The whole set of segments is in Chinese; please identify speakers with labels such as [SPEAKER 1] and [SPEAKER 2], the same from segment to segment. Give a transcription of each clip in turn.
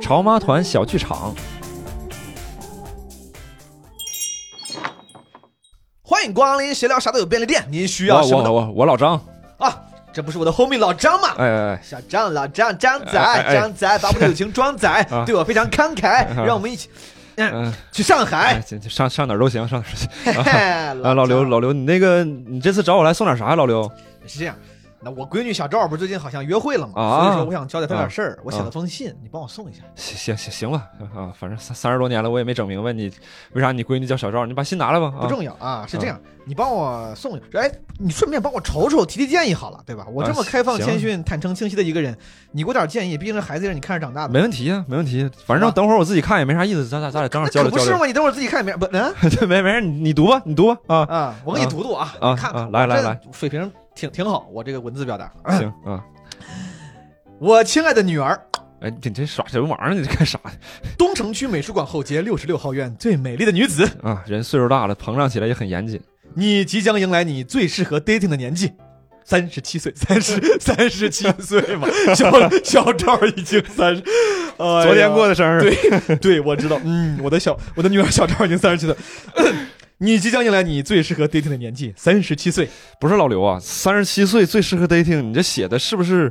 [SPEAKER 1] 潮妈团小剧场。
[SPEAKER 2] 欢迎光临，闲聊啥都有便利店，您需要
[SPEAKER 1] 我
[SPEAKER 2] 什么
[SPEAKER 1] 我
[SPEAKER 2] 呢？
[SPEAKER 1] 我我老张，
[SPEAKER 2] 啊，这不是我的 homie 老张吗？
[SPEAKER 1] 哎哎哎，
[SPEAKER 2] 小张，老张，张仔，
[SPEAKER 1] 哎哎哎
[SPEAKER 2] 张仔，把我们的友情装载
[SPEAKER 1] 啊，
[SPEAKER 2] 对我非常慷慨，
[SPEAKER 1] 啊
[SPEAKER 2] 让我们一起
[SPEAKER 1] 嗯、
[SPEAKER 2] 去上
[SPEAKER 1] 哎
[SPEAKER 2] 海。
[SPEAKER 1] 这这上上哪儿都行，上哪儿都行。
[SPEAKER 2] 嘿嘿
[SPEAKER 1] 啊，老刘
[SPEAKER 2] 张
[SPEAKER 1] 老刘，你那个你这次找我来送点啥呀？老刘
[SPEAKER 2] 是这样，那我闺女小赵不是最近好像约会了吗？
[SPEAKER 1] 啊
[SPEAKER 2] 所以说我想交代她点事儿，我写
[SPEAKER 1] 啊
[SPEAKER 2] 了封信，你帮我送一下。
[SPEAKER 1] 行行行行吧啊，反正三三十多年了，我也没整明白你为啥你闺女叫小赵，你把信拿来吧。
[SPEAKER 2] 不
[SPEAKER 1] 啊，
[SPEAKER 2] 重要啊，是这样，你帮我送，哎，你顺便帮我瞅瞅，提提建议好了，对吧？我这么
[SPEAKER 1] 啊
[SPEAKER 2] 开放、
[SPEAKER 1] 行
[SPEAKER 2] 谦逊、坦诚、清晰的一个人，你给我点建议，毕竟这孩子也是你看着长大的。
[SPEAKER 1] 没问题呀、没问题。反正
[SPEAKER 2] 啊
[SPEAKER 1] 等会儿我自己看也没啥意思，咱俩咱俩正好
[SPEAKER 2] 那
[SPEAKER 1] 交
[SPEAKER 2] 可
[SPEAKER 1] 流
[SPEAKER 2] 不
[SPEAKER 1] 交
[SPEAKER 2] 是
[SPEAKER 1] 流。
[SPEAKER 2] 嘛！你等会儿自己看没？不，嗯
[SPEAKER 1] 对，没没事，你你读吧，你读吧啊。
[SPEAKER 2] 啊，我给你读读啊，
[SPEAKER 1] 啊
[SPEAKER 2] 你看看，
[SPEAKER 1] 啊来来
[SPEAKER 2] 我这
[SPEAKER 1] 来，
[SPEAKER 2] 水平挺挺好，我这个文字表达。
[SPEAKER 1] 行啊，
[SPEAKER 2] 我亲爱的女儿，
[SPEAKER 1] 哎，你这耍什么玩意儿？你这干啥呀
[SPEAKER 2] 东城区美术馆后街六十六号院最美丽的女子，
[SPEAKER 1] 啊？人岁数大了，膨胀起来也很严谨。
[SPEAKER 2] 你即将迎来你最适合 dating 的年纪。三十七岁， 三十三十七岁嘛，小 小赵已经三十，哎呀
[SPEAKER 1] 昨天过的生日，
[SPEAKER 2] 对对，我知道，嗯，我的小我的女儿小赵已经三十七岁了，嗯你即将迎来你最适合 dating 的年纪，三十七岁。
[SPEAKER 1] 不是老刘啊，三十七岁最适合 dating，你这写的是不是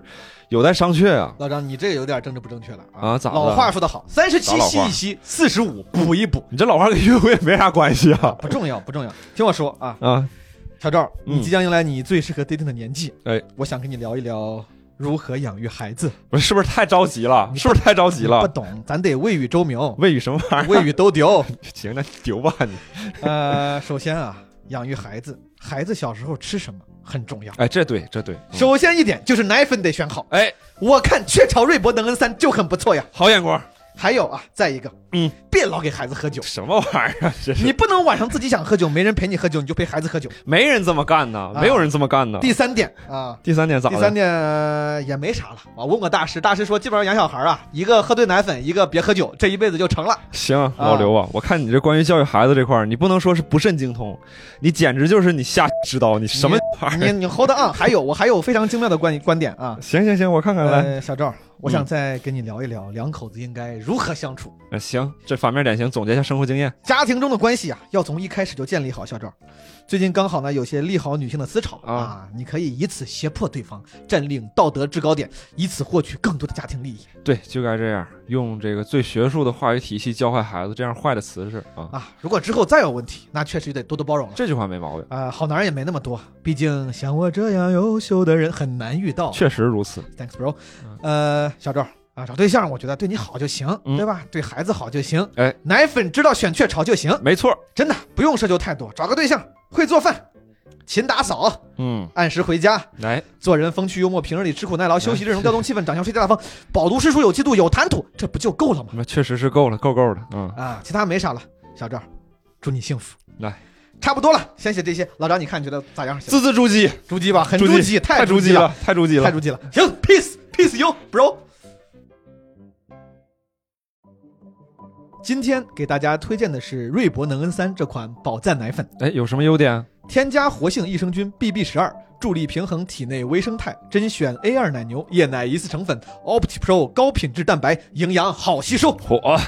[SPEAKER 1] 有待商榷啊？
[SPEAKER 2] 老张，你这个有点政治不正确了
[SPEAKER 1] 啊咋了
[SPEAKER 2] 老话说得好，三十
[SPEAKER 1] 咋
[SPEAKER 2] 七
[SPEAKER 1] 老
[SPEAKER 2] 吸
[SPEAKER 1] 话
[SPEAKER 2] 一吸，四十五补一补，
[SPEAKER 1] 你这老话跟约会没啥关系啊
[SPEAKER 2] 不重要，不重要。听我说啊，
[SPEAKER 1] 啊！
[SPEAKER 2] 小赵，
[SPEAKER 1] 嗯
[SPEAKER 2] 你即将迎来你最适合 dating 的年纪。
[SPEAKER 1] 哎，
[SPEAKER 2] 我想跟你聊一聊如何养育孩子。
[SPEAKER 1] 不是，是不是太着急了？是不是太着急
[SPEAKER 2] 不
[SPEAKER 1] 了？
[SPEAKER 2] 懂，咱得未雨绸缪，
[SPEAKER 1] 喂，语什么玩意
[SPEAKER 2] 未雨兜底。
[SPEAKER 1] 儿？ 行，那丢吧你。
[SPEAKER 2] 呃，首先啊，养育孩子，孩子小时候吃什么很重要。
[SPEAKER 1] 哎，这对，这对。嗯
[SPEAKER 2] 首先一点就是奶粉得选好，
[SPEAKER 1] 哎，
[SPEAKER 2] 我看雀巢瑞博能 N 三就很不错呀。
[SPEAKER 1] 好眼光，
[SPEAKER 2] 还有啊，再一个，
[SPEAKER 1] 嗯，
[SPEAKER 2] 别老给孩子喝酒，
[SPEAKER 1] 什么玩意儿啊？这
[SPEAKER 2] 你
[SPEAKER 1] 是
[SPEAKER 2] 不能晚上自己想喝酒，没人陪你喝酒，你就陪孩子喝酒。
[SPEAKER 1] 没人这么干呢，
[SPEAKER 2] 啊
[SPEAKER 1] 没有人这么干呢。
[SPEAKER 2] 第三点啊，
[SPEAKER 1] 第三点咋
[SPEAKER 2] 第三
[SPEAKER 1] 了？
[SPEAKER 2] 点呃也没啥了。我问过大师，大师说基本上养小孩啊，一个喝对奶粉，一个别喝酒，这一辈子就成了。
[SPEAKER 1] 行，老刘啊，我看你这关于教育孩子这块儿，你不能说是不甚精通，你简直就是你瞎指导，你什么玩意
[SPEAKER 2] 你
[SPEAKER 1] 儿？
[SPEAKER 2] 你 hold on，还有我还有非常精妙的观观点啊。
[SPEAKER 1] 行行行，我看看来。
[SPEAKER 2] 呃，小赵，我想再跟你聊一聊两口子应该如何相处。
[SPEAKER 1] 呃行，这反面典型，总结一下生活经验。
[SPEAKER 2] 家庭中的关系啊，要从一开始就建立好。小赵，最近刚好呢有些利好女性的思潮
[SPEAKER 1] 啊
[SPEAKER 2] 啊，你可以以此胁迫对方，占领道德制高点，以此获取更多的家庭利益
[SPEAKER 1] 对，就该这样，用这个最学术的话语体系教坏孩子，这样坏的词是啊。
[SPEAKER 2] 啊。如果之后再有问题，那确实得多多包容了。
[SPEAKER 1] 这句话没毛病，
[SPEAKER 2] 啊、好男人也没那么多，毕竟像我这样优秀的人很难遇到。
[SPEAKER 1] 确实如此。
[SPEAKER 2] Thanks, bro
[SPEAKER 1] 嗯。
[SPEAKER 2] 呃，小赵啊，找对象我觉得对你好就行，
[SPEAKER 1] 嗯
[SPEAKER 2] 对吧？对孩子好就行。
[SPEAKER 1] 哎，
[SPEAKER 2] 奶粉知道选雀巢就行，
[SPEAKER 1] 没错，
[SPEAKER 2] 真的不用奢求太多，找个对象会做饭，勤打扫，
[SPEAKER 1] 嗯，
[SPEAKER 2] 按时回家，
[SPEAKER 1] 来，
[SPEAKER 2] 做人风趣幽默，平日里吃苦
[SPEAKER 1] 哎
[SPEAKER 2] 耐劳，休息热衷，调动气氛，长相睡大方，饱读诗书，有气度，有谈吐，这不就够了吗？
[SPEAKER 1] 那确实是够了，够够的，嗯，
[SPEAKER 2] 啊，其他没啥了。小赵，祝你幸福。
[SPEAKER 1] 来，
[SPEAKER 2] 差不多了，先写这些。老张，你看你觉得咋样？
[SPEAKER 1] 字字珠玑，
[SPEAKER 2] 猪鸡吧，很
[SPEAKER 1] 珠
[SPEAKER 2] 猪
[SPEAKER 1] 玑
[SPEAKER 2] 鸡，
[SPEAKER 1] 太
[SPEAKER 2] 猪
[SPEAKER 1] 珠玑
[SPEAKER 2] 了，
[SPEAKER 1] 了，太珠玑
[SPEAKER 2] 太
[SPEAKER 1] 了。
[SPEAKER 2] 猪鸡了。行，peace peace you bro。今天给大家推荐的是瑞博能 N 三这款宝藏奶粉。
[SPEAKER 1] 哎，有什么优点？
[SPEAKER 2] 添加活性益生菌 BB 十二，助力平衡体内微生态，甄选 A 二奶牛、液奶疑似成分、Opti Pro 高品质蛋白，营养好吸收，
[SPEAKER 1] 火，啊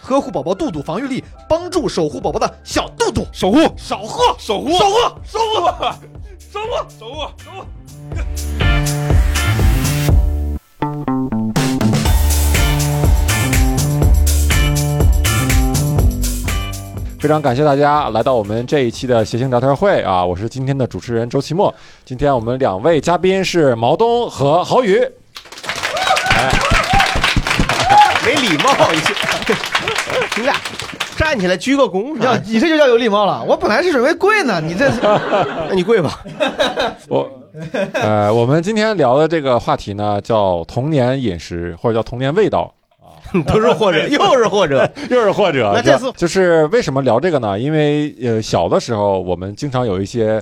[SPEAKER 2] 呵护宝宝肚肚防御力，帮助守护宝宝的小肚肚，
[SPEAKER 1] 守护，
[SPEAKER 2] 守护
[SPEAKER 1] 守
[SPEAKER 2] 守
[SPEAKER 1] 护，
[SPEAKER 2] 护守护。
[SPEAKER 1] 守
[SPEAKER 2] 啊
[SPEAKER 1] 护，守护，守护。
[SPEAKER 3] 非常感谢大家来到我们这一期的谐星聊天会啊！我是今天的主持人周奇墨。今天我们两位嘉宾是毛东和郝宇。
[SPEAKER 4] 没礼貌，你这你俩站起来鞠个躬
[SPEAKER 2] 要
[SPEAKER 4] 啥？
[SPEAKER 2] 你这就叫有礼貌了。我本来是准备跪呢，你这
[SPEAKER 4] 那你跪吧。
[SPEAKER 3] 我，呃，我们今天聊的这个话题呢，叫童年饮食或者叫童年味道，啊
[SPEAKER 4] 都是或者，
[SPEAKER 2] 哎
[SPEAKER 4] 又是或者，
[SPEAKER 3] 又是或者
[SPEAKER 4] 那这次
[SPEAKER 3] 就是为什么聊这个呢？因为呃，小的时候我们经常有一些。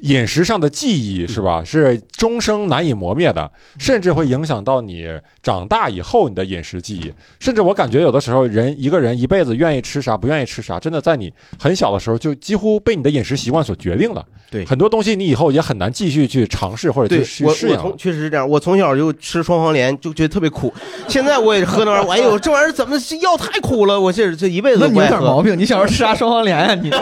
[SPEAKER 3] 饮食上的记忆是
[SPEAKER 4] 嗯
[SPEAKER 3] 吧？是终生难以磨灭的，甚至会影响到你长大以后你的饮食记忆。甚至我感觉有的时候人一个人一辈子愿意吃啥不愿意吃啥，真的在你很小的时候就几乎被你的饮食习惯所决定了。
[SPEAKER 4] 对
[SPEAKER 3] 很多东西你以后也很难继续去尝试或者
[SPEAKER 4] 对
[SPEAKER 3] 去去
[SPEAKER 4] 我
[SPEAKER 3] 适
[SPEAKER 4] 我
[SPEAKER 3] 应
[SPEAKER 4] 从
[SPEAKER 3] 了。
[SPEAKER 4] 确实是这样，我从小就吃双黄连，就觉得特别苦。现在我也喝那玩意儿，哎呦，这玩意儿怎么这药太苦了？我这这一辈子
[SPEAKER 2] 那
[SPEAKER 4] 都
[SPEAKER 2] 你
[SPEAKER 4] 不
[SPEAKER 2] 有
[SPEAKER 4] 爱
[SPEAKER 2] 点毛
[SPEAKER 4] 喝。
[SPEAKER 2] 病，你小 时候吃啥双黄连啊？你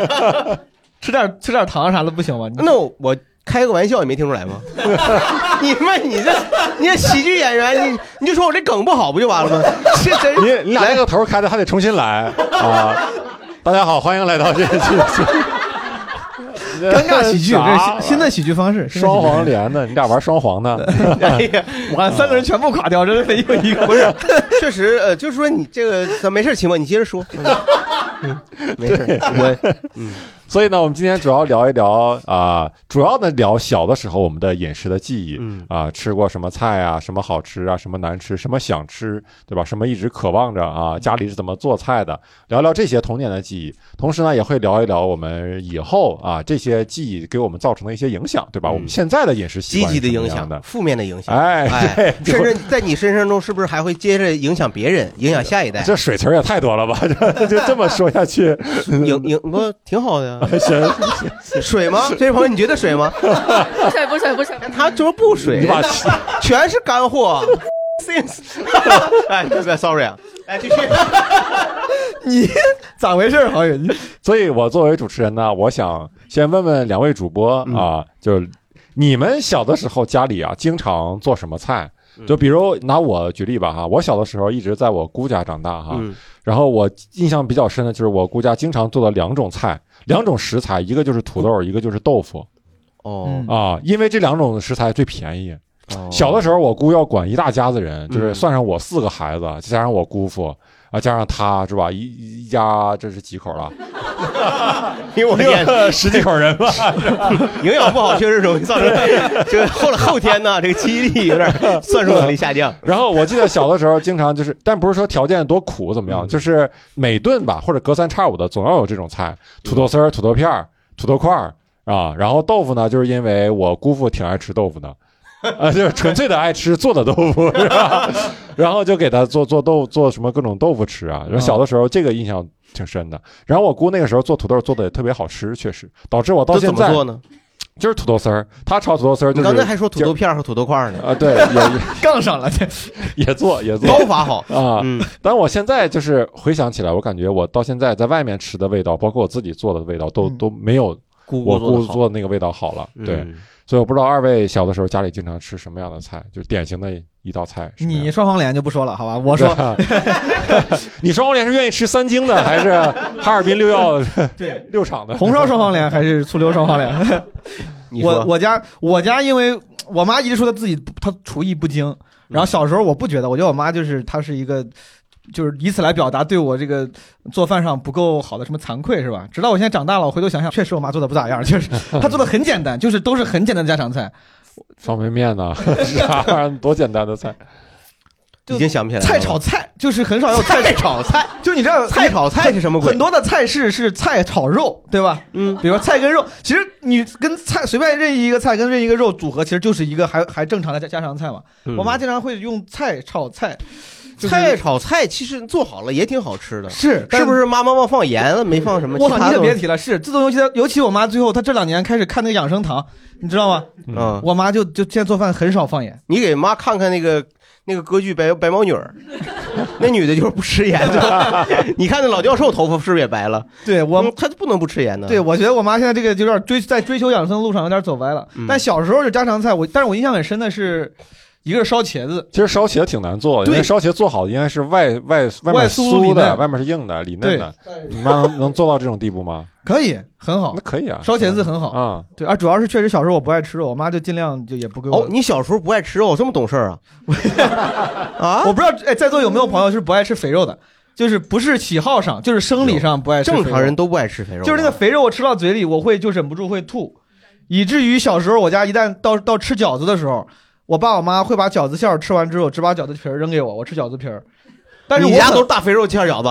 [SPEAKER 2] 吃点吃点糖啥的不行吗？你
[SPEAKER 4] 那我我开个玩笑，你没听出来吗？ 你们你这你这喜剧演员，你你就说我这梗不好不就完了吗？ 这真是
[SPEAKER 3] 你你俩这个头开的还得重新来啊！大家好，欢迎来到这这
[SPEAKER 2] 尴尬喜剧，
[SPEAKER 3] 啥玩意
[SPEAKER 2] 这
[SPEAKER 3] 儿
[SPEAKER 2] 是新的喜剧方式。新的喜剧
[SPEAKER 3] 双
[SPEAKER 2] 方式
[SPEAKER 3] 黄，连呢？你俩玩双 黄呢？
[SPEAKER 4] 哎呀。
[SPEAKER 2] 哇，三个人全部垮掉，真的，一个一个
[SPEAKER 4] 不是，确实，呃，就是说你这个，咱没事儿，秦墨，你接着 说。嗯，没 事儿，我
[SPEAKER 3] 嗯所以呢，我们今天主要聊一聊啊、主要呢聊小的时候我们的饮食的记忆，
[SPEAKER 4] 嗯
[SPEAKER 3] 啊、吃过什么菜啊，什么好吃啊，什么难吃，什么想吃，对吧？什么一直渴望着
[SPEAKER 2] 嗯
[SPEAKER 3] 啊，家里是怎么做菜的？聊聊这些童年的记忆，同时呢，也会聊一聊我们以后啊这些记忆给我们造成的一些影响，对吧？
[SPEAKER 4] 嗯
[SPEAKER 3] 我们现在的饮食习
[SPEAKER 4] 积
[SPEAKER 3] 惯
[SPEAKER 4] 极的
[SPEAKER 3] 是什么
[SPEAKER 4] 影
[SPEAKER 3] 样的
[SPEAKER 4] 响，，负面的影响，
[SPEAKER 3] 哎，
[SPEAKER 4] 哎，
[SPEAKER 3] 对
[SPEAKER 4] 甚至在你身上中，是不是还会接着影响别人，影响下一代？
[SPEAKER 3] 这水词儿也太多了吧？这 就这么说下去，
[SPEAKER 4] 影影不挺好的呀？
[SPEAKER 3] 行，
[SPEAKER 4] 水吗？这位朋友，你觉得水 吗？
[SPEAKER 5] 不水不水不水，
[SPEAKER 4] 他怎么不水
[SPEAKER 3] 你？把
[SPEAKER 4] 全是干 货。 哎，这个 sorry 啊，哎，继续。
[SPEAKER 2] 你咋回事，郝宇？你
[SPEAKER 3] 所以我作为主持人呢，我想先问问两位主播
[SPEAKER 2] 嗯
[SPEAKER 3] 啊，就是你们小的时候家里啊，经常做什么菜？
[SPEAKER 4] 嗯
[SPEAKER 3] 就比如拿我举例吧哈，我小的时候一直在我姑家长大哈，
[SPEAKER 4] 嗯
[SPEAKER 3] 然后我印象比较深的就是我姑家经常做的两种菜，两种食材，一个就是 土豆，一个就是豆腐
[SPEAKER 4] 哦，
[SPEAKER 3] 啊，因为这两种食材最便宜。
[SPEAKER 4] 哦
[SPEAKER 3] 小的时候，我姑要管一大家子人，就是
[SPEAKER 4] 嗯
[SPEAKER 3] 算上我四个孩子，加上我姑父啊，加上他是吧，一一一家这是几口了？
[SPEAKER 4] 因为我也
[SPEAKER 3] 十几口人吧。
[SPEAKER 4] 营养不好，确实容易造成这个后后天呢，这个记忆力有点算术能力下降。
[SPEAKER 3] 然后我记得小的时候经常就是，但不是说条件多苦怎么
[SPEAKER 4] 嗯
[SPEAKER 3] 样，就是每顿吧或者隔三差五的总要有这种
[SPEAKER 4] 嗯
[SPEAKER 3] 菜，土豆丝儿、土豆片儿、土豆块儿啊。然后豆腐呢，就是因为我姑父挺爱吃豆 腐的。啊，就是纯粹的爱吃做的豆腐，是吧？然后就给他做做豆做什么各种豆腐吃啊。
[SPEAKER 4] 嗯
[SPEAKER 3] 然后小的时候这个印象挺深的。然后我姑那个时候做土豆做的也特别好吃，确实导致我到
[SPEAKER 4] 这怎
[SPEAKER 3] 现
[SPEAKER 4] 么
[SPEAKER 3] 在
[SPEAKER 4] 做呢？
[SPEAKER 3] 就是土豆丝儿，她炒土豆丝儿就
[SPEAKER 4] 你
[SPEAKER 3] 是
[SPEAKER 4] 刚才还说土豆片儿和土豆块儿呢，
[SPEAKER 3] 啊， 对，也
[SPEAKER 2] 杠上了，这
[SPEAKER 3] 也也做也做
[SPEAKER 4] 刀法好。
[SPEAKER 3] 啊，
[SPEAKER 4] 嗯，
[SPEAKER 3] 但我现在就是回想起来，我感觉我到现在在外面吃的味道，包括我自己做的味道，都
[SPEAKER 2] 嗯
[SPEAKER 3] 都没有
[SPEAKER 4] 姑
[SPEAKER 3] 我姑
[SPEAKER 4] 姑
[SPEAKER 3] 做的那个味道好了。
[SPEAKER 4] 的好，
[SPEAKER 3] 对，
[SPEAKER 4] 嗯
[SPEAKER 3] 所以我不知道二位小的时候家里经常吃什么样的菜，就是典型的一道菜。是什么
[SPEAKER 2] 你
[SPEAKER 3] 样
[SPEAKER 2] 双黄连就不说了，好吧？ 我说
[SPEAKER 3] 你双黄连是愿意吃三京的，还 是哈尔滨六药
[SPEAKER 2] 对。
[SPEAKER 3] 六厂的？
[SPEAKER 2] 红烧双黄连还是醋溜双黄连？
[SPEAKER 4] 你
[SPEAKER 2] 我
[SPEAKER 4] 说
[SPEAKER 2] 我家我家因为我妈一直说她自己不她厨艺不
[SPEAKER 4] 嗯
[SPEAKER 2] 精，然后小时候我不觉得，我觉得我妈就是她是一个，就是以此来表达对我这个做饭上不够好的什么惭愧是吧？直到我现在长大了，我回头想想，确实我妈做的不咋样，就是 她做的很简单，就是都是很简单的家常菜，
[SPEAKER 3] 方便面呢？ 啥玩意儿？多简单的菜！
[SPEAKER 4] 已经想不起来了
[SPEAKER 2] 菜炒菜就是很少有菜，
[SPEAKER 4] 菜炒菜，
[SPEAKER 2] 就是你知道
[SPEAKER 4] 菜炒菜是什么鬼
[SPEAKER 2] 很？多的菜式是菜炒肉，对吧？
[SPEAKER 4] 嗯，
[SPEAKER 2] 比如说菜跟肉，其实你跟菜随便任意一个菜跟任意一个肉组合，其实就是一个还还正常的家家常菜嘛。
[SPEAKER 4] 嗯
[SPEAKER 2] 我妈经常会用菜炒菜，就是、
[SPEAKER 4] 菜炒菜其实做好了也挺好吃的，
[SPEAKER 2] 是
[SPEAKER 4] 是不？
[SPEAKER 2] 但
[SPEAKER 4] 是？妈妈忘放盐了，没放什么其
[SPEAKER 2] 我操，
[SPEAKER 4] 他的
[SPEAKER 2] 你可
[SPEAKER 4] 东
[SPEAKER 2] 别
[SPEAKER 4] 西？
[SPEAKER 2] 提了。是，自从尤其她尤其我妈最后她这两年开始看那个养生堂，你知道吗？
[SPEAKER 4] 嗯，
[SPEAKER 2] 我妈就就现在做饭很少放盐，
[SPEAKER 4] 你给妈看看那个那个歌剧《白白毛女 儿》，那女的就是不吃盐的。 你看那老教授头发是不是也白了？
[SPEAKER 2] 对我。
[SPEAKER 4] 嗯她就不能不吃盐呢。
[SPEAKER 2] 对，我觉得我妈现在这个就有点追，在追求养生的路上有点走歪了。
[SPEAKER 4] 嗯
[SPEAKER 2] 但小时候就家常菜，我但是我印象很深的是，一个是烧茄子，
[SPEAKER 3] 其实烧茄挺难做，因为
[SPEAKER 2] 对
[SPEAKER 3] 烧茄做好应该是外外外面
[SPEAKER 2] 外酥里
[SPEAKER 3] 酥的，
[SPEAKER 2] 嫩
[SPEAKER 3] 外面是硬的，里嫩
[SPEAKER 2] 对
[SPEAKER 3] 的。你妈能能做到这种地步吗？
[SPEAKER 2] 可以很好
[SPEAKER 3] 那，可以啊，
[SPEAKER 2] 烧茄子很好。
[SPEAKER 3] 啊。
[SPEAKER 2] 对啊，主要是确实小时候我不爱吃肉，我妈就尽量就也不给我。
[SPEAKER 4] 哦，你小时候不爱吃肉，这么懂事儿 啊？啊，
[SPEAKER 2] 我不知道哎，在座有没有朋友是不爱吃肥肉的？就是不是喜好上，就是生理上不爱吃肥肉。
[SPEAKER 4] 正常人都不爱吃肥肉，
[SPEAKER 2] 就是那个肥肉，我吃到嘴里我会就忍不住会吐，以至于小时候我家一旦到到吃饺子的时候，我爸我妈会把饺子馅儿吃完之后，只把饺子皮儿扔给我，我吃饺子皮儿。但是
[SPEAKER 4] 你
[SPEAKER 2] 我
[SPEAKER 4] 家
[SPEAKER 2] 可
[SPEAKER 4] 都是大肥肉馅饺子？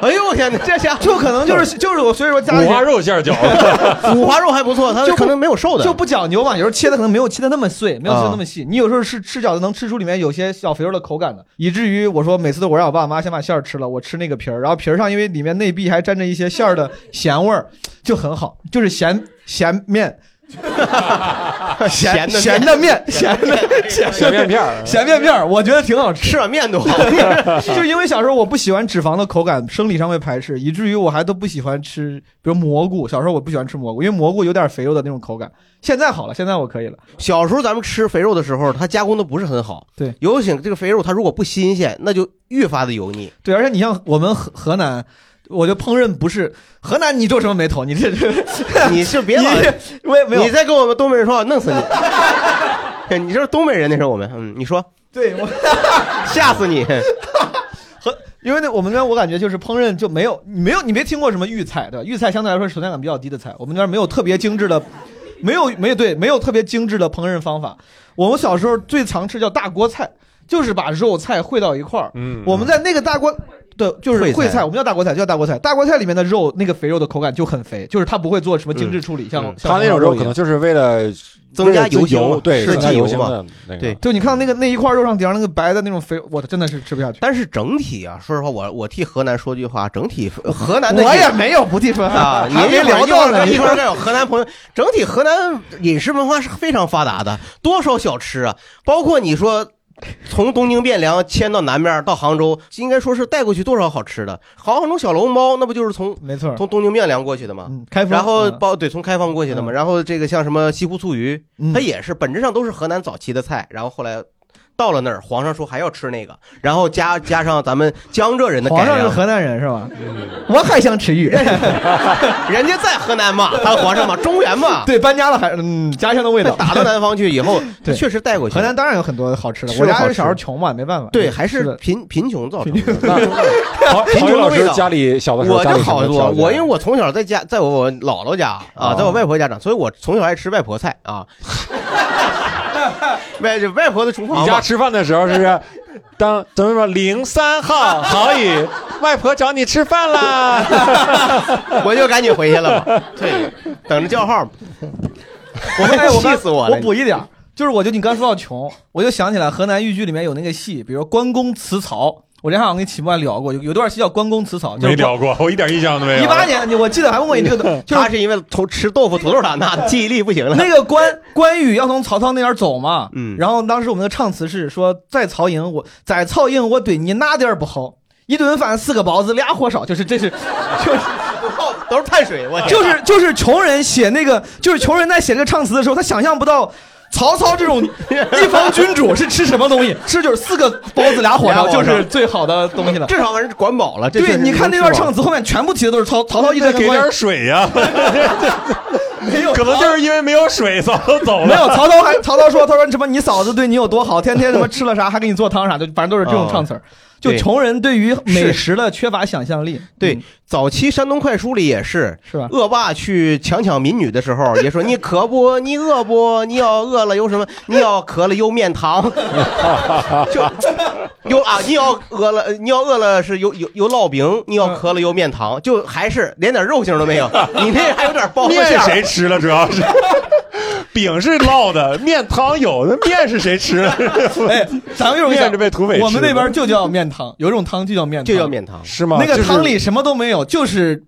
[SPEAKER 4] 哎呦我天哪，这家
[SPEAKER 2] 就可能 就是就是我，所以说家里
[SPEAKER 3] 五花肉馅儿饺子，
[SPEAKER 4] 五花肉还不错，它
[SPEAKER 2] 就不
[SPEAKER 4] 可能没有瘦的，啊
[SPEAKER 2] 就不讲究嘛，有时候切的可能没有切的那么碎，没有切的那么细。你有时候吃吃饺子能吃出里面有些小肥肉的口感的，以至于我说每次都我让我爸妈先把馅儿吃了，我吃那个皮儿，然后皮儿上因为里面内壁还沾着一些馅儿的咸味儿，就很好，就是咸咸面。
[SPEAKER 4] 咸的面
[SPEAKER 2] 咸的面，咸的
[SPEAKER 3] 小面片儿。
[SPEAKER 2] 咸面面儿，我觉得挺好吃。
[SPEAKER 4] 吃碗 面多好。
[SPEAKER 2] 就因为小时候我不喜欢脂肪的口感，生理上会排斥，以至于我还都不喜欢吃，比如蘑菇。小时候我不喜欢吃蘑菇，因为蘑菇有点肥肉的那种口感。现在好了，现在我可以了。
[SPEAKER 4] 小时候咱们吃肥肉的时候，它加工的不是很好，
[SPEAKER 2] 对，
[SPEAKER 4] 尤其这个肥肉它如果不新鲜，那就越发的油腻。
[SPEAKER 2] 对，而且你像我们河河南，我觉得烹饪不是河南，你皱什么眉 头？你这这，
[SPEAKER 4] 你是别老，
[SPEAKER 2] 你我也没有
[SPEAKER 4] 你再跟我们东北人说话，弄死你！你这 是东北人，那是我们，嗯，你说
[SPEAKER 2] 对我，
[SPEAKER 4] 吓死你！
[SPEAKER 2] 因为那我们那边我感觉就是烹饪就没有你没有你没听过什么豫菜对吧？豫菜相对来说是存在感比较低的菜，我们那边没有特别精致的， 没有没有对没有特别精致的烹饪方法。我们小时候最常吃叫大锅菜，就是把肉菜烩到一块儿。
[SPEAKER 3] 嗯，
[SPEAKER 2] 我们在那个大锅。对，就是
[SPEAKER 4] 烩菜
[SPEAKER 2] 烩菜，我们叫大锅菜，叫大锅菜。大锅菜里面的肉，那个肥肉的口感就很肥，就是它不会做什么精致处理，像
[SPEAKER 4] 嗯
[SPEAKER 2] 像
[SPEAKER 3] 他那种
[SPEAKER 2] 红烧
[SPEAKER 3] 肉
[SPEAKER 2] 一样
[SPEAKER 3] 可能就是为了
[SPEAKER 4] 增加
[SPEAKER 3] 为了
[SPEAKER 4] 油
[SPEAKER 3] 增
[SPEAKER 4] 性嘛
[SPEAKER 2] 啊
[SPEAKER 3] 油，对，
[SPEAKER 4] 设
[SPEAKER 3] 增加
[SPEAKER 4] 计
[SPEAKER 3] 油
[SPEAKER 4] 油
[SPEAKER 3] 性
[SPEAKER 4] 嘛
[SPEAKER 3] 的那个。
[SPEAKER 4] 对
[SPEAKER 2] 就你看到那个那一块肉上顶上那个白的那种肥，我真的是吃不下去。
[SPEAKER 4] 但是整体啊，说实话，我我替河南说句话，整体河南的
[SPEAKER 2] 我也没有不地说
[SPEAKER 4] 啊，
[SPEAKER 2] 还没聊
[SPEAKER 4] 到
[SPEAKER 2] 到呢。
[SPEAKER 4] 一
[SPEAKER 2] 你
[SPEAKER 4] 会
[SPEAKER 2] 说
[SPEAKER 4] 儿再有河南朋友，整体河南饮食文化是非常发达的，多少小吃啊，包括你说。从东京汴梁迁到南面到杭州，应该说是带过去多少好吃的。杭州小笼包那不就是从
[SPEAKER 2] 没错，
[SPEAKER 4] 从东京汴梁过去的吗？
[SPEAKER 2] 嗯，开封，
[SPEAKER 4] 然后
[SPEAKER 2] 嗯
[SPEAKER 4] 包对从开封过去的嘛。
[SPEAKER 2] 嗯
[SPEAKER 4] 然后这个像什么西湖醋鱼，
[SPEAKER 2] 嗯
[SPEAKER 4] 它也是本质上都是河南早期的菜，然后后来到了那儿，皇上说还要吃那个，然后加加上咱们江浙人的改
[SPEAKER 2] 皇上是
[SPEAKER 4] 良，
[SPEAKER 2] 河南人是吧？
[SPEAKER 3] 嗯
[SPEAKER 2] 我还想吃鱼。
[SPEAKER 4] 人家在河南嘛，他皇上嘛，中原嘛，
[SPEAKER 2] 对，搬家了还嗯，家乡的味道。
[SPEAKER 4] 打到南方去以后，
[SPEAKER 2] 对
[SPEAKER 4] 确实带过去。
[SPEAKER 2] 河南当然有很多好吃的，
[SPEAKER 4] 是
[SPEAKER 2] 我
[SPEAKER 4] 好
[SPEAKER 2] 家
[SPEAKER 4] 吃
[SPEAKER 2] 小时候穷嘛，没办法。
[SPEAKER 4] 对还
[SPEAKER 2] 吃
[SPEAKER 4] 是
[SPEAKER 2] 的
[SPEAKER 4] 贫贫穷造成的。
[SPEAKER 3] 陶
[SPEAKER 4] 贫穷
[SPEAKER 3] 陶宇
[SPEAKER 4] 的
[SPEAKER 3] 老
[SPEAKER 4] 味
[SPEAKER 3] 师
[SPEAKER 4] 道
[SPEAKER 3] 家里小的时候，
[SPEAKER 4] 我
[SPEAKER 3] 家
[SPEAKER 4] 就
[SPEAKER 3] 里什么
[SPEAKER 4] 好多，
[SPEAKER 2] 啊
[SPEAKER 3] 条件
[SPEAKER 4] 我因为我从小在家，在我我姥姥家啊，
[SPEAKER 3] 哦
[SPEAKER 4] 在我外婆家长，所以我从小爱吃外婆菜啊。 外外婆的厨房嘛，
[SPEAKER 3] 你家吃饭的时候是 不是？当怎么说零三号郝宇，外婆找你吃饭啦！
[SPEAKER 4] 我就赶紧回去了嘛。对，等着叫号嘛。
[SPEAKER 2] 我们哎，我
[SPEAKER 4] 气
[SPEAKER 2] 刚
[SPEAKER 4] 死 我了！
[SPEAKER 2] 我补一点儿，就是我就你刚说到穷，我就想起来河南豫剧里面有那个戏，比如关公辞曹，我之前好像跟秦博聊过，有有段戏叫关公辞曹，就是
[SPEAKER 3] 过，我一点印象都没
[SPEAKER 2] 一八年，你我记得还问 过你这个，就是
[SPEAKER 4] 他是因为头吃豆腐土豆长 大的，记忆力不行了。
[SPEAKER 2] 那个关关羽要从曹操那边走嘛，
[SPEAKER 4] 嗯
[SPEAKER 2] 然后当时我们的唱词是说，在曹营我在曹营我对你哪点儿不好，一顿饭四个包子俩火烧，就是这是， 就是
[SPEAKER 4] 都是碳水，我天
[SPEAKER 2] 就是就是穷人写那个，就是穷人在写这个唱词的时候，他想象不到。曹操这种一方君主是吃什么东西？吃就是四个包子俩火烧，
[SPEAKER 4] 俩
[SPEAKER 2] 就
[SPEAKER 4] 火烧
[SPEAKER 2] 是最好的东西了。
[SPEAKER 4] 至少反正管饱了。这确
[SPEAKER 2] 对，
[SPEAKER 4] 实
[SPEAKER 2] 你看那段
[SPEAKER 4] 能吃饱
[SPEAKER 2] 唱词后面全部提的都是曹曹操一直在跟关羽
[SPEAKER 3] 水呀、
[SPEAKER 2] 没有
[SPEAKER 3] 可能就是因为没有水，早就走
[SPEAKER 2] 没有，曹操还曹操说，他说什么你嫂子对你有多好，天天什么吃了啥还给你做汤啥，就反正都是
[SPEAKER 3] 啊
[SPEAKER 2] 这种唱词儿。就
[SPEAKER 4] 对
[SPEAKER 2] 穷人对于美
[SPEAKER 4] 是
[SPEAKER 2] 食的缺乏想象力，
[SPEAKER 4] 对
[SPEAKER 2] 嗯，
[SPEAKER 4] 早期山东快书里也是。
[SPEAKER 2] 是吧？
[SPEAKER 4] 恶霸去强抢民女的时 候，也说你渴不？你饿不？你要饿了有什么？你要渴了有面糖， 就有啊！你要饿了，你要饿了是有有有烙
[SPEAKER 2] 嗯
[SPEAKER 4] 饼，你要渴了有面糖，就还是连点肉性都没 有。你那还有点包子馅
[SPEAKER 3] 面
[SPEAKER 4] 儿，
[SPEAKER 3] 谁吃了？主 要是饼是烙的，呃面汤有的，面是谁吃的？
[SPEAKER 2] 哎，咱们有种
[SPEAKER 3] 面
[SPEAKER 2] 想
[SPEAKER 3] 是被土匪吃的
[SPEAKER 2] 我们那边就叫面汤，有一种汤就叫面汤，
[SPEAKER 4] 就叫，面糖。
[SPEAKER 3] 是吗？
[SPEAKER 2] 那个
[SPEAKER 3] 就是
[SPEAKER 2] 汤里什么都没有，就是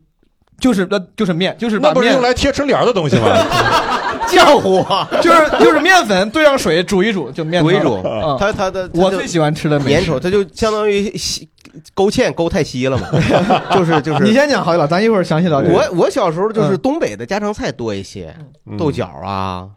[SPEAKER 2] 就是呃就是面，就是把
[SPEAKER 3] 那不是
[SPEAKER 2] 面
[SPEAKER 3] 用来贴春联的东西吗？
[SPEAKER 4] 浆糊啊，
[SPEAKER 2] 就是就是面粉兑上水煮一煮就面
[SPEAKER 4] 煮
[SPEAKER 2] 汤
[SPEAKER 4] 一煮
[SPEAKER 2] 嗯，
[SPEAKER 4] 他他的
[SPEAKER 2] 我最喜欢吃的美
[SPEAKER 4] 粘
[SPEAKER 2] 食
[SPEAKER 4] 稠，。它就相当于吸勾芡勾太稀 了嘛，就是就是。
[SPEAKER 2] 你先讲好一老，咱一会儿详细聊这个。
[SPEAKER 4] 我我小时候就是
[SPEAKER 2] 嗯
[SPEAKER 4] 东北的家常菜多一些，
[SPEAKER 3] 嗯
[SPEAKER 4] 豆角啊，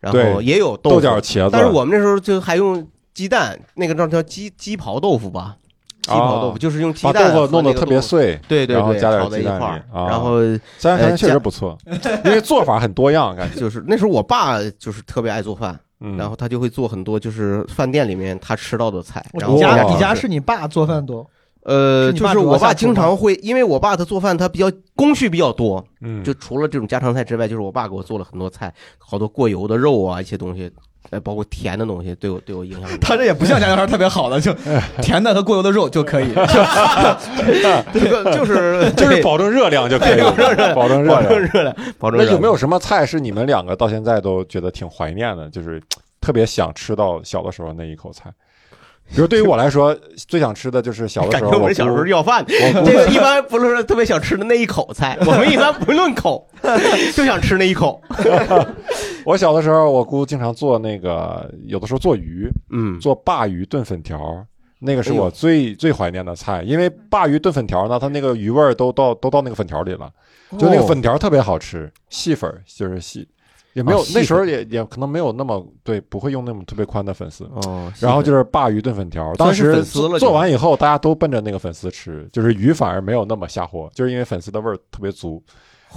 [SPEAKER 4] 然后
[SPEAKER 3] 对
[SPEAKER 4] 也有豆
[SPEAKER 3] 豆
[SPEAKER 4] 腐
[SPEAKER 3] 角、，茄子，
[SPEAKER 4] 但是我们那时候就还用鸡蛋，那个叫叫鸡鸡刨豆腐吧，鸡刨豆腐就是用鸡
[SPEAKER 3] 哦把
[SPEAKER 4] 蛋
[SPEAKER 3] 豆腐弄
[SPEAKER 4] 的
[SPEAKER 3] 得特别。碎，
[SPEAKER 4] 对对
[SPEAKER 3] 然后
[SPEAKER 4] 对，
[SPEAKER 3] 加点
[SPEAKER 4] 炒在一
[SPEAKER 3] 鸡
[SPEAKER 4] 块
[SPEAKER 3] 蛋
[SPEAKER 4] 儿，
[SPEAKER 3] 里啊
[SPEAKER 4] 然后
[SPEAKER 3] 虽
[SPEAKER 4] 呃
[SPEAKER 3] 然感觉确
[SPEAKER 4] 加
[SPEAKER 3] 实不错，因为做法很多样，感觉。
[SPEAKER 4] 就是那时候我爸就是特别爱做饭，
[SPEAKER 3] 嗯，
[SPEAKER 4] 然后他就会做很多就是饭店里面他吃到的菜。然后
[SPEAKER 2] 你家
[SPEAKER 4] 我
[SPEAKER 2] 哦你家是你爸做饭多，
[SPEAKER 4] 呃，
[SPEAKER 2] 是你
[SPEAKER 4] 就
[SPEAKER 2] 爸
[SPEAKER 4] 是
[SPEAKER 2] 主要
[SPEAKER 4] 我
[SPEAKER 2] 下
[SPEAKER 4] 爸
[SPEAKER 2] 厨
[SPEAKER 4] 经
[SPEAKER 2] 吗
[SPEAKER 4] 常会，因为我爸他做饭他比较工序比较多，
[SPEAKER 3] 嗯
[SPEAKER 4] 就除了这种家常菜之外，就是我爸给我做了很多菜，好多过油的肉啊，一些东西呃，包括甜的东西对我对我影响很大。
[SPEAKER 2] 他这也不像家 乡烧特别好的，就
[SPEAKER 4] 哎
[SPEAKER 2] 甜的和过油的肉就可以。
[SPEAKER 4] 这个 就是
[SPEAKER 3] 就是保证热量就可以了，保证热
[SPEAKER 4] 保证
[SPEAKER 3] 量。
[SPEAKER 4] 热量，保证
[SPEAKER 3] 那
[SPEAKER 4] 热量。
[SPEAKER 3] 有没有什么菜是你们两个到现在都觉得挺怀念的，就是特别想吃到小的时候那一口菜？比如对于我来说，最想吃的就是小的
[SPEAKER 4] 感
[SPEAKER 3] 时
[SPEAKER 4] 觉
[SPEAKER 3] 候
[SPEAKER 4] 我
[SPEAKER 3] 我
[SPEAKER 4] 们小时候
[SPEAKER 3] 姑
[SPEAKER 4] 要饭，这个一般不是特别想吃的那一口 菜，我们一般不论 口，就想吃那一口。
[SPEAKER 3] 我小的时候，我姑经常做那个，有的时候做鱼，
[SPEAKER 4] 嗯，
[SPEAKER 3] 做鲅鱼炖粉条儿，那个是
[SPEAKER 4] 哎
[SPEAKER 3] 我
[SPEAKER 4] 呦
[SPEAKER 3] 最、最怀念的菜，因为鲅鱼炖粉条呢，它那个鱼味儿都到都到那个粉条里了，
[SPEAKER 4] 哦
[SPEAKER 3] 就那个粉条特别好吃，细粉儿就是细，也没有、
[SPEAKER 4] 哦细粉
[SPEAKER 3] 那时候也也可能没有那么对，不会用那种特别宽的粉丝。
[SPEAKER 4] 哦，
[SPEAKER 3] 然后就是鲅鱼炖粉条，当
[SPEAKER 4] 算是
[SPEAKER 3] 时
[SPEAKER 4] 粉丝了
[SPEAKER 3] 做
[SPEAKER 4] 就
[SPEAKER 3] 做完以后，大家都奔着那个粉丝吃，就是鱼反而没有那么下火，就是因为粉丝的味儿特别足。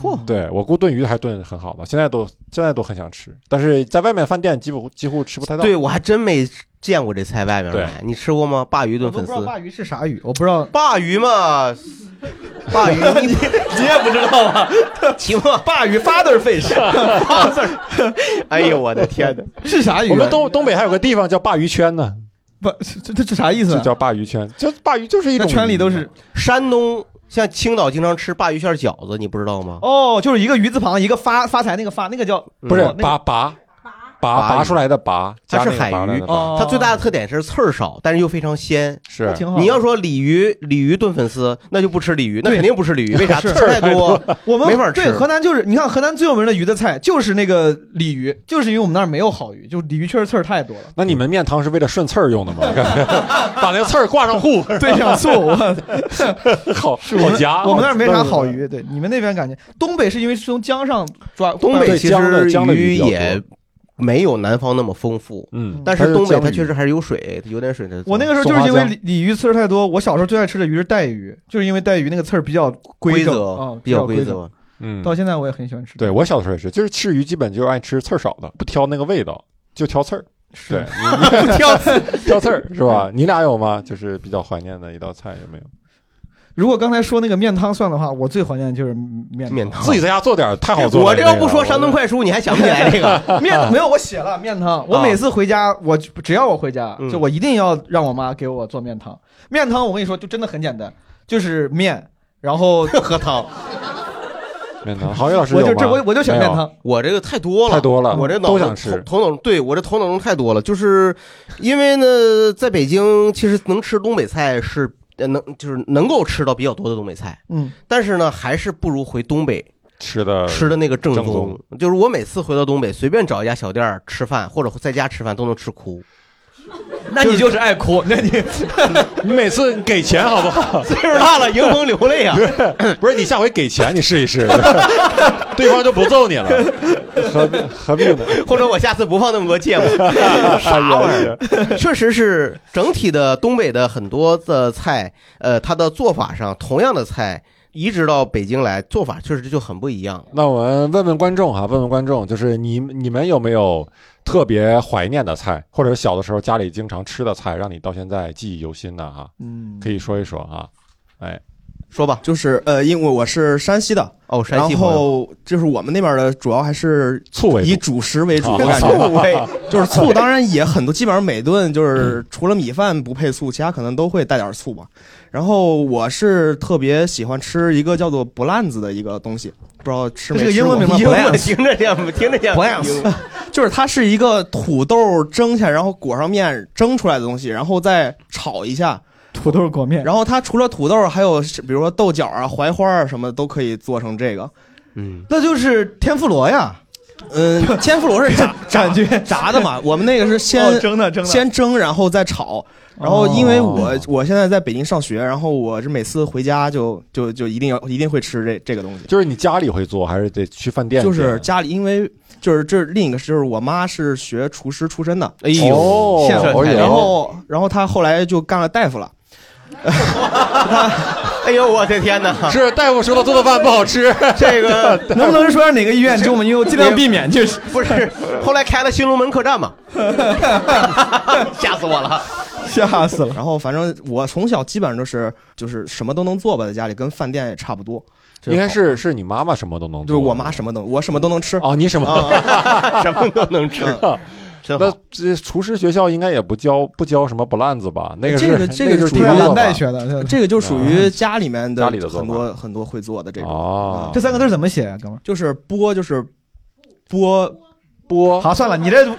[SPEAKER 4] 嚯，
[SPEAKER 3] 对我姑炖鱼还炖得很好的，现在都现在都很想吃，但是在外面饭店几乎几乎吃不太到。
[SPEAKER 4] 对我还真没见过这菜外面
[SPEAKER 3] 对
[SPEAKER 4] 卖，你吃过吗？鲅鱼
[SPEAKER 2] 我
[SPEAKER 4] 炖
[SPEAKER 2] 都不
[SPEAKER 4] 粉
[SPEAKER 2] 知
[SPEAKER 4] 丝
[SPEAKER 2] 道，鲅鱼是啥鱼，我不知道。
[SPEAKER 4] 鲅鱼 嘛，鲅鱼你
[SPEAKER 2] 你也不知 道啊？
[SPEAKER 4] 行吗？
[SPEAKER 2] 鲅鱼 father fish
[SPEAKER 4] 哎呦我的天哪！
[SPEAKER 2] 是啥鱼啊？
[SPEAKER 3] 我们东东北还有个地方叫鲅鱼圈呢，
[SPEAKER 2] 不，这这这啥意思
[SPEAKER 3] 就
[SPEAKER 2] 啊？
[SPEAKER 3] 叫鲅鱼圈，就鲅鱼就是一
[SPEAKER 2] 那
[SPEAKER 3] 种
[SPEAKER 2] 圈里都是
[SPEAKER 4] 山东像青岛经常吃鲅鱼馅儿饺子，你不知道吗？
[SPEAKER 2] 哦，就是一个鱼字旁，一个发发财那个发，那个叫
[SPEAKER 3] 嗯不是
[SPEAKER 2] 哦那
[SPEAKER 3] 拔拔拔
[SPEAKER 4] 鲅鱼
[SPEAKER 3] 拔出来的拔，
[SPEAKER 4] 它
[SPEAKER 3] 加
[SPEAKER 4] 是
[SPEAKER 3] 那个
[SPEAKER 4] 海
[SPEAKER 3] 拔出来
[SPEAKER 4] 鱼
[SPEAKER 3] 的拔
[SPEAKER 2] 哦，
[SPEAKER 4] 它最大的特点是刺儿少，但是又非常鲜。
[SPEAKER 3] 是
[SPEAKER 2] 挺好的。
[SPEAKER 4] 你要说鲤鱼，鲤鱼炖粉丝，那就不吃鲤鱼，那
[SPEAKER 2] 对
[SPEAKER 4] 肯定不吃鲤鱼，为啥？
[SPEAKER 2] 是
[SPEAKER 4] 刺儿太多。
[SPEAKER 2] 我们
[SPEAKER 4] 没法吃
[SPEAKER 2] 对，河南就是你看河南最有名的鱼的菜就是那个鲤鱼，就是因为我们那儿没有好鱼，就是鲤鱼确实刺儿太多了。
[SPEAKER 3] 那你们面汤是为了顺刺儿用的吗？把那个刺儿挂上护，
[SPEAKER 2] 对，想素，我
[SPEAKER 3] 好
[SPEAKER 2] 我
[SPEAKER 3] 好
[SPEAKER 2] 们
[SPEAKER 3] 夹。嗯
[SPEAKER 2] 我们那儿没啥好鱼。对，你们那边感觉东北是因为是从江上抓，
[SPEAKER 4] 东北
[SPEAKER 3] 对
[SPEAKER 4] 其
[SPEAKER 3] 江的
[SPEAKER 4] 实
[SPEAKER 3] 江的鱼
[SPEAKER 4] 鱼
[SPEAKER 3] 比较多
[SPEAKER 4] 也没有南方那么丰富，
[SPEAKER 3] 嗯，
[SPEAKER 4] 但是东北
[SPEAKER 3] 它
[SPEAKER 4] 它
[SPEAKER 3] 是江
[SPEAKER 4] 确
[SPEAKER 3] 鱼
[SPEAKER 4] 实还是有水，有点水的。
[SPEAKER 2] 我那个时候就是因为鲤鲤鱼刺儿太多，我小时候最爱吃的鱼是带鱼，就是因为带鱼那个刺儿比较 规
[SPEAKER 4] 规
[SPEAKER 2] 整
[SPEAKER 4] 则
[SPEAKER 2] 啊，
[SPEAKER 4] 比较
[SPEAKER 2] 规
[SPEAKER 4] 规
[SPEAKER 2] 整。
[SPEAKER 4] 则。
[SPEAKER 3] 嗯
[SPEAKER 2] 到现在我也很喜欢吃。
[SPEAKER 3] 对，我小的时候也是，就是吃鱼基本就是爱吃刺儿少的，不挑那个味道，就挑刺儿。对，
[SPEAKER 4] 不挑刺
[SPEAKER 3] 挑刺儿是吧？你俩有吗？就是比较怀念的一道菜有没有？
[SPEAKER 2] 如果刚才说那个面汤算的话，我最怀念的就是面
[SPEAKER 4] 面
[SPEAKER 2] 面
[SPEAKER 4] 汤
[SPEAKER 3] 自己在家做点儿太好做了。
[SPEAKER 4] 我这要
[SPEAKER 3] 个
[SPEAKER 4] 不说山东快书，你还想不起来这 个？
[SPEAKER 2] 面没有我写了面汤，我
[SPEAKER 4] 啊
[SPEAKER 2] 每次回家，我只要我回家，
[SPEAKER 4] 嗯
[SPEAKER 2] 就我一定要让我妈给我做面汤。面汤我跟你说，就真的很简单，就是面，然后
[SPEAKER 4] 喝 汤，
[SPEAKER 3] 面汤，郝宇老师
[SPEAKER 2] 我
[SPEAKER 3] 有吗啊
[SPEAKER 2] 就这我我就选面汤，
[SPEAKER 4] 我这个太多了，
[SPEAKER 3] 太多了
[SPEAKER 4] 我这脑
[SPEAKER 3] 都
[SPEAKER 4] 子
[SPEAKER 3] 想吃
[SPEAKER 4] 头头脑对我这头脑中太多了，就是因为呢，在北京其实能吃东北菜是呃能就是能够吃到比较多的东北菜，
[SPEAKER 2] 嗯，
[SPEAKER 4] 但是呢，还是不如回东北呃
[SPEAKER 3] 吃的
[SPEAKER 4] 吃的那个正
[SPEAKER 3] 正
[SPEAKER 4] 宗，就是我每次回到东北，随便找一家小店儿吃饭，或者在家吃饭都能吃哭。
[SPEAKER 2] 那你就是爱哭，那你
[SPEAKER 3] 你每次给钱好不 好？
[SPEAKER 4] 岁数大了，迎风流泪啊！
[SPEAKER 3] 不是你下回给钱你试一 试，对方就不揍你了， 何必何必呢？
[SPEAKER 4] 或者我下次不放那么多芥 末，啥玩意儿？ 确实是整体的东北的很多的菜，呃，它的做法上，同样的菜移植到北京来，做法确实就很不一样。
[SPEAKER 3] 那我们嗯问问观众哈，问问观众，就是你你们有没有特别怀念的菜，或者小的时候家里经常吃的菜，让你到现在记忆犹新的哈？
[SPEAKER 2] 嗯
[SPEAKER 3] 可以说一说啊。哎，
[SPEAKER 4] 说吧，
[SPEAKER 5] 就是呃，因为我是山西的，
[SPEAKER 4] 哦，山
[SPEAKER 5] 然
[SPEAKER 4] 西朋友
[SPEAKER 5] 后就是我们那边的主要还是
[SPEAKER 3] 醋为
[SPEAKER 5] 以
[SPEAKER 3] 主，
[SPEAKER 5] 主食为主，
[SPEAKER 3] 啊
[SPEAKER 5] 我 感觉
[SPEAKER 3] 醋为
[SPEAKER 5] 就是醋，当然也很多，基本上每顿就是除了米饭不配醋，其他可能都会带点醋吧。然后我是特别喜欢吃一个叫做不烂子的一个东西，不知道吃没
[SPEAKER 2] 这是个
[SPEAKER 5] 吃
[SPEAKER 2] 英
[SPEAKER 5] 过
[SPEAKER 2] 文名吗
[SPEAKER 5] 英
[SPEAKER 4] 英
[SPEAKER 5] 文
[SPEAKER 4] 文听着像，听着像
[SPEAKER 5] 不烂子， 就是它是一个土豆蒸下，然后裹上面蒸出来的东西，然后再炒一下，
[SPEAKER 2] 土豆裹面，
[SPEAKER 5] 然后它除了土豆，还有是比如说豆角啊、槐花啊什么的都可以做成这个。
[SPEAKER 4] 嗯，
[SPEAKER 2] 那就是天妇罗呀，
[SPEAKER 5] 嗯，千佛罗是炸
[SPEAKER 2] 感觉
[SPEAKER 5] 炸 的嘛，我们那个是先、
[SPEAKER 2] 哦蒸的蒸的，
[SPEAKER 5] 先蒸，然后再炒。然后因为我、
[SPEAKER 3] 哦
[SPEAKER 5] 我现在在北京上学，然后我这每次回家就就就一定要一定会吃这这个东西，
[SPEAKER 3] 就是你家里会做，还是得去饭店去？
[SPEAKER 5] 就是家里因为就是这另一个是就是我妈是学厨师出身的，
[SPEAKER 4] 哎呦，
[SPEAKER 3] 哦
[SPEAKER 4] 这太
[SPEAKER 3] 哦哎呦
[SPEAKER 5] 然后然后她后来就干了大夫了。
[SPEAKER 4] 哎呦，我的天哪！
[SPEAKER 3] 是大夫说他做的饭不好吃，
[SPEAKER 4] 这 个
[SPEAKER 2] 能不能说是哪个医院给我们？因为我尽量避免，就是
[SPEAKER 4] 不是，后来开了新龙门客 栈嘛，吓死我了。
[SPEAKER 2] 吓死了。
[SPEAKER 5] 然后反正我从小基本上就是就是什么都能做吧，在家里跟饭店也差不多，
[SPEAKER 3] 应该是是你妈妈什么都能
[SPEAKER 5] 就
[SPEAKER 3] 做，
[SPEAKER 5] 是我妈什么都我什么都能吃。
[SPEAKER 3] 哦，你什么？
[SPEAKER 5] 啊，
[SPEAKER 4] 什么都能吃。真
[SPEAKER 3] 那
[SPEAKER 4] 好。
[SPEAKER 3] 这厨师学校应该也不教不教什么不烂子吧？那个 是
[SPEAKER 5] 这个哎这个
[SPEAKER 3] 那就是
[SPEAKER 5] 属于
[SPEAKER 3] 地方
[SPEAKER 2] 蓝
[SPEAKER 3] 了
[SPEAKER 2] 带
[SPEAKER 3] 吧？啊
[SPEAKER 2] 学的。啊
[SPEAKER 5] 这个就属于家里面的
[SPEAKER 3] 家里的做
[SPEAKER 5] 很
[SPEAKER 3] 法
[SPEAKER 5] 多很多会做的这种，
[SPEAKER 3] 哦，
[SPEAKER 2] 这三个字怎么写啊，哥们儿？
[SPEAKER 5] 就是剥就是剥
[SPEAKER 3] 波
[SPEAKER 2] 好，算了， 你这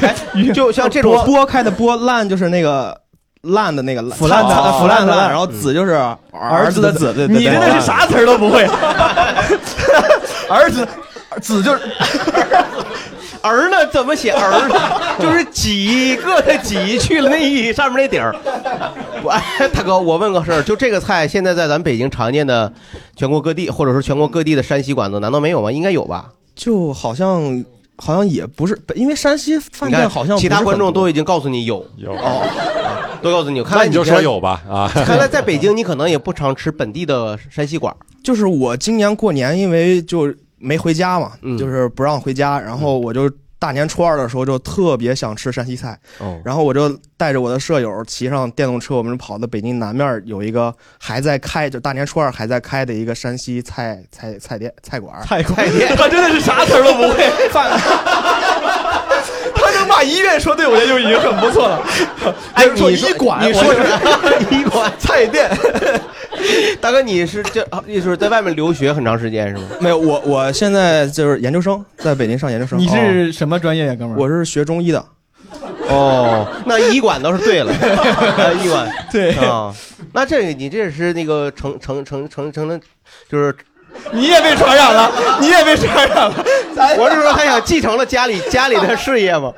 [SPEAKER 5] 哎就像这种剥开的剥，烂就是那个烂的那个腐烂
[SPEAKER 3] 的
[SPEAKER 5] 啊腐烂
[SPEAKER 2] 腐烂的烂
[SPEAKER 5] 的烂，然后子就是儿子的子，对对
[SPEAKER 2] 你真
[SPEAKER 5] 对
[SPEAKER 2] 的是 啥词儿都不 会。儿子，子就是
[SPEAKER 4] 儿呢怎么写儿？就是几个的几去了那一上面那顶儿。我哎大哥，我问个事儿，就这个菜现在在咱北京常见的全国各地，或者说全国各地的山西馆子，难道没有吗？应该有吧？
[SPEAKER 5] 就好像好像也不是，因为山西饭
[SPEAKER 4] 你看
[SPEAKER 5] 店好像
[SPEAKER 4] 其他
[SPEAKER 5] 不是
[SPEAKER 4] 观
[SPEAKER 5] 很
[SPEAKER 4] 众
[SPEAKER 5] 多
[SPEAKER 4] 都已经告诉你有，哦啊都
[SPEAKER 3] 有，
[SPEAKER 4] 告诉你。看
[SPEAKER 3] 那
[SPEAKER 4] 来
[SPEAKER 3] 你就
[SPEAKER 4] 平
[SPEAKER 3] 说
[SPEAKER 4] 常，
[SPEAKER 3] 有吧啊，
[SPEAKER 4] 看来在北京你可能也不常吃本地的山西馆儿。
[SPEAKER 5] 就是我今年过年因为就没回家嘛，
[SPEAKER 4] 嗯
[SPEAKER 5] 就是不让回家，然
[SPEAKER 2] 嗯
[SPEAKER 5] 后我就大年初二的时候就特别想吃山西菜，
[SPEAKER 4] 哦，
[SPEAKER 5] 然后我就带着我的舍友骑上电动车，我们跑到北京南面有一个还在开，就大年初二还在开的一个山西菜菜菜店菜馆儿。
[SPEAKER 2] 太快。
[SPEAKER 4] 太 店，
[SPEAKER 2] 他真的是啥词儿都不会。 他能把医院说对，我觉得就已经很不错 了。
[SPEAKER 4] 哎，
[SPEAKER 2] 就是说
[SPEAKER 4] 你
[SPEAKER 2] 医馆
[SPEAKER 4] 你
[SPEAKER 2] 我
[SPEAKER 4] 说
[SPEAKER 2] 就是
[SPEAKER 4] 医馆。
[SPEAKER 2] 菜店，
[SPEAKER 4] 大哥，你是这，啊你是在外面留学很长时间是吗？
[SPEAKER 5] 没有，我我现在就是研究生，在北京上研究生。
[SPEAKER 2] 你
[SPEAKER 5] 哦
[SPEAKER 2] 是什么专业呀，哥们儿？
[SPEAKER 5] 我是学中医的，
[SPEAKER 4] 哦，那医馆倒是对 了，啊医馆
[SPEAKER 2] 对
[SPEAKER 4] 啊、那这个你这是那个成成成成成了，就是
[SPEAKER 2] 你也被传染了，你也被传染了。
[SPEAKER 4] 我是说他想继承了家里家里的事业嘛，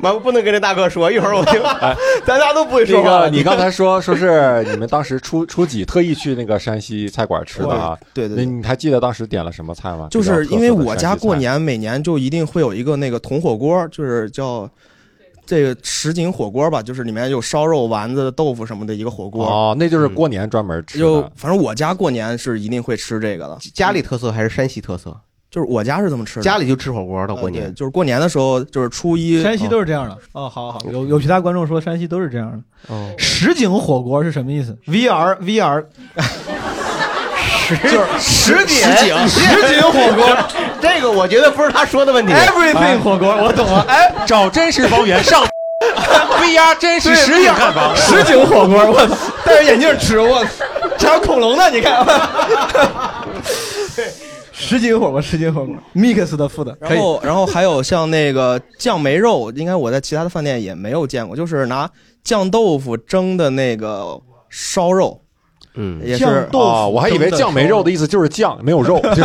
[SPEAKER 4] 完不能跟这大哥说，一会儿我就
[SPEAKER 2] 哎
[SPEAKER 4] 咱仨都不会说
[SPEAKER 3] 那
[SPEAKER 4] 话
[SPEAKER 3] 个
[SPEAKER 4] 了。
[SPEAKER 3] 你刚才说说是你们当时初初几特意去那个山西菜馆吃的啊？
[SPEAKER 5] 对对
[SPEAKER 3] 那
[SPEAKER 5] 对。
[SPEAKER 3] 你还记得当时点了什么菜
[SPEAKER 2] 啊
[SPEAKER 3] 吗？
[SPEAKER 5] 就是因为我家过
[SPEAKER 3] 比较
[SPEAKER 5] 年每年就一定会有一个那个铜火锅，就是叫这个什锦火锅吧，就是里面有烧肉、丸子、豆腐什么的一个火
[SPEAKER 3] 特色的山西菜
[SPEAKER 5] 锅。
[SPEAKER 3] 哦，那就是
[SPEAKER 2] 嗯
[SPEAKER 3] 过年专门吃
[SPEAKER 5] 就
[SPEAKER 3] 的。
[SPEAKER 5] 反正我家过年是一定会吃这个的，
[SPEAKER 4] 家里特色还是山西特色？
[SPEAKER 5] 就是我家是这么吃的。
[SPEAKER 4] 家里就吃火锅到
[SPEAKER 5] 呃
[SPEAKER 4] 过
[SPEAKER 5] 对
[SPEAKER 4] 年。
[SPEAKER 5] 就是过年的时候，就是初 一
[SPEAKER 2] 山西都是这样的哦，好好，有有其他观众说山西都是这样的。
[SPEAKER 4] 哦，
[SPEAKER 2] 实景火锅是什么意思？VR VR
[SPEAKER 5] 就是
[SPEAKER 4] 实景实景火锅，这个我觉得不是他说的问题。
[SPEAKER 2] Everything 火锅，我懂了。哎，
[SPEAKER 3] 找真实房源上 VR 真实实景看房，
[SPEAKER 2] 实景火锅，我操戴着眼镜吃，我操还有恐龙呢，你 看。十斤火锅，十斤火锅，mix 的 food，可
[SPEAKER 5] 然
[SPEAKER 2] 以。
[SPEAKER 5] 后然后还有像那个酱梅肉，应该我在其他的饭店也没有见过，就是拿酱豆腐蒸的那个烧肉，
[SPEAKER 4] 嗯，
[SPEAKER 5] 也
[SPEAKER 2] 酱
[SPEAKER 5] 是
[SPEAKER 2] 豆腐
[SPEAKER 3] 哦，我还以为
[SPEAKER 2] 蒸的
[SPEAKER 3] 酱梅肉的意思就是酱没有 肉，就是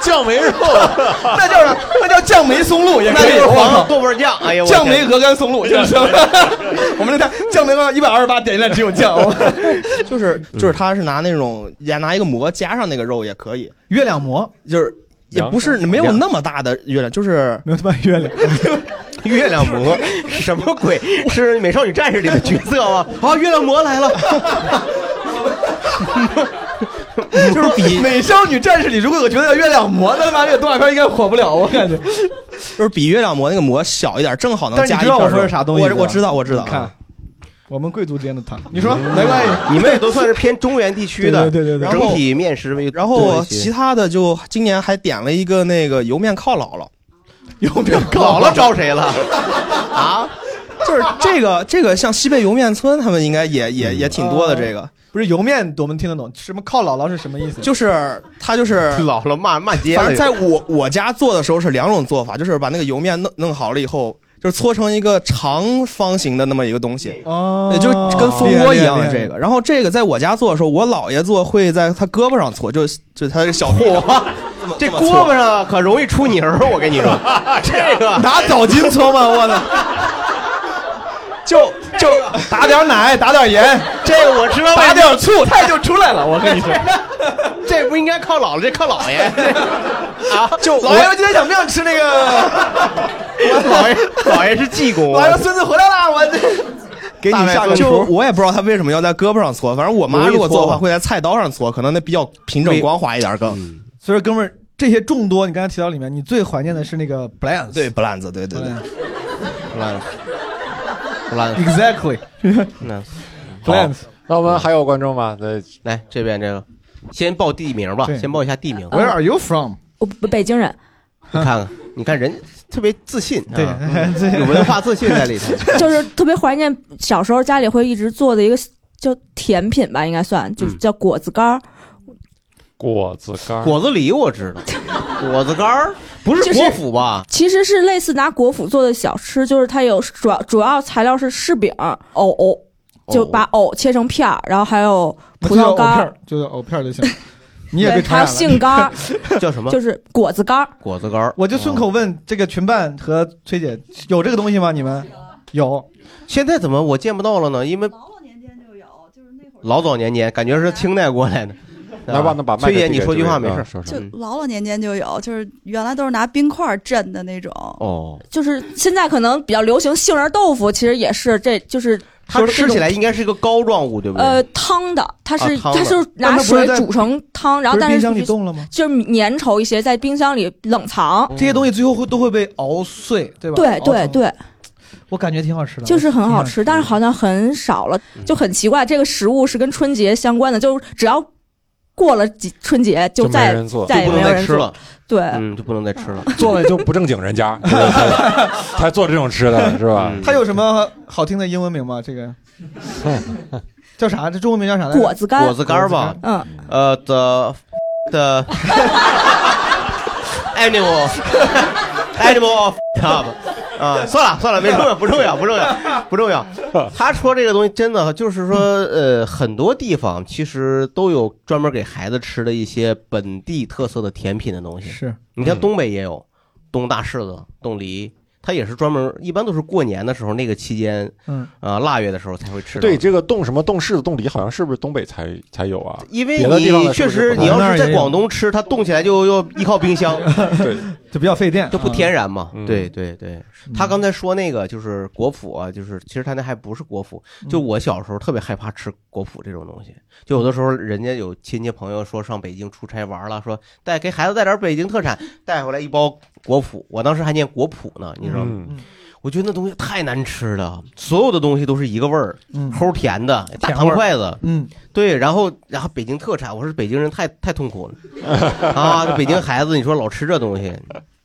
[SPEAKER 3] 酱梅 肉。
[SPEAKER 2] 那叫啥？ 那叫酱梅松露也
[SPEAKER 4] 那
[SPEAKER 2] 可以
[SPEAKER 4] 就是。
[SPEAKER 2] 我
[SPEAKER 4] 黄
[SPEAKER 2] 靠
[SPEAKER 4] 瓜豆瓣酱。哎呀，我
[SPEAKER 2] 酱
[SPEAKER 4] 天
[SPEAKER 2] 梅鹅肝松露就是。我们那台酱梅鹅一百二十八点进来只有酱。
[SPEAKER 5] 就是就是他是拿那种也拿一个馍加上那个肉也可以，
[SPEAKER 2] 月亮馍
[SPEAKER 5] 就是也不是没有那么大的月亮，就是
[SPEAKER 2] 没有他妈月亮，
[SPEAKER 4] 月亮 馍什么鬼？是美少女战士里的角色 吗？啊，月亮馍来了！
[SPEAKER 2] 就是比美少女战士里如果有觉得叫月亮馍，那他妈这个动画片应该火不了，我感觉。
[SPEAKER 5] 就是比月亮馍那个馍小一点，正好能
[SPEAKER 2] 但是
[SPEAKER 5] 加
[SPEAKER 2] 你
[SPEAKER 5] 一
[SPEAKER 2] 知道
[SPEAKER 5] 片
[SPEAKER 2] 我说
[SPEAKER 5] 肉
[SPEAKER 2] 是啥东西
[SPEAKER 5] 我
[SPEAKER 2] 对吧
[SPEAKER 5] 我知道我知道，
[SPEAKER 2] 看， 我们贵族之间的嗯谈，你说没关系。
[SPEAKER 4] 你们也都算是偏中原地区的，
[SPEAKER 2] 对对对对对
[SPEAKER 5] 然后
[SPEAKER 4] 整体面食为
[SPEAKER 5] 然后我
[SPEAKER 4] 其
[SPEAKER 5] 其他的就今年还点了一个那个油面 靠姥姥。
[SPEAKER 2] 有没有
[SPEAKER 4] 姥姥招谁 了？啊，
[SPEAKER 5] 就是这个这个，像西贝莜面村，他们应该也
[SPEAKER 4] 嗯
[SPEAKER 5] 也也挺多的。这个
[SPEAKER 2] 不是油面，我们听得懂。什么靠姥姥是什么意思？
[SPEAKER 5] 就是它就是，
[SPEAKER 4] 姥姥骂骂街
[SPEAKER 5] 反
[SPEAKER 4] 了
[SPEAKER 5] 正。在我我家做的时候是两种做法，就是把那个莜面弄弄好了以后，就是搓成一个长方形的那么一个东西。
[SPEAKER 2] 哦
[SPEAKER 5] 也就跟蜂窝一样的这
[SPEAKER 2] 个。
[SPEAKER 5] 个，然后这个在我家做的时候，我姥爷做会在他胳膊上搓，就就他这个小臂上
[SPEAKER 4] 火， 这锅巴上可容易出泥儿，我跟你 说， 这个
[SPEAKER 2] 啊 拿澡巾搓吗？ 我操！
[SPEAKER 5] 就就
[SPEAKER 2] 打点奶，打点盐，
[SPEAKER 4] 这个我知道为
[SPEAKER 2] 打
[SPEAKER 4] 什么，
[SPEAKER 2] 点醋，菜就出来了。我跟你 说，
[SPEAKER 4] 这不应该靠姥姥，这靠姥 爷啊！
[SPEAKER 5] 就
[SPEAKER 2] 老爷，我今天想不想吃那 个？
[SPEAKER 4] 姥爷，姥爷是啊济公，
[SPEAKER 2] 老爷，孙子回来了，我这给你下个
[SPEAKER 5] 就
[SPEAKER 2] 图。
[SPEAKER 5] 我也不知道他为什么要在胳膊上搓，反正我妈如果做的话会在菜刀上搓，可能那比较平整光滑一点更。
[SPEAKER 2] 所以说，哥们儿，这些众多你刚才提到里面，你最怀念的是那 个 Blance。
[SPEAKER 5] 对，不烂子，对对对。
[SPEAKER 4] 来
[SPEAKER 2] Exactly
[SPEAKER 4] 那
[SPEAKER 2] Blance。
[SPEAKER 3] 那我们还有观众吗？那
[SPEAKER 4] 来这边这个，先报地名吧
[SPEAKER 2] 对，
[SPEAKER 4] 先报一下地名，
[SPEAKER 2] Where are you from？
[SPEAKER 6] 我不北京人，
[SPEAKER 4] 啊你看看，你看人特别自信，
[SPEAKER 2] 对
[SPEAKER 4] 啊，
[SPEAKER 2] 这
[SPEAKER 4] 有文化 自信在里头。
[SPEAKER 7] 就是特别怀念小时候家里会一直做的一个叫甜品吧，应该算就是
[SPEAKER 3] 嗯
[SPEAKER 7] 叫果子干儿，
[SPEAKER 3] 果子干儿，
[SPEAKER 4] 果子狸我知道，果子干儿 不
[SPEAKER 7] 就是是
[SPEAKER 4] 果脯吧？
[SPEAKER 7] 其实是类似拿果脯做的小吃，就是它有主要主要材料是柿饼、藕，就把藕切成片儿，然后还有葡萄干儿，，
[SPEAKER 2] 就叫藕片儿就行。你也
[SPEAKER 7] 对，
[SPEAKER 2] 被
[SPEAKER 7] 还
[SPEAKER 2] 传
[SPEAKER 7] 有
[SPEAKER 2] 染了。
[SPEAKER 7] 杏干儿，
[SPEAKER 4] 叫什么？
[SPEAKER 7] 就是果子干儿。
[SPEAKER 4] 果子干儿。
[SPEAKER 2] 我就顺口问这个群办和崔姐有这个东西吗？你们有？
[SPEAKER 4] 现在怎么我见不到了呢？因为老早年间就有，就是那会儿老早年间，感觉是清代过来的。
[SPEAKER 3] 来吧， 那把麦
[SPEAKER 4] 崔
[SPEAKER 3] 给
[SPEAKER 4] 姐，
[SPEAKER 3] 递
[SPEAKER 4] 你
[SPEAKER 3] 给
[SPEAKER 4] 说句
[SPEAKER 3] 这位
[SPEAKER 4] 话没
[SPEAKER 3] 啊
[SPEAKER 4] 事儿。
[SPEAKER 3] 说说
[SPEAKER 8] 就
[SPEAKER 4] 嗯
[SPEAKER 8] 老老年间就有，就是原来都是拿冰块儿镇的那种。
[SPEAKER 4] 哦，
[SPEAKER 7] 就是现在可能比较流行杏仁豆腐，其实也是这就是
[SPEAKER 4] 它
[SPEAKER 7] 它
[SPEAKER 4] 吃起来应该是一个膏状物，对不
[SPEAKER 7] 呃
[SPEAKER 4] 对？
[SPEAKER 7] 汤的，它是、
[SPEAKER 4] 啊汤的
[SPEAKER 7] 它就是拿水煮成汤，然后
[SPEAKER 2] 不
[SPEAKER 7] 但
[SPEAKER 2] 冰
[SPEAKER 7] 是
[SPEAKER 2] 箱里冻了吗？
[SPEAKER 7] 就是粘稠一些，在冰箱里冷藏。
[SPEAKER 2] 这些东西最后会都会被熬碎，对吧？哦
[SPEAKER 7] 哦对
[SPEAKER 2] 熬
[SPEAKER 7] 对
[SPEAKER 2] 成，
[SPEAKER 7] 对，
[SPEAKER 2] 我感觉挺好吃的，
[SPEAKER 7] 就是很好
[SPEAKER 2] 挺
[SPEAKER 7] 吃，但是好像很少了，就很奇怪。这个食物是跟春节相关的，就是只要过了几春节，
[SPEAKER 3] 就没
[SPEAKER 7] 再
[SPEAKER 3] 人做，
[SPEAKER 7] 再也
[SPEAKER 4] 就不
[SPEAKER 7] 没
[SPEAKER 4] 能
[SPEAKER 7] 有
[SPEAKER 4] 再
[SPEAKER 7] 人
[SPEAKER 4] 吃
[SPEAKER 7] 做。
[SPEAKER 4] 了，
[SPEAKER 7] 对，
[SPEAKER 4] 嗯，就不能再吃了。
[SPEAKER 3] 做了就不正经人 家，对吧才才做这种吃 的是吧？
[SPEAKER 4] 嗯
[SPEAKER 2] 它有什么好听的英文名吗？这个叫啥？这中文名叫啥来着？
[SPEAKER 7] 果子干
[SPEAKER 4] 果，子干儿吧？
[SPEAKER 7] 嗯，
[SPEAKER 4] 呃，the the animal animal of up 啊，算了算了，没重要，不重要，不重要，不重要。他说这个东西真的就是说，呃，很多地方其实都有专门给孩子吃的一些本地特色的甜品的东西。
[SPEAKER 2] 是嗯
[SPEAKER 4] 你看东北也有冻大柿子、冻梨，它也是专门，一般都是过年的时候那个期间，
[SPEAKER 2] 嗯，
[SPEAKER 4] 啊，腊月的时候才会吃。
[SPEAKER 3] 对，，这个冻什么冻柿子、冻梨，好像是不是东北才才有啊？
[SPEAKER 4] 因为
[SPEAKER 3] 别的地方
[SPEAKER 4] 你
[SPEAKER 3] 的是
[SPEAKER 4] 确
[SPEAKER 3] 不是
[SPEAKER 4] 实，
[SPEAKER 3] 不啊
[SPEAKER 4] 你
[SPEAKER 2] 太
[SPEAKER 4] 要
[SPEAKER 2] 那
[SPEAKER 4] 是
[SPEAKER 2] 儿
[SPEAKER 4] 在
[SPEAKER 2] 也有
[SPEAKER 4] 广东吃，它冻起来就要依靠冰箱，
[SPEAKER 3] 对，
[SPEAKER 2] 就比较费电，
[SPEAKER 4] 就不
[SPEAKER 2] 甜。
[SPEAKER 4] 天然嘛。
[SPEAKER 3] 嗯
[SPEAKER 4] 对对对，他刚才说那个就是果脯啊，就是其实他那还不是果脯，
[SPEAKER 3] 嗯
[SPEAKER 4] 就我小时候特别害怕吃果脯这种东西，就有的时候人家有亲戚朋友说上北京出差玩了，说带给孩子带点北京特产，带回来一包果脯，我当时还念果脯呢，你知道吗？
[SPEAKER 3] 嗯，
[SPEAKER 4] 我觉得那东西太难吃了，所有的东西都是一个味儿，
[SPEAKER 2] 嗯
[SPEAKER 4] 齁甜的，大
[SPEAKER 2] 甜
[SPEAKER 4] 糖
[SPEAKER 2] 味儿
[SPEAKER 4] 筷子，
[SPEAKER 2] 嗯，
[SPEAKER 4] 对，然后然后北京特产，我说北京人太太痛苦了啊！这北京孩子，你说老吃这东西，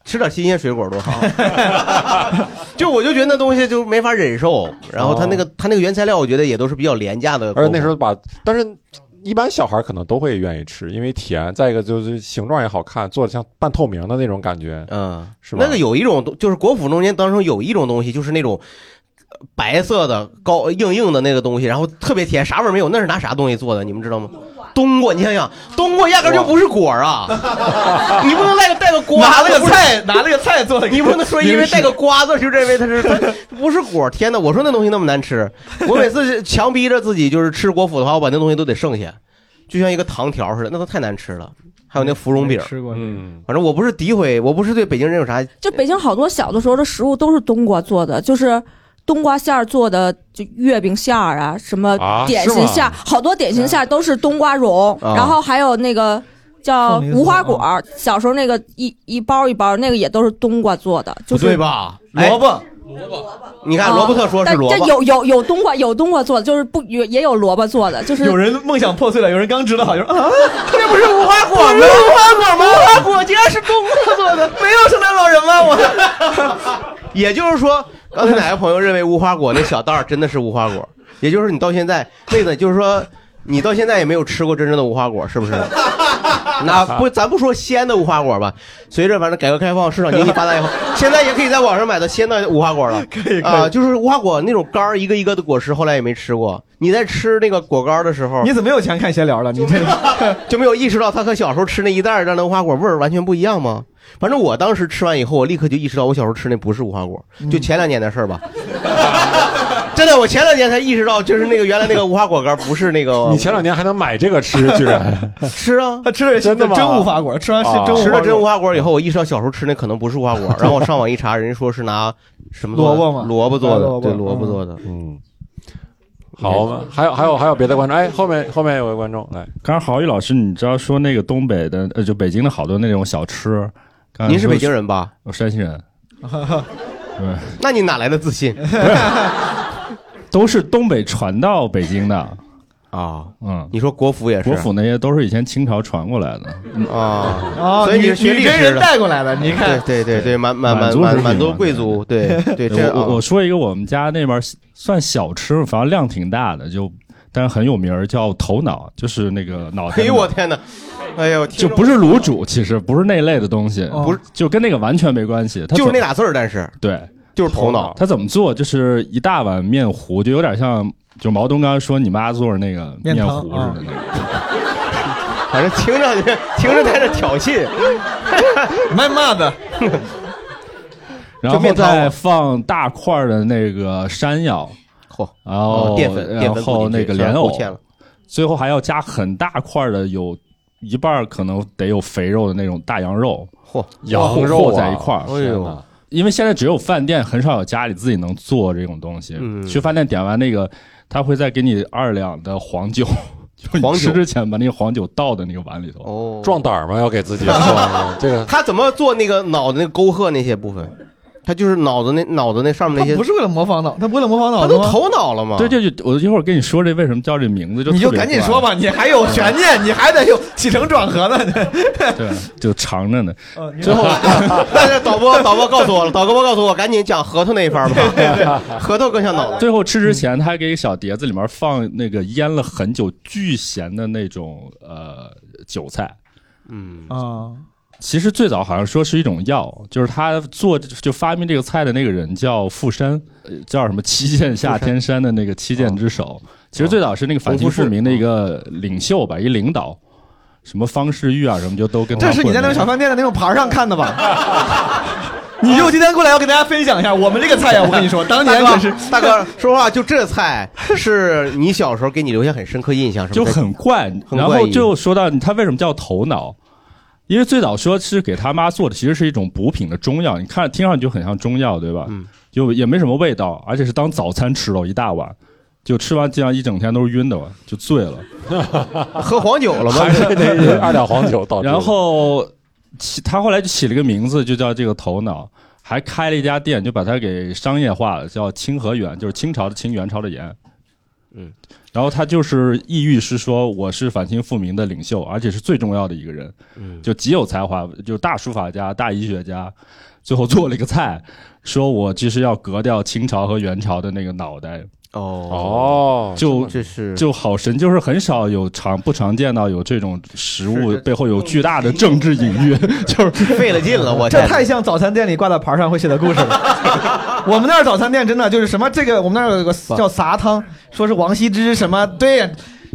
[SPEAKER 4] 吃点新鲜水果多好。 就我就觉得那东西就没法忍受，然后他那个他那个原材料，我觉得也都是比较廉价的。
[SPEAKER 3] 哦而且那时候把，但是一般小孩可能都会愿意吃，因为甜，再一个就是形状也好看，做的像半透明的那种感觉，
[SPEAKER 4] 嗯，
[SPEAKER 3] 哦是吧
[SPEAKER 4] 那个有一种就是国府中间当中有一种东西，就是那种呃白色的高硬硬的那个东西，然后特别甜，啥味儿没有，那是拿啥东西做的？你们知道吗？冬瓜，你想想，冬瓜压根儿就 不是果儿啊！你不能带个带个瓜
[SPEAKER 2] 拿
[SPEAKER 4] 子，
[SPEAKER 2] 那
[SPEAKER 4] 那
[SPEAKER 2] 个
[SPEAKER 4] 不是
[SPEAKER 2] 菜，拿那个菜 做的，
[SPEAKER 4] 你不能说因为带个瓜子就认为它是它 不是果儿。天哪，我说那东西那么难吃，我每次强逼着自己就是吃果脯的话，我把那东西都得剩下，就像一个糖条似的，那都太难吃了。还有那芙蓉饼，
[SPEAKER 2] 吃过，
[SPEAKER 3] 嗯，
[SPEAKER 4] 反正我不是诋毁，我不是对北京人有啥
[SPEAKER 7] 就北京好多小的时候的食物都是冬瓜做的，就是冬瓜馅儿做的，就月饼馅儿啊，什么
[SPEAKER 3] 啊
[SPEAKER 7] 点
[SPEAKER 3] 是
[SPEAKER 7] 心
[SPEAKER 3] 吗
[SPEAKER 7] 馅儿，好多点心馅儿都是冬瓜蓉，
[SPEAKER 4] 啊
[SPEAKER 7] 然后还有那个。叫
[SPEAKER 2] 凤梨酥
[SPEAKER 7] 无花果儿，小时候那个一一包一包，那个也都是冬瓜做的，就
[SPEAKER 4] 不
[SPEAKER 7] 是
[SPEAKER 4] 对吧？
[SPEAKER 2] 萝
[SPEAKER 4] 卜，
[SPEAKER 2] 卜
[SPEAKER 4] 哎你看
[SPEAKER 7] 啊
[SPEAKER 4] 罗伯特说是
[SPEAKER 7] 但
[SPEAKER 4] 萝
[SPEAKER 7] 这
[SPEAKER 4] 卜，
[SPEAKER 7] 有有有冬瓜有冬瓜做的，就是不也也有萝卜做的，就是
[SPEAKER 2] 有 人梦想破碎了，有人刚知道，有人啊，
[SPEAKER 4] 那不是无花果吗？无花果吗？无花果竟然是冬瓜做的， 没有圣诞老人吗？我，也就是说，刚才哪个朋友认为无花果那小袋儿真的是无花 果？也就是你到现在，妹子，就是说你到现在也没有吃过真正的无花果，是不 是？那不，咱不说西安的无花果吧，随着反正改革开放、市场经济发达 以后，现在也可以在网上买到鲜的无花果了。
[SPEAKER 2] 可以
[SPEAKER 4] 啊、
[SPEAKER 2] 可以。
[SPEAKER 4] 就是无花果那种干儿一个一个的果实，后来也没吃过。你在吃那个果干儿的时候
[SPEAKER 2] 你，怎么有钱看闲聊了？你这
[SPEAKER 4] 就没有意识到它和小时候吃那一袋儿的那无花果味儿完全不一样吗？反正我当时吃完以后，我立刻就意识到我小时候吃那不是无花果，
[SPEAKER 3] 嗯
[SPEAKER 4] 就前两年的事儿吧。 真的，我前两年才意识到，就是那个原来那个无花果干儿不是那个。
[SPEAKER 3] 你前两年还能买这个 吃，居然
[SPEAKER 4] 吃啊？
[SPEAKER 2] 他吃的
[SPEAKER 3] 真的吗
[SPEAKER 2] 真无花果，吃完是
[SPEAKER 3] 啊
[SPEAKER 2] 真无花果
[SPEAKER 4] 哦吃了真无花果以后，我意识到小时候吃那可能不是无花 果，然后我上网一查，人家说是拿什么做的
[SPEAKER 2] 萝卜吗
[SPEAKER 4] 萝卜做
[SPEAKER 2] 啊
[SPEAKER 4] 的，
[SPEAKER 2] 萝卜
[SPEAKER 4] 对，萝卜做的。
[SPEAKER 3] 嗯。好，还有还有还有别的观众，哎，后面后面有个观众来，
[SPEAKER 9] 刚才郝宇老师，你知道说那个东北的，呃，就北京的好多那种小吃。刚才
[SPEAKER 4] 您是
[SPEAKER 9] 说
[SPEAKER 4] 北京？人吧？
[SPEAKER 9] 我山西人，
[SPEAKER 4] 那 你哪来的自信
[SPEAKER 9] 都是东北传到北京的。
[SPEAKER 4] 啊，
[SPEAKER 9] 嗯，
[SPEAKER 4] 你说国服也是
[SPEAKER 9] 国府那些都是以前清朝传过来的，
[SPEAKER 4] 啊，
[SPEAKER 2] 哦，
[SPEAKER 4] 所以你是
[SPEAKER 2] 女
[SPEAKER 4] 学
[SPEAKER 2] 女
[SPEAKER 4] 历
[SPEAKER 2] 真
[SPEAKER 4] 史
[SPEAKER 2] 人
[SPEAKER 4] 的，
[SPEAKER 2] 带过来的，你看，
[SPEAKER 4] 对对对对，满满
[SPEAKER 9] 满
[SPEAKER 4] 满
[SPEAKER 9] 族
[SPEAKER 4] 满
[SPEAKER 9] 是
[SPEAKER 4] 满
[SPEAKER 9] 什
[SPEAKER 4] 多
[SPEAKER 9] 么
[SPEAKER 4] 贵族，对对，这
[SPEAKER 9] 我我
[SPEAKER 4] 啊
[SPEAKER 9] 我说一个我们家那边儿算小吃，反正量挺大的，就但是很有名儿，叫头脑，就是那个脑袋
[SPEAKER 4] 哎
[SPEAKER 9] 的
[SPEAKER 4] 呦
[SPEAKER 9] 脑。
[SPEAKER 4] 我天哪，哎呦，听
[SPEAKER 9] 就
[SPEAKER 4] 着
[SPEAKER 9] 不是卤煮，其实不是那类的东西，
[SPEAKER 2] 哦
[SPEAKER 9] 不是就跟那个完全没关系。它
[SPEAKER 4] 就是
[SPEAKER 9] 怎
[SPEAKER 4] 那俩字儿，但是
[SPEAKER 9] 对，
[SPEAKER 4] 就是头脑，
[SPEAKER 9] 它怎么做？就是一大碗面糊，就有点像就毛东刚才说你妈做的那个
[SPEAKER 2] 面
[SPEAKER 9] 面
[SPEAKER 2] 汤
[SPEAKER 9] 糊似的那个。
[SPEAKER 4] 啊 反正听着听着带着挑衅，
[SPEAKER 2] 卖嘛的，
[SPEAKER 9] 然
[SPEAKER 4] 面汤
[SPEAKER 9] 后再
[SPEAKER 4] 吗
[SPEAKER 9] 放大块儿的那个山药，
[SPEAKER 4] 嚯，哦
[SPEAKER 9] 然后
[SPEAKER 4] 淀粉淀
[SPEAKER 9] 然
[SPEAKER 4] 粉
[SPEAKER 9] 后
[SPEAKER 4] 补进去
[SPEAKER 9] 那个
[SPEAKER 4] 虽然
[SPEAKER 9] 莲
[SPEAKER 4] 够
[SPEAKER 9] 藕，
[SPEAKER 4] 呛了，
[SPEAKER 9] 最后还要加很大块儿的，有一半儿可能得有肥肉的那种大羊肉，
[SPEAKER 4] 嚯，
[SPEAKER 3] 羊
[SPEAKER 9] 和
[SPEAKER 3] 肉
[SPEAKER 9] 和在一块
[SPEAKER 3] 儿，
[SPEAKER 9] 儿。
[SPEAKER 4] 哎呦
[SPEAKER 3] 天哪
[SPEAKER 9] 因为现在只有饭店，很少有家里自己能做这种东西。
[SPEAKER 4] 嗯
[SPEAKER 9] 去饭店点完那个，他会再给你二两的黄酒，就
[SPEAKER 4] 黄
[SPEAKER 9] 你
[SPEAKER 4] 酒
[SPEAKER 9] 吃之前把那个黄酒倒到那个碗里头。
[SPEAKER 4] 哦，
[SPEAKER 3] 壮胆儿嘛，要给自 己壮这个
[SPEAKER 4] 他怎么做那个脑子那个沟壑那些部分？他就是脑子那脑子那上面
[SPEAKER 2] 他
[SPEAKER 4] 那些
[SPEAKER 2] 不，是为了模仿脑，他不为了模仿脑
[SPEAKER 4] 他
[SPEAKER 2] 子
[SPEAKER 4] 都
[SPEAKER 2] 吗？
[SPEAKER 4] 头脑了吗？
[SPEAKER 9] 哦对，这就我一会儿跟你说这为什么叫这名字，就
[SPEAKER 2] 你就
[SPEAKER 9] 特别
[SPEAKER 2] 赶紧
[SPEAKER 9] 怪
[SPEAKER 2] 说。吧，你还有悬念，你还得有起承转合呢。
[SPEAKER 9] 对， 就尝着呢。
[SPEAKER 2] 嗯你
[SPEAKER 9] 最后
[SPEAKER 4] 但是哎导播导播告诉我了，导播告诉我赶紧讲核桃那一 番吧， 核桃更像脑子。
[SPEAKER 9] 最后吃之前，他还给一个小碟子里面放那个腌了很久巨咸的那种呃韭菜。
[SPEAKER 4] 嗯，
[SPEAKER 2] 啊，
[SPEAKER 9] 其实最早好像说是一种药，就是他做就发明这个菜的那个人叫傅山，呃叫什么七剑下天山的那个七剑之首。其实最哦早是那个反清复明的一个领袖吧，一领导，什么方世玉啊什么就都跟他
[SPEAKER 2] 这是你在那种
[SPEAKER 9] 混在
[SPEAKER 2] 小饭店的那种牌儿上看的吧？ 你就今天过来要给大家分享一下我们这个菜哎呀，我跟 你说，当
[SPEAKER 4] 大
[SPEAKER 2] 年可是
[SPEAKER 4] 哥，大哥，说话就这菜是你小时候给你留下很深刻印象，是
[SPEAKER 9] 就
[SPEAKER 4] 吧？
[SPEAKER 9] 很怪。
[SPEAKER 4] 很怪异
[SPEAKER 9] 然后就说到他为什么叫头脑，因为最早说是给他妈做的，其实是一种补品的中药，你看听上去就很像中药，对吧？
[SPEAKER 4] 嗯，
[SPEAKER 9] 就也没什么味道，而且是当早餐吃了一大碗。就吃完，这样一整天都是晕的嘛，就醉了。
[SPEAKER 4] 喝黄酒了吗
[SPEAKER 3] 还？是 得二两黄酒倒。
[SPEAKER 9] 然后起他后来就起了个名字，就叫这个头脑，还开了一家店，就把它给商业化了，叫清河园，就是清朝的清，元朝的元。
[SPEAKER 4] 嗯，
[SPEAKER 9] 然后他就是意欲是说我是反清复明的领袖，而且是最重要的一个人，
[SPEAKER 4] 嗯，
[SPEAKER 9] 就极有才华，就是大书法家、大医学家，最后做了一个菜，说我就是要革掉清朝和元朝的那个脑袋，
[SPEAKER 4] 哦
[SPEAKER 3] 哦，
[SPEAKER 9] 就
[SPEAKER 4] 这是
[SPEAKER 9] 就好神，就是很少有常不常见到有这种食物背后有巨大的政治隐喻，就是
[SPEAKER 4] 费了劲了，我
[SPEAKER 2] 这
[SPEAKER 4] 天
[SPEAKER 2] 太像早餐店里挂在牌上会写的故事了。 我们那儿早餐店真的就是什么这个，我们那儿有个叫撒汤，说是王羲之什么对。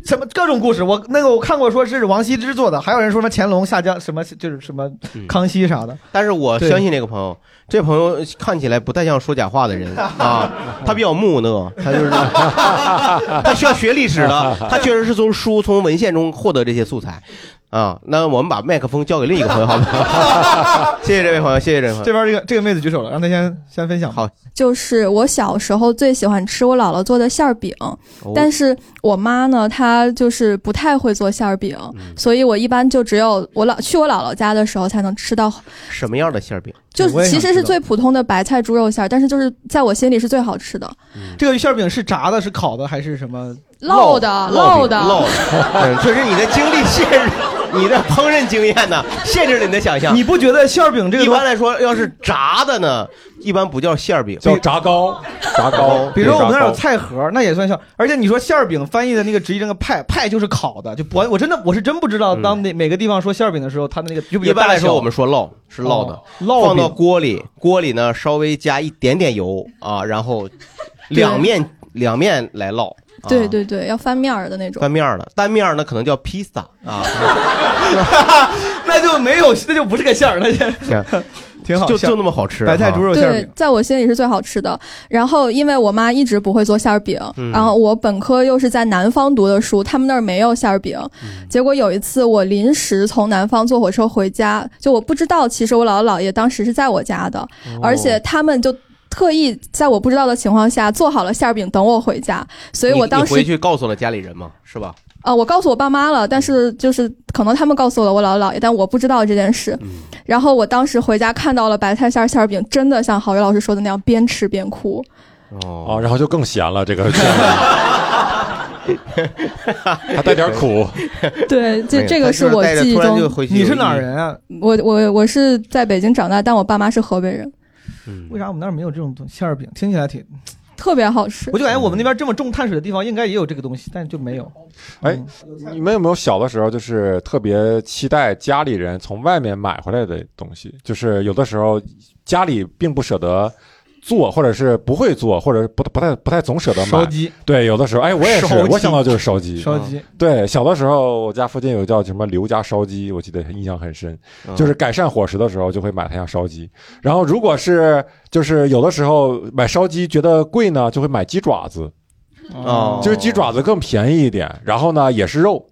[SPEAKER 2] 什么各种故事，我那个我看过，说是王羲之做的，还有人说什么乾隆下江什么就是什么
[SPEAKER 4] 嗯
[SPEAKER 2] 康熙啥的，
[SPEAKER 4] 但是我
[SPEAKER 2] 对
[SPEAKER 4] 相信这个朋友，这朋友看起来不太像说假话的 人啊，他比较木讷，他就是 他需要学历史 的，他确实是从书、从文献中获得这些素材啊。那我们把麦克风交给另一个朋友，好不 好？谢谢这位朋友，谢谢这位朋
[SPEAKER 2] 这
[SPEAKER 4] 友。
[SPEAKER 2] 边这个这个妹子举手了，让她先先分享。
[SPEAKER 4] 好
[SPEAKER 6] 就是我小时候最喜欢吃我姥姥做的馅儿饼，但是我妈呢，她就是不太会做馅儿饼，
[SPEAKER 4] 嗯
[SPEAKER 6] 所以我一般就只有我姥去我姥姥家的时候才能吃到，
[SPEAKER 4] 什么样的馅儿饼？
[SPEAKER 6] 就
[SPEAKER 2] 我也想
[SPEAKER 6] 其
[SPEAKER 2] 知
[SPEAKER 6] 实是
[SPEAKER 2] 道
[SPEAKER 6] 最普通的白菜猪肉馅儿，但是就是在我心里是最好吃的，
[SPEAKER 2] 这个馅儿饼是炸的，是烤的，还是什么？
[SPEAKER 6] 烙的
[SPEAKER 4] 烙饼
[SPEAKER 6] 的。
[SPEAKER 4] 烙的。 嗯这是你的经历限制，你的烹饪经验呢，限制了你的想象。
[SPEAKER 2] 你不觉得馅儿饼这个
[SPEAKER 4] 一
[SPEAKER 2] 东
[SPEAKER 4] 般来说，要是炸的呢，一般不叫馅儿饼，
[SPEAKER 3] 叫炸糕，炸糕。
[SPEAKER 2] 比如说我们那儿有
[SPEAKER 3] 炸糕
[SPEAKER 2] 菜盒，那也算馅儿。而且你说馅儿饼翻译的那个直译成个派，派就是烤的，就不我真的我是真不知道，
[SPEAKER 4] 嗯
[SPEAKER 2] 当那每个地方说馅儿饼的时候，它的那个就比
[SPEAKER 4] 一
[SPEAKER 2] 如
[SPEAKER 4] 般来
[SPEAKER 2] 大小
[SPEAKER 4] 说我们说烙是烙的
[SPEAKER 2] 哦，烙
[SPEAKER 4] 放到
[SPEAKER 2] 饼
[SPEAKER 4] 锅里，锅里呢稍微加一点点油啊，然后两面两面来烙。啊
[SPEAKER 6] 对，对对，要翻面儿的那种。
[SPEAKER 4] 单面儿的，单面儿呢可能叫披萨啊，
[SPEAKER 2] 那就没有，那就不是个馅儿，那就
[SPEAKER 4] 行
[SPEAKER 2] 挺好
[SPEAKER 4] 就
[SPEAKER 2] 馅儿
[SPEAKER 4] 就那么好吃。
[SPEAKER 2] 白菜猪
[SPEAKER 4] 啊
[SPEAKER 2] 肉馅儿
[SPEAKER 6] 对
[SPEAKER 2] 饼，。
[SPEAKER 6] 在我心里是最好吃的。然后，因为我妈一直不会做馅儿饼，
[SPEAKER 4] 嗯
[SPEAKER 6] 然后我本科又是在南方读的书，他们那儿没有馅儿饼。
[SPEAKER 4] 嗯
[SPEAKER 6] 结果有一次我临时从南方坐火车回家，就我不知道，其实我姥姥姥爷当时是在我家的，
[SPEAKER 4] 哦
[SPEAKER 6] 而且他们就。特意在我不知道的情况下做好了馅儿饼等我回家，所以
[SPEAKER 4] 你
[SPEAKER 6] 我当
[SPEAKER 4] 你回
[SPEAKER 6] 时
[SPEAKER 4] 去告诉了家里人嘛，是吧？
[SPEAKER 6] 呃，我告诉我爸妈了，但是就是可能他们告诉了我姥姥姥爷，但我不知道这件事。
[SPEAKER 4] 嗯
[SPEAKER 6] 然后我当时回家看到了白菜馅儿馅儿饼，真的像郝宇老 师说的那样，边吃边哭。
[SPEAKER 3] 啊，
[SPEAKER 4] 哦，
[SPEAKER 3] 然后就更咸了，这个还带点苦。
[SPEAKER 6] 对，
[SPEAKER 4] 没
[SPEAKER 6] 这
[SPEAKER 4] 有
[SPEAKER 6] 这
[SPEAKER 4] 哎他就
[SPEAKER 6] 个
[SPEAKER 4] 是
[SPEAKER 6] 我
[SPEAKER 4] 带着
[SPEAKER 6] 记忆
[SPEAKER 4] 突然
[SPEAKER 6] 中
[SPEAKER 4] 就回去
[SPEAKER 2] 你
[SPEAKER 4] 有
[SPEAKER 2] 是
[SPEAKER 4] 意
[SPEAKER 2] 哪
[SPEAKER 4] 义
[SPEAKER 2] 儿？人啊？
[SPEAKER 6] 我我我是在北京长大，但我爸妈是河北人，
[SPEAKER 4] 嗯
[SPEAKER 2] 为啥我们那儿没有这种东西？馅儿饼听起来挺……
[SPEAKER 6] 特别好吃
[SPEAKER 2] 我。就感觉我们那边这么重碳水的地方应该也有这个东西，但就没有。
[SPEAKER 3] 哎你们有没有小的时候就是特别期待家里人从外面买回来的东西？就是有的时候家里并不舍得做，或者是不会做，或者不不太不太总舍得
[SPEAKER 2] 烧
[SPEAKER 3] 买。
[SPEAKER 2] 鸡，
[SPEAKER 3] 对，有的时候，哎，我也是
[SPEAKER 2] 烧，鸡
[SPEAKER 3] 我想到就是烧鸡。
[SPEAKER 2] 烧鸡，
[SPEAKER 3] 对，小的时候我家附近有叫什么刘家烧鸡，我记得印象很深，
[SPEAKER 1] 嗯
[SPEAKER 3] 就是改善伙食的时候就会买他家烧鸡。然后如果是就是有的时候买烧鸡觉得贵呢，就会买鸡爪子，
[SPEAKER 4] 哦，
[SPEAKER 3] 就是鸡爪子更便宜一点，然后呢也是肉。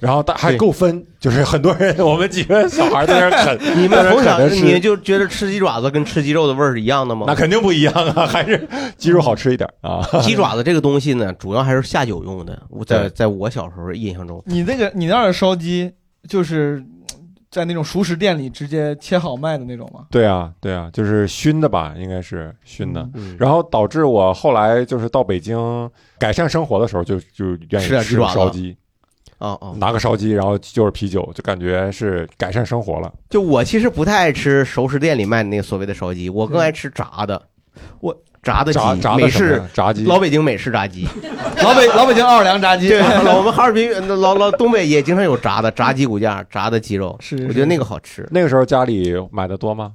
[SPEAKER 3] 然后大还
[SPEAKER 4] 对
[SPEAKER 3] 够分，就是很多人，我们几个小孩在那儿啃，
[SPEAKER 4] 你
[SPEAKER 3] 在
[SPEAKER 4] 们
[SPEAKER 3] 那儿
[SPEAKER 4] 从
[SPEAKER 3] 啃
[SPEAKER 4] 小
[SPEAKER 3] 着
[SPEAKER 4] 你
[SPEAKER 3] 吃，
[SPEAKER 4] 就觉得吃鸡爪子跟吃鸡肉的味儿是一样的吗
[SPEAKER 3] 那？肯定不一样啊， 还是鸡肉好吃一点啊。
[SPEAKER 4] 鸡爪子这个东西呢，主要还是下酒用的。我在在我小时候印象中，
[SPEAKER 2] 你那个你那儿的烧鸡就是嗯在那种熟食店里直接切好卖的那种吗？
[SPEAKER 3] 对啊，对啊，就是熏的吧，应该是熏的。
[SPEAKER 4] 嗯，
[SPEAKER 3] 然后导致我后来就是到北京改善生活的时候就，就愿意
[SPEAKER 4] 吃点鸡
[SPEAKER 3] 吃
[SPEAKER 4] 爪子
[SPEAKER 3] 烧鸡，
[SPEAKER 4] 哦哦，
[SPEAKER 3] 拿个烧鸡，然后就是啤酒，就感觉是改善生活了。
[SPEAKER 4] 就我其实不太爱吃熟食店里卖的那个所谓的烧鸡，我更爱吃炸的。
[SPEAKER 2] 我
[SPEAKER 4] 炸的鸡
[SPEAKER 3] 炸炸，
[SPEAKER 4] 美
[SPEAKER 3] 的什么
[SPEAKER 4] 式
[SPEAKER 3] 呀？炸鸡，
[SPEAKER 4] 老北京美式炸鸡，
[SPEAKER 2] 老北老北京奥尔良炸鸡，
[SPEAKER 4] 对，老我们哈尔滨老老东北也经常有炸的，炸鸡骨架、炸的鸡肉，
[SPEAKER 2] 是
[SPEAKER 4] 我觉得那
[SPEAKER 2] 个
[SPEAKER 4] 个好吃。
[SPEAKER 3] 那个时候家里买的多吗？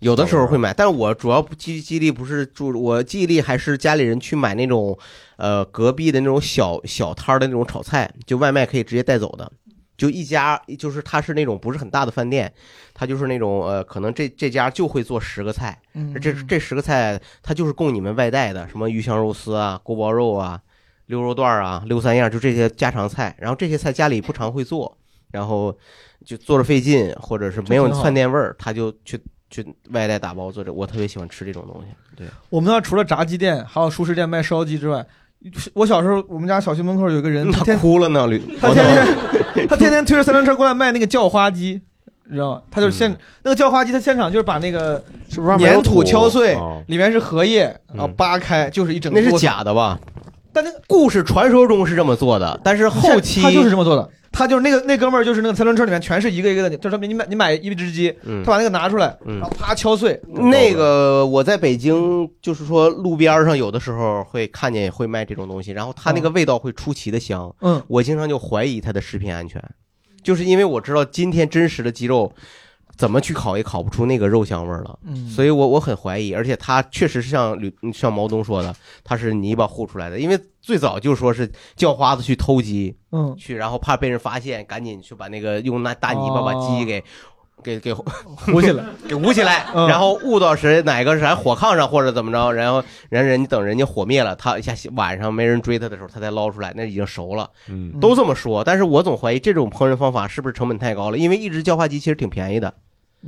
[SPEAKER 4] 有的时候会买，但是我主要不记记忆力不是住，我记忆力还是家里人去买那种，呃，隔壁的那种小小摊儿的那种炒菜，就外卖可以直接带走的，就一家，就是它是那种不是很大的饭店，它就是那种呃，可能这这家就会做十个菜，这这十个菜它就是供你们外带的，什么鱼香肉丝啊、锅包肉啊、溜肉段儿啊、溜三样，就这些家常菜。然后这些菜家里不常会做，然后就做着费劲，或者是没有
[SPEAKER 2] 这挺好
[SPEAKER 4] 饭店味儿，他就去去外带打包做着。我特别喜欢吃这种东西。
[SPEAKER 2] 我们那儿除了炸鸡店，还有熟食店卖烧鸡之外，我小时候我们家小区门口有一个 人，他
[SPEAKER 4] 他
[SPEAKER 2] 天
[SPEAKER 4] 哭了呢，吕
[SPEAKER 2] 他天 天他天天推着三轮车过来卖那个叫花鸡。你知道吗？他就是
[SPEAKER 4] 嗯
[SPEAKER 2] 现、那个叫花鸡，他现场就是把那个
[SPEAKER 3] 是不是外面
[SPEAKER 2] 粘
[SPEAKER 3] 有
[SPEAKER 2] 土啊敲碎，
[SPEAKER 3] 哦
[SPEAKER 2] 里面是荷叶，然后
[SPEAKER 4] 嗯
[SPEAKER 2] 扒开就是一整
[SPEAKER 4] 那是
[SPEAKER 2] 锅
[SPEAKER 4] 假的吧？
[SPEAKER 2] 但那个
[SPEAKER 4] 故事传说中是这么做的，但是后期
[SPEAKER 2] 他就是这么做的。他就是那个那哥们儿，就是那个三轮车里面全是一个一个的，就说明你买你买一只鸡，
[SPEAKER 4] 嗯
[SPEAKER 2] 他把那个拿出来，
[SPEAKER 4] 嗯
[SPEAKER 2] 然后啪敲碎，
[SPEAKER 4] 那个我在北京，就是说路边儿上有的时候会看见会卖这种东西，然后它那个味道会出奇的香。
[SPEAKER 2] 嗯，
[SPEAKER 4] 我经常就怀疑它的食品安全，就是因为我知道今天真实的鸡肉怎么去烤也烤不出那个肉香味儿了。
[SPEAKER 2] 嗯
[SPEAKER 4] 所以我我很怀疑，而且它确实是像吕嗯像毛东说的，它是泥巴糊出来的，因为最早就说是叫花子去偷鸡
[SPEAKER 2] 嗯，
[SPEAKER 4] 去，然后怕被人发现，赶紧去把那个用那大泥巴把鸡给、给 给
[SPEAKER 2] 糊哦起来，
[SPEAKER 4] 给捂起来，
[SPEAKER 2] 嗯
[SPEAKER 4] 然后捂到谁哪个啥火炕上或者怎么着，然后人人家等人家火灭了，他一下晚上没人追他的时候，他再捞出来，那已经熟了，
[SPEAKER 3] 嗯，
[SPEAKER 4] 都这么说。但是我总怀疑这种烹饪方法是不是成本太高了，因为一只叫花鸡其实挺便宜的，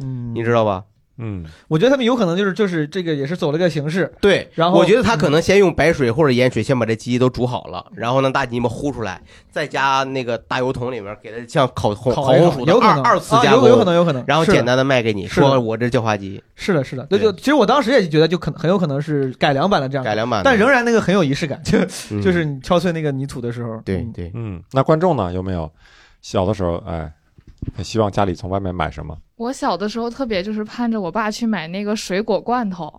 [SPEAKER 2] 嗯，
[SPEAKER 4] 你知道吧？
[SPEAKER 3] 嗯，
[SPEAKER 2] 我觉得他们有可能就是就是这个也是走了个形式，
[SPEAKER 4] 对，
[SPEAKER 2] 然后
[SPEAKER 4] 我觉得他可能先用白水或者盐水先把这鸡都煮好了，然后呢大泥巴呼出来，再加那个大油桶里面给它像烤红烤
[SPEAKER 2] 一
[SPEAKER 4] 红
[SPEAKER 2] 烤
[SPEAKER 4] 薯的
[SPEAKER 2] 有可
[SPEAKER 4] 二
[SPEAKER 2] 能
[SPEAKER 4] 二次
[SPEAKER 2] 啊
[SPEAKER 4] 加
[SPEAKER 2] 有
[SPEAKER 4] 工，
[SPEAKER 2] 有可能有可能，
[SPEAKER 4] 然后
[SPEAKER 2] 是的
[SPEAKER 4] 简单的卖给你，
[SPEAKER 2] 是的
[SPEAKER 4] 说我这叫花鸡
[SPEAKER 2] 是的是的，对
[SPEAKER 4] 对
[SPEAKER 2] 就其实我当时也觉得就可能很有可能是改良版的这样
[SPEAKER 4] 改
[SPEAKER 2] 的，
[SPEAKER 4] 良版的，
[SPEAKER 2] 但仍然那个很有仪式感，就
[SPEAKER 4] 嗯
[SPEAKER 2] 就是你敲碎那个泥土的时候，
[SPEAKER 4] 对
[SPEAKER 2] 嗯
[SPEAKER 4] 对，
[SPEAKER 3] 嗯，那观众呢？有没有小的时候哎，很希望家里从外面买什么？
[SPEAKER 10] 我小的时候特别就是盼着我爸去买那个水果罐头，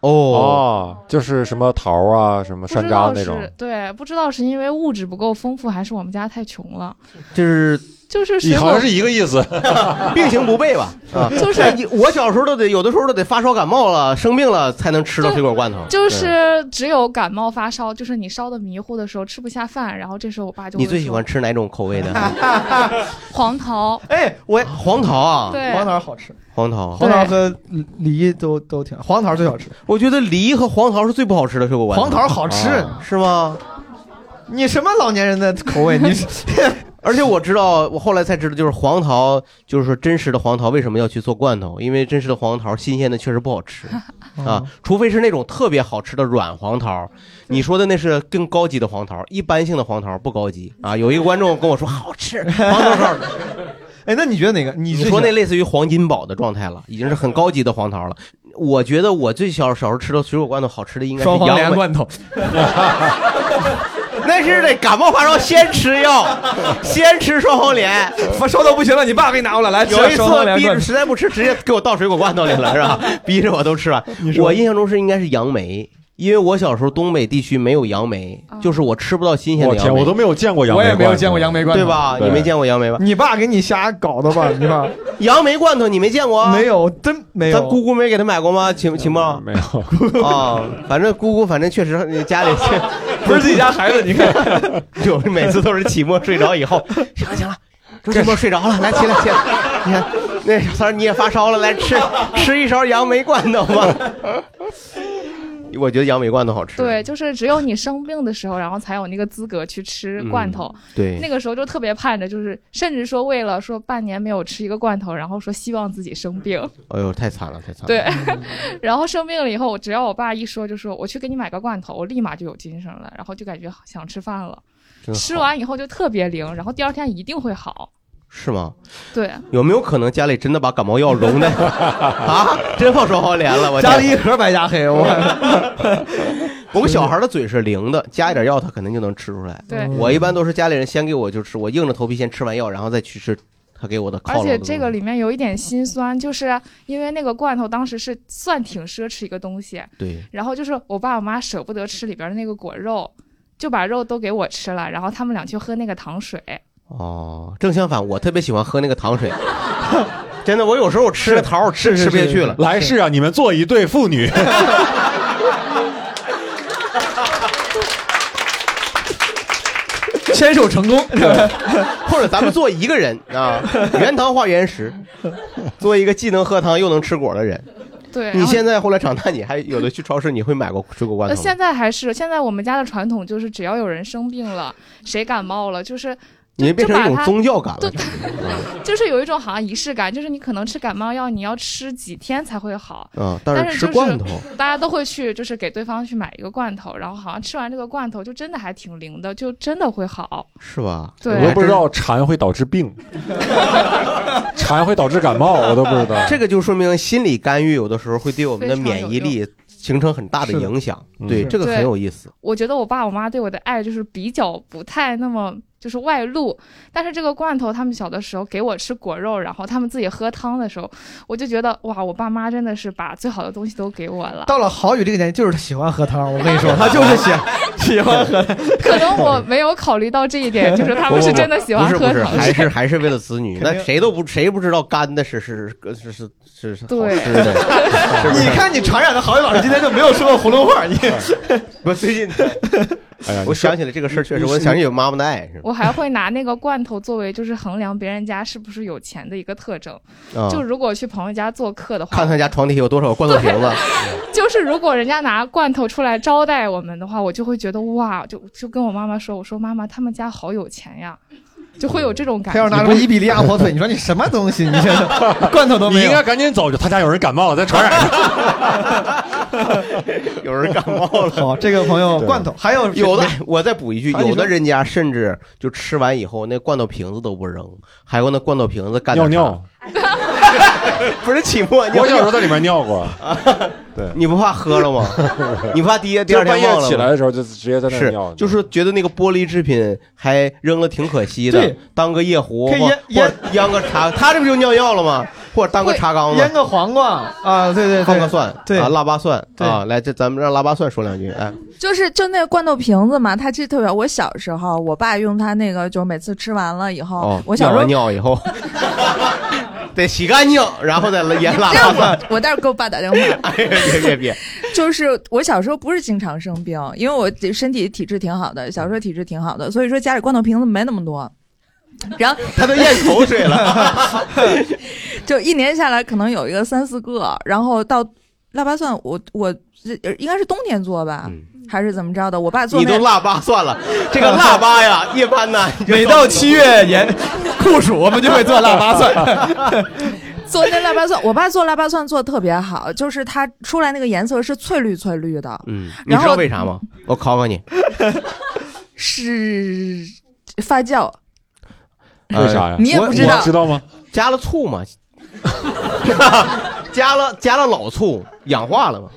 [SPEAKER 4] 哦，
[SPEAKER 3] 哦，就是什么桃啊，什么
[SPEAKER 10] 不
[SPEAKER 3] 山
[SPEAKER 10] 知
[SPEAKER 3] 楂
[SPEAKER 10] 道
[SPEAKER 3] 那种。
[SPEAKER 10] 是对，不知道是因为物质不够丰富，还是我们家太穷了。
[SPEAKER 4] 就是
[SPEAKER 10] 就是
[SPEAKER 3] 你
[SPEAKER 10] 水
[SPEAKER 3] 好
[SPEAKER 10] 果
[SPEAKER 3] 像是一个意思，
[SPEAKER 4] 病情不备吧？啊，
[SPEAKER 10] 就是
[SPEAKER 4] 哎你我小时候都得有的时候都得发烧感冒了、生病了才能吃到水果罐头。嗯
[SPEAKER 10] 就是只有感冒发烧，就是你烧的迷糊的时候吃不下饭，然后这时候我爸就会
[SPEAKER 4] 你最喜
[SPEAKER 10] 说
[SPEAKER 4] 欢吃哪种口 味的？
[SPEAKER 10] 黄 桃，
[SPEAKER 2] 哎，我也
[SPEAKER 4] 黄桃啊，
[SPEAKER 10] 对，
[SPEAKER 2] 黄桃好吃，
[SPEAKER 4] 黄桃。
[SPEAKER 2] 黄桃和梨都都挺，黄桃最好吃，
[SPEAKER 4] 我觉得梨和黄桃是最不好吃的水果罐头。
[SPEAKER 2] 黄桃好吃，
[SPEAKER 3] 啊
[SPEAKER 4] 是吗？
[SPEAKER 2] 你什么老年人的口味？ 你是
[SPEAKER 4] 而且我知道，我后来才知道，就是黄桃，就是说真实的黄桃为什么要去做罐头？因为真实的黄桃新鲜的确实不好吃啊，除非是那种特别好吃的软黄桃。你说的那是更高级的黄桃，一般性的黄桃不高级啊。有一个观众跟我说好吃，黄桃是好吃
[SPEAKER 2] 哎，那你觉得哪个？你
[SPEAKER 4] 你
[SPEAKER 2] 最
[SPEAKER 4] 说那
[SPEAKER 2] 喜欢
[SPEAKER 4] 类似于黄金宝的状态了，已经是很高级的黄桃了。我觉 得我最小小时候吃的水果罐头好吃的应该是
[SPEAKER 2] 双黄
[SPEAKER 4] 杨
[SPEAKER 2] 连
[SPEAKER 4] 梅，
[SPEAKER 2] 罐头，
[SPEAKER 4] 那是得感冒发烧先吃药， 先吃双黄连。
[SPEAKER 11] 发烧到不行了，你爸给你拿过来，来吃
[SPEAKER 4] 有一次
[SPEAKER 11] 双黄连
[SPEAKER 4] 逼着
[SPEAKER 11] 罐头。
[SPEAKER 4] 实在不吃，直接给我倒水果罐头里了，是吧？ 逼着我都 吃完。我印象中是应该是杨梅，因为我小时候东北地区没有杨梅，就是我吃不到新鲜
[SPEAKER 3] 我
[SPEAKER 4] 的杨
[SPEAKER 3] 天，
[SPEAKER 4] 梅。
[SPEAKER 3] 我都没有见过杨梅，
[SPEAKER 2] 我也没有见过杨梅罐头，
[SPEAKER 4] 对？吧？
[SPEAKER 3] 对
[SPEAKER 4] 你没见过杨梅吧？
[SPEAKER 2] 你爸给你瞎搞的吧？你爸
[SPEAKER 4] 杨梅罐头你没见过啊？
[SPEAKER 2] 没有，真没
[SPEAKER 4] 咱
[SPEAKER 2] 有。
[SPEAKER 4] 姑姑没给他买过吗？秦秦梦
[SPEAKER 3] 没有。
[SPEAKER 4] 啊，反正姑姑反正确实家 里
[SPEAKER 11] 不是自己家孩子，你 看，
[SPEAKER 4] 有每次都是期末睡着以后，行了行了，周期末睡着了，来起来起来，你看那小三儿你也发烧了，来吃吃一勺杨梅罐 头吧。我觉得杨梅罐头好吃。
[SPEAKER 10] 对，就是只有你生病的时候，然后才有那个资格去吃罐头。
[SPEAKER 4] 嗯对
[SPEAKER 10] 那个时候就特别盼着，就是甚至说为了说半年没有吃一个罐头，然后说希望自己生病。
[SPEAKER 4] 哎呦，太惨了，太惨了。
[SPEAKER 10] 对， 然后生病了以后，我只要我爸一说，就说我去给你买个罐头，我立马就有精神了，然后就感觉想吃饭了。
[SPEAKER 4] 真好
[SPEAKER 10] 吃完以后就特别灵，然后第二天一定会好。
[SPEAKER 4] 是吗？
[SPEAKER 10] 对，
[SPEAKER 4] 有没有可能家里真的把感冒药融在啊？真放双黄连了，我
[SPEAKER 2] 家
[SPEAKER 4] 天
[SPEAKER 2] 里一盒白加黑， 我
[SPEAKER 4] 我们小孩的嘴是灵的，加一点药他肯定就能吃出来。
[SPEAKER 10] 对
[SPEAKER 4] 我一般都是家里人先给我就吃，我硬着头皮先吃完药，然后再去吃他给我的犒劳
[SPEAKER 10] 而
[SPEAKER 4] 的东西。
[SPEAKER 10] 且这个里面有一点心酸，就是因为那个罐头当时是算挺奢侈一个东西，
[SPEAKER 4] 对，
[SPEAKER 10] 然后就是我爸我妈舍不得吃里边的那个果肉，就把肉都给我吃了，然后他们俩去喝那个糖水。
[SPEAKER 4] 哦，正相反，我特别喜欢喝那个糖水。真的，我有时候我吃那桃儿，我吃吃不下去了。
[SPEAKER 3] 来世啊，你们做一对父女。
[SPEAKER 2] 牵手成功。
[SPEAKER 4] 或者咱们做一个人 啊，原糖化原石，做一个既能喝糖又能吃果的人。
[SPEAKER 10] 对，然
[SPEAKER 4] 你
[SPEAKER 10] 后
[SPEAKER 4] 现在后来长大，你还有的去超市，你会买过水果罐
[SPEAKER 10] 呃，
[SPEAKER 4] 头吗
[SPEAKER 10] 现？在还是现在我们家的传统就是，只要有人生病了，谁感冒了，就是
[SPEAKER 4] 你变成一种宗教感了
[SPEAKER 10] 对。就是有一种好像仪式感，就是你可能吃感冒药，你要吃几天才会好。
[SPEAKER 4] 啊，但
[SPEAKER 10] 但
[SPEAKER 4] 是
[SPEAKER 10] 是就
[SPEAKER 4] 吃
[SPEAKER 10] 是
[SPEAKER 4] 罐头，
[SPEAKER 10] 大家都会去，就是给对方去买一个罐头，然后好像吃完这个罐头就真的还挺灵的，就真的会好。
[SPEAKER 4] 是吧？
[SPEAKER 10] 对
[SPEAKER 3] 我都不知道馋会导 致病，馋会导致感冒，我都不知道。
[SPEAKER 4] 这个就说明心理干预有的时候会对我们的免疫力形成很大的影响。
[SPEAKER 3] 是的
[SPEAKER 4] 对，
[SPEAKER 3] 嗯
[SPEAKER 4] 这个很
[SPEAKER 10] 对
[SPEAKER 4] 有意思。
[SPEAKER 10] 我觉得我爸我妈对我的爱就是比较不太那么就是外露，但是这个罐头他们小的时候给我吃果肉，然后他们自己喝汤的时候，我就觉得哇，我爸妈真的是把最好的东西都给我了。
[SPEAKER 2] 到了郝宇这个年纪，就是喜欢喝汤。我跟你说， 他就是 喜喜欢
[SPEAKER 4] 呃
[SPEAKER 2] 喝汤。
[SPEAKER 10] 可能我没有考虑到这一 点，就是他们是真的喜
[SPEAKER 4] 不
[SPEAKER 10] 欢
[SPEAKER 4] 是不
[SPEAKER 10] 喝
[SPEAKER 4] 是，
[SPEAKER 10] 汤。
[SPEAKER 4] 还是还是为了子女。
[SPEAKER 2] 肯
[SPEAKER 4] 那
[SPEAKER 2] 定
[SPEAKER 4] 谁都不谁不知道干的是是是是是是好
[SPEAKER 10] 对
[SPEAKER 4] 吃的。
[SPEAKER 2] 你看你传染的郝宇老师今天就没有说过葫芦 画，你
[SPEAKER 4] 我最 近
[SPEAKER 3] 哎呀，
[SPEAKER 4] 我想起来这个事儿，确实我想起有妈妈的爱是吧？
[SPEAKER 10] 我还会拿那个罐头作为就是衡量别人家是不是有钱的一个特征。
[SPEAKER 4] 啊
[SPEAKER 10] 就如果去朋友家做客的话，
[SPEAKER 4] 看他家床底下有多少罐头瓶子，
[SPEAKER 10] 就是如果人家拿罐头出来招待我们的话，我就会觉得哇，就就跟我妈妈说，我说妈妈他们家好有钱呀，就会有这种感
[SPEAKER 2] 他要是
[SPEAKER 10] 觉。
[SPEAKER 2] 拿什么伊比利亚 火腿，你说你什么东西？你 这罐头都
[SPEAKER 3] 你
[SPEAKER 2] 没
[SPEAKER 3] 应
[SPEAKER 2] 有
[SPEAKER 3] 该。赶紧走，就他家有人感冒了，再传染上。
[SPEAKER 4] 有人感冒了。
[SPEAKER 2] 好，这个朋友罐头还有
[SPEAKER 4] 有的，我再补一句，
[SPEAKER 2] 啊你
[SPEAKER 4] 有
[SPEAKER 2] 说
[SPEAKER 4] 的人家甚至就吃完以后，那罐头瓶子都不扔，还有那罐头瓶子干
[SPEAKER 3] 尿
[SPEAKER 4] 点啥
[SPEAKER 3] 尿，，
[SPEAKER 4] 不是起沫尿
[SPEAKER 3] 我小时
[SPEAKER 4] 尿
[SPEAKER 3] 候。在里面 尿过，
[SPEAKER 4] 你不怕喝了吗？ 你不怕第一第
[SPEAKER 3] 就
[SPEAKER 4] 二
[SPEAKER 3] 是半
[SPEAKER 4] 天
[SPEAKER 3] 夜
[SPEAKER 4] 忘了
[SPEAKER 3] 起来
[SPEAKER 4] 吗？
[SPEAKER 3] 的时候就直 接在那儿
[SPEAKER 4] 是
[SPEAKER 3] 尿，，
[SPEAKER 4] 就是觉得那个玻璃制品还扔了挺可惜的
[SPEAKER 2] 对，
[SPEAKER 4] 当个夜壶
[SPEAKER 2] 可
[SPEAKER 4] 或
[SPEAKER 2] 以
[SPEAKER 4] 或
[SPEAKER 2] 腌腌
[SPEAKER 4] 者秧个茶，他这不就尿尿了吗？或者当个
[SPEAKER 2] 会
[SPEAKER 4] 茶缸
[SPEAKER 2] 腌
[SPEAKER 4] 子，
[SPEAKER 2] 个黄瓜啊，对对
[SPEAKER 4] 放个
[SPEAKER 2] 对，
[SPEAKER 4] 蒜，
[SPEAKER 2] 对
[SPEAKER 4] 啊，腊八蒜
[SPEAKER 2] 对
[SPEAKER 4] 啊，来，这咱们让腊八蒜说两句，哎，
[SPEAKER 12] 就是就那个罐头瓶子嘛，它其实特别。我小时候，我爸用它那个，就是每次吃完了以后，
[SPEAKER 4] 哦，
[SPEAKER 12] 我小时
[SPEAKER 4] 尿
[SPEAKER 12] 候
[SPEAKER 4] 完尿以后 得洗干净，然后再腌腊八
[SPEAKER 12] 让
[SPEAKER 4] 蒜。
[SPEAKER 12] 我我待会儿给我爸打电话。
[SPEAKER 4] 哎呀，别别别，
[SPEAKER 12] 就是我小时候不是经常生病，因为我身体体质挺好的，小时候体质挺好的，所以说家里罐头瓶子没那么多。然 后
[SPEAKER 4] 他都咽口水了。
[SPEAKER 12] 就一年下来可能有一个三四个，然后到腊八蒜，我我呃应该是冬天做吧，
[SPEAKER 4] 嗯
[SPEAKER 12] 还是怎么着的？我爸做
[SPEAKER 4] 你
[SPEAKER 12] 那
[SPEAKER 4] 都腊八蒜了，这个腊八 呀，一般呢，
[SPEAKER 2] 每到七月炎酷暑，我们就会做腊八蒜。
[SPEAKER 12] 做那腊八蒜，我爸做腊八蒜做的特别好，就是它出来那个颜色是翠绿翠绿的，
[SPEAKER 4] 嗯，你
[SPEAKER 12] 然
[SPEAKER 4] 知道
[SPEAKER 12] 后
[SPEAKER 4] 为啥吗？我考考你，
[SPEAKER 12] 是发酵，
[SPEAKER 3] 为啥呀？
[SPEAKER 12] 你也
[SPEAKER 3] 我
[SPEAKER 12] 不知道
[SPEAKER 3] 我知道吗？
[SPEAKER 4] 呃加了 醋嘛，加了加了老醋，氧化了嘛。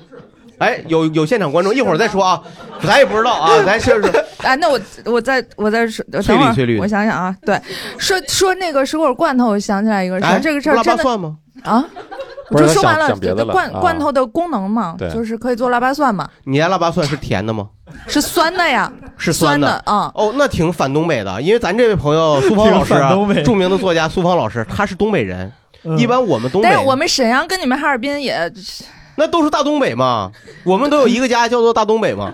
[SPEAKER 4] 哎，有有现场观众，一会儿再说啊，咱也不知道啊，咱就是
[SPEAKER 12] 啊，那我我再我再说，等
[SPEAKER 4] 翠绿
[SPEAKER 12] 会儿
[SPEAKER 4] 翠绿
[SPEAKER 12] 我想想啊，对，说说那个水果罐头，我想起来一个事
[SPEAKER 4] 哎
[SPEAKER 12] 儿，这个事儿
[SPEAKER 4] 胡
[SPEAKER 12] 真
[SPEAKER 4] 萝卜
[SPEAKER 12] 的
[SPEAKER 4] 算吗？
[SPEAKER 12] 啊，
[SPEAKER 4] 不
[SPEAKER 12] 我
[SPEAKER 4] 是
[SPEAKER 12] 就说
[SPEAKER 4] 他想
[SPEAKER 12] 完了
[SPEAKER 4] 想别的了
[SPEAKER 12] 罐
[SPEAKER 4] 啊
[SPEAKER 12] 罐头的功能嘛
[SPEAKER 4] 对，
[SPEAKER 12] 就是可以做腊八蒜嘛，
[SPEAKER 4] 你家腊八蒜是甜的吗？
[SPEAKER 12] 是酸的呀，
[SPEAKER 4] 是
[SPEAKER 12] 酸
[SPEAKER 4] 的
[SPEAKER 12] 啊。
[SPEAKER 4] 哦，那挺反东北的，因为咱这位朋友苏芳老师啊
[SPEAKER 12] 挺反东北，嗯
[SPEAKER 4] 著名的作家苏芳老师，他是东北人。一般我们东北
[SPEAKER 12] 但是我们沈阳跟你们哈尔滨也，
[SPEAKER 4] 那都是大东北嘛，我们都有一个家叫做大 东北嘛。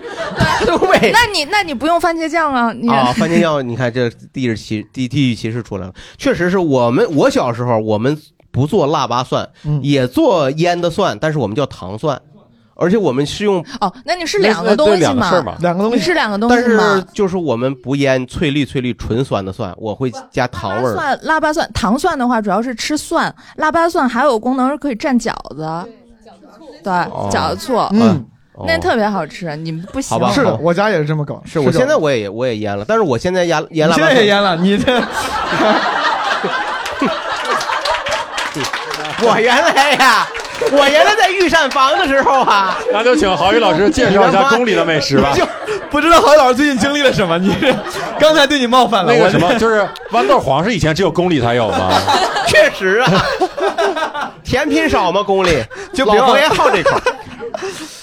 [SPEAKER 12] 那你那你不用番茄酱啊， 你
[SPEAKER 4] 啊，番茄酱，你看这地域歧地地域歧视出来了，确实是我们我小时候我们不做腊八蒜，
[SPEAKER 12] 嗯
[SPEAKER 4] 也做腌的蒜，但是我们叫糖蒜，而且我们是用
[SPEAKER 12] 哦，那你是两个东西嘛，你是两个东
[SPEAKER 4] 但
[SPEAKER 12] 西
[SPEAKER 4] 是
[SPEAKER 12] 嘛。
[SPEAKER 4] 就是我们不腌翠绿翠绿纯酸的蒜，我会加糖味儿。
[SPEAKER 12] 蒜腊八蒜糖蒜的话，主要是吃蒜，腊八蒜还有功能是可以蘸饺子，对，
[SPEAKER 4] 哦
[SPEAKER 12] 饺子醋，
[SPEAKER 4] 嗯，
[SPEAKER 12] 那特别好吃，你们不行
[SPEAKER 4] 好吧，。
[SPEAKER 12] 的，
[SPEAKER 4] 我家也是这么搞。是
[SPEAKER 12] 是
[SPEAKER 4] 我
[SPEAKER 12] 这
[SPEAKER 4] 现在
[SPEAKER 12] 种
[SPEAKER 4] 我也我也腌了，但是我现在腌腌
[SPEAKER 2] 你
[SPEAKER 4] 腊
[SPEAKER 2] 现
[SPEAKER 4] 八
[SPEAKER 2] 在也
[SPEAKER 4] 蒜，
[SPEAKER 2] 淹了，你这
[SPEAKER 4] 我原来呀，我原来在御膳房的时候啊，
[SPEAKER 3] 那就请郝宇老师介 绍一下宫里的美食吧。
[SPEAKER 2] 不知道郝宇老师最近经历了什么？你这刚才对你冒犯了，
[SPEAKER 3] 那个
[SPEAKER 2] 我
[SPEAKER 3] 什么，就是豌豆黄是以前只有宫里才有吗？
[SPEAKER 4] 确实啊，甜品少吗？宫里
[SPEAKER 2] 就不要
[SPEAKER 4] 老佛爷好这 口。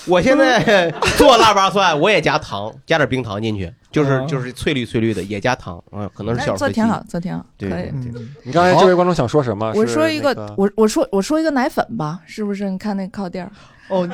[SPEAKER 4] 我现在 做腊八蒜，我也加糖，加点冰糖进去，
[SPEAKER 3] 哦
[SPEAKER 4] 就是就是翠绿翠绿的，也加糖。嗯，可能是
[SPEAKER 12] 哎
[SPEAKER 4] 小时
[SPEAKER 12] 做
[SPEAKER 4] 候
[SPEAKER 12] 挺好，做挺好，可
[SPEAKER 4] 对
[SPEAKER 12] 以。
[SPEAKER 3] 嗯你刚才这位观众想说什么？
[SPEAKER 12] 我
[SPEAKER 3] 是
[SPEAKER 12] 说一
[SPEAKER 3] 那
[SPEAKER 12] 啊个，我我说我说一个奶粉吧，是不是？你看那靠垫儿，
[SPEAKER 2] 哦，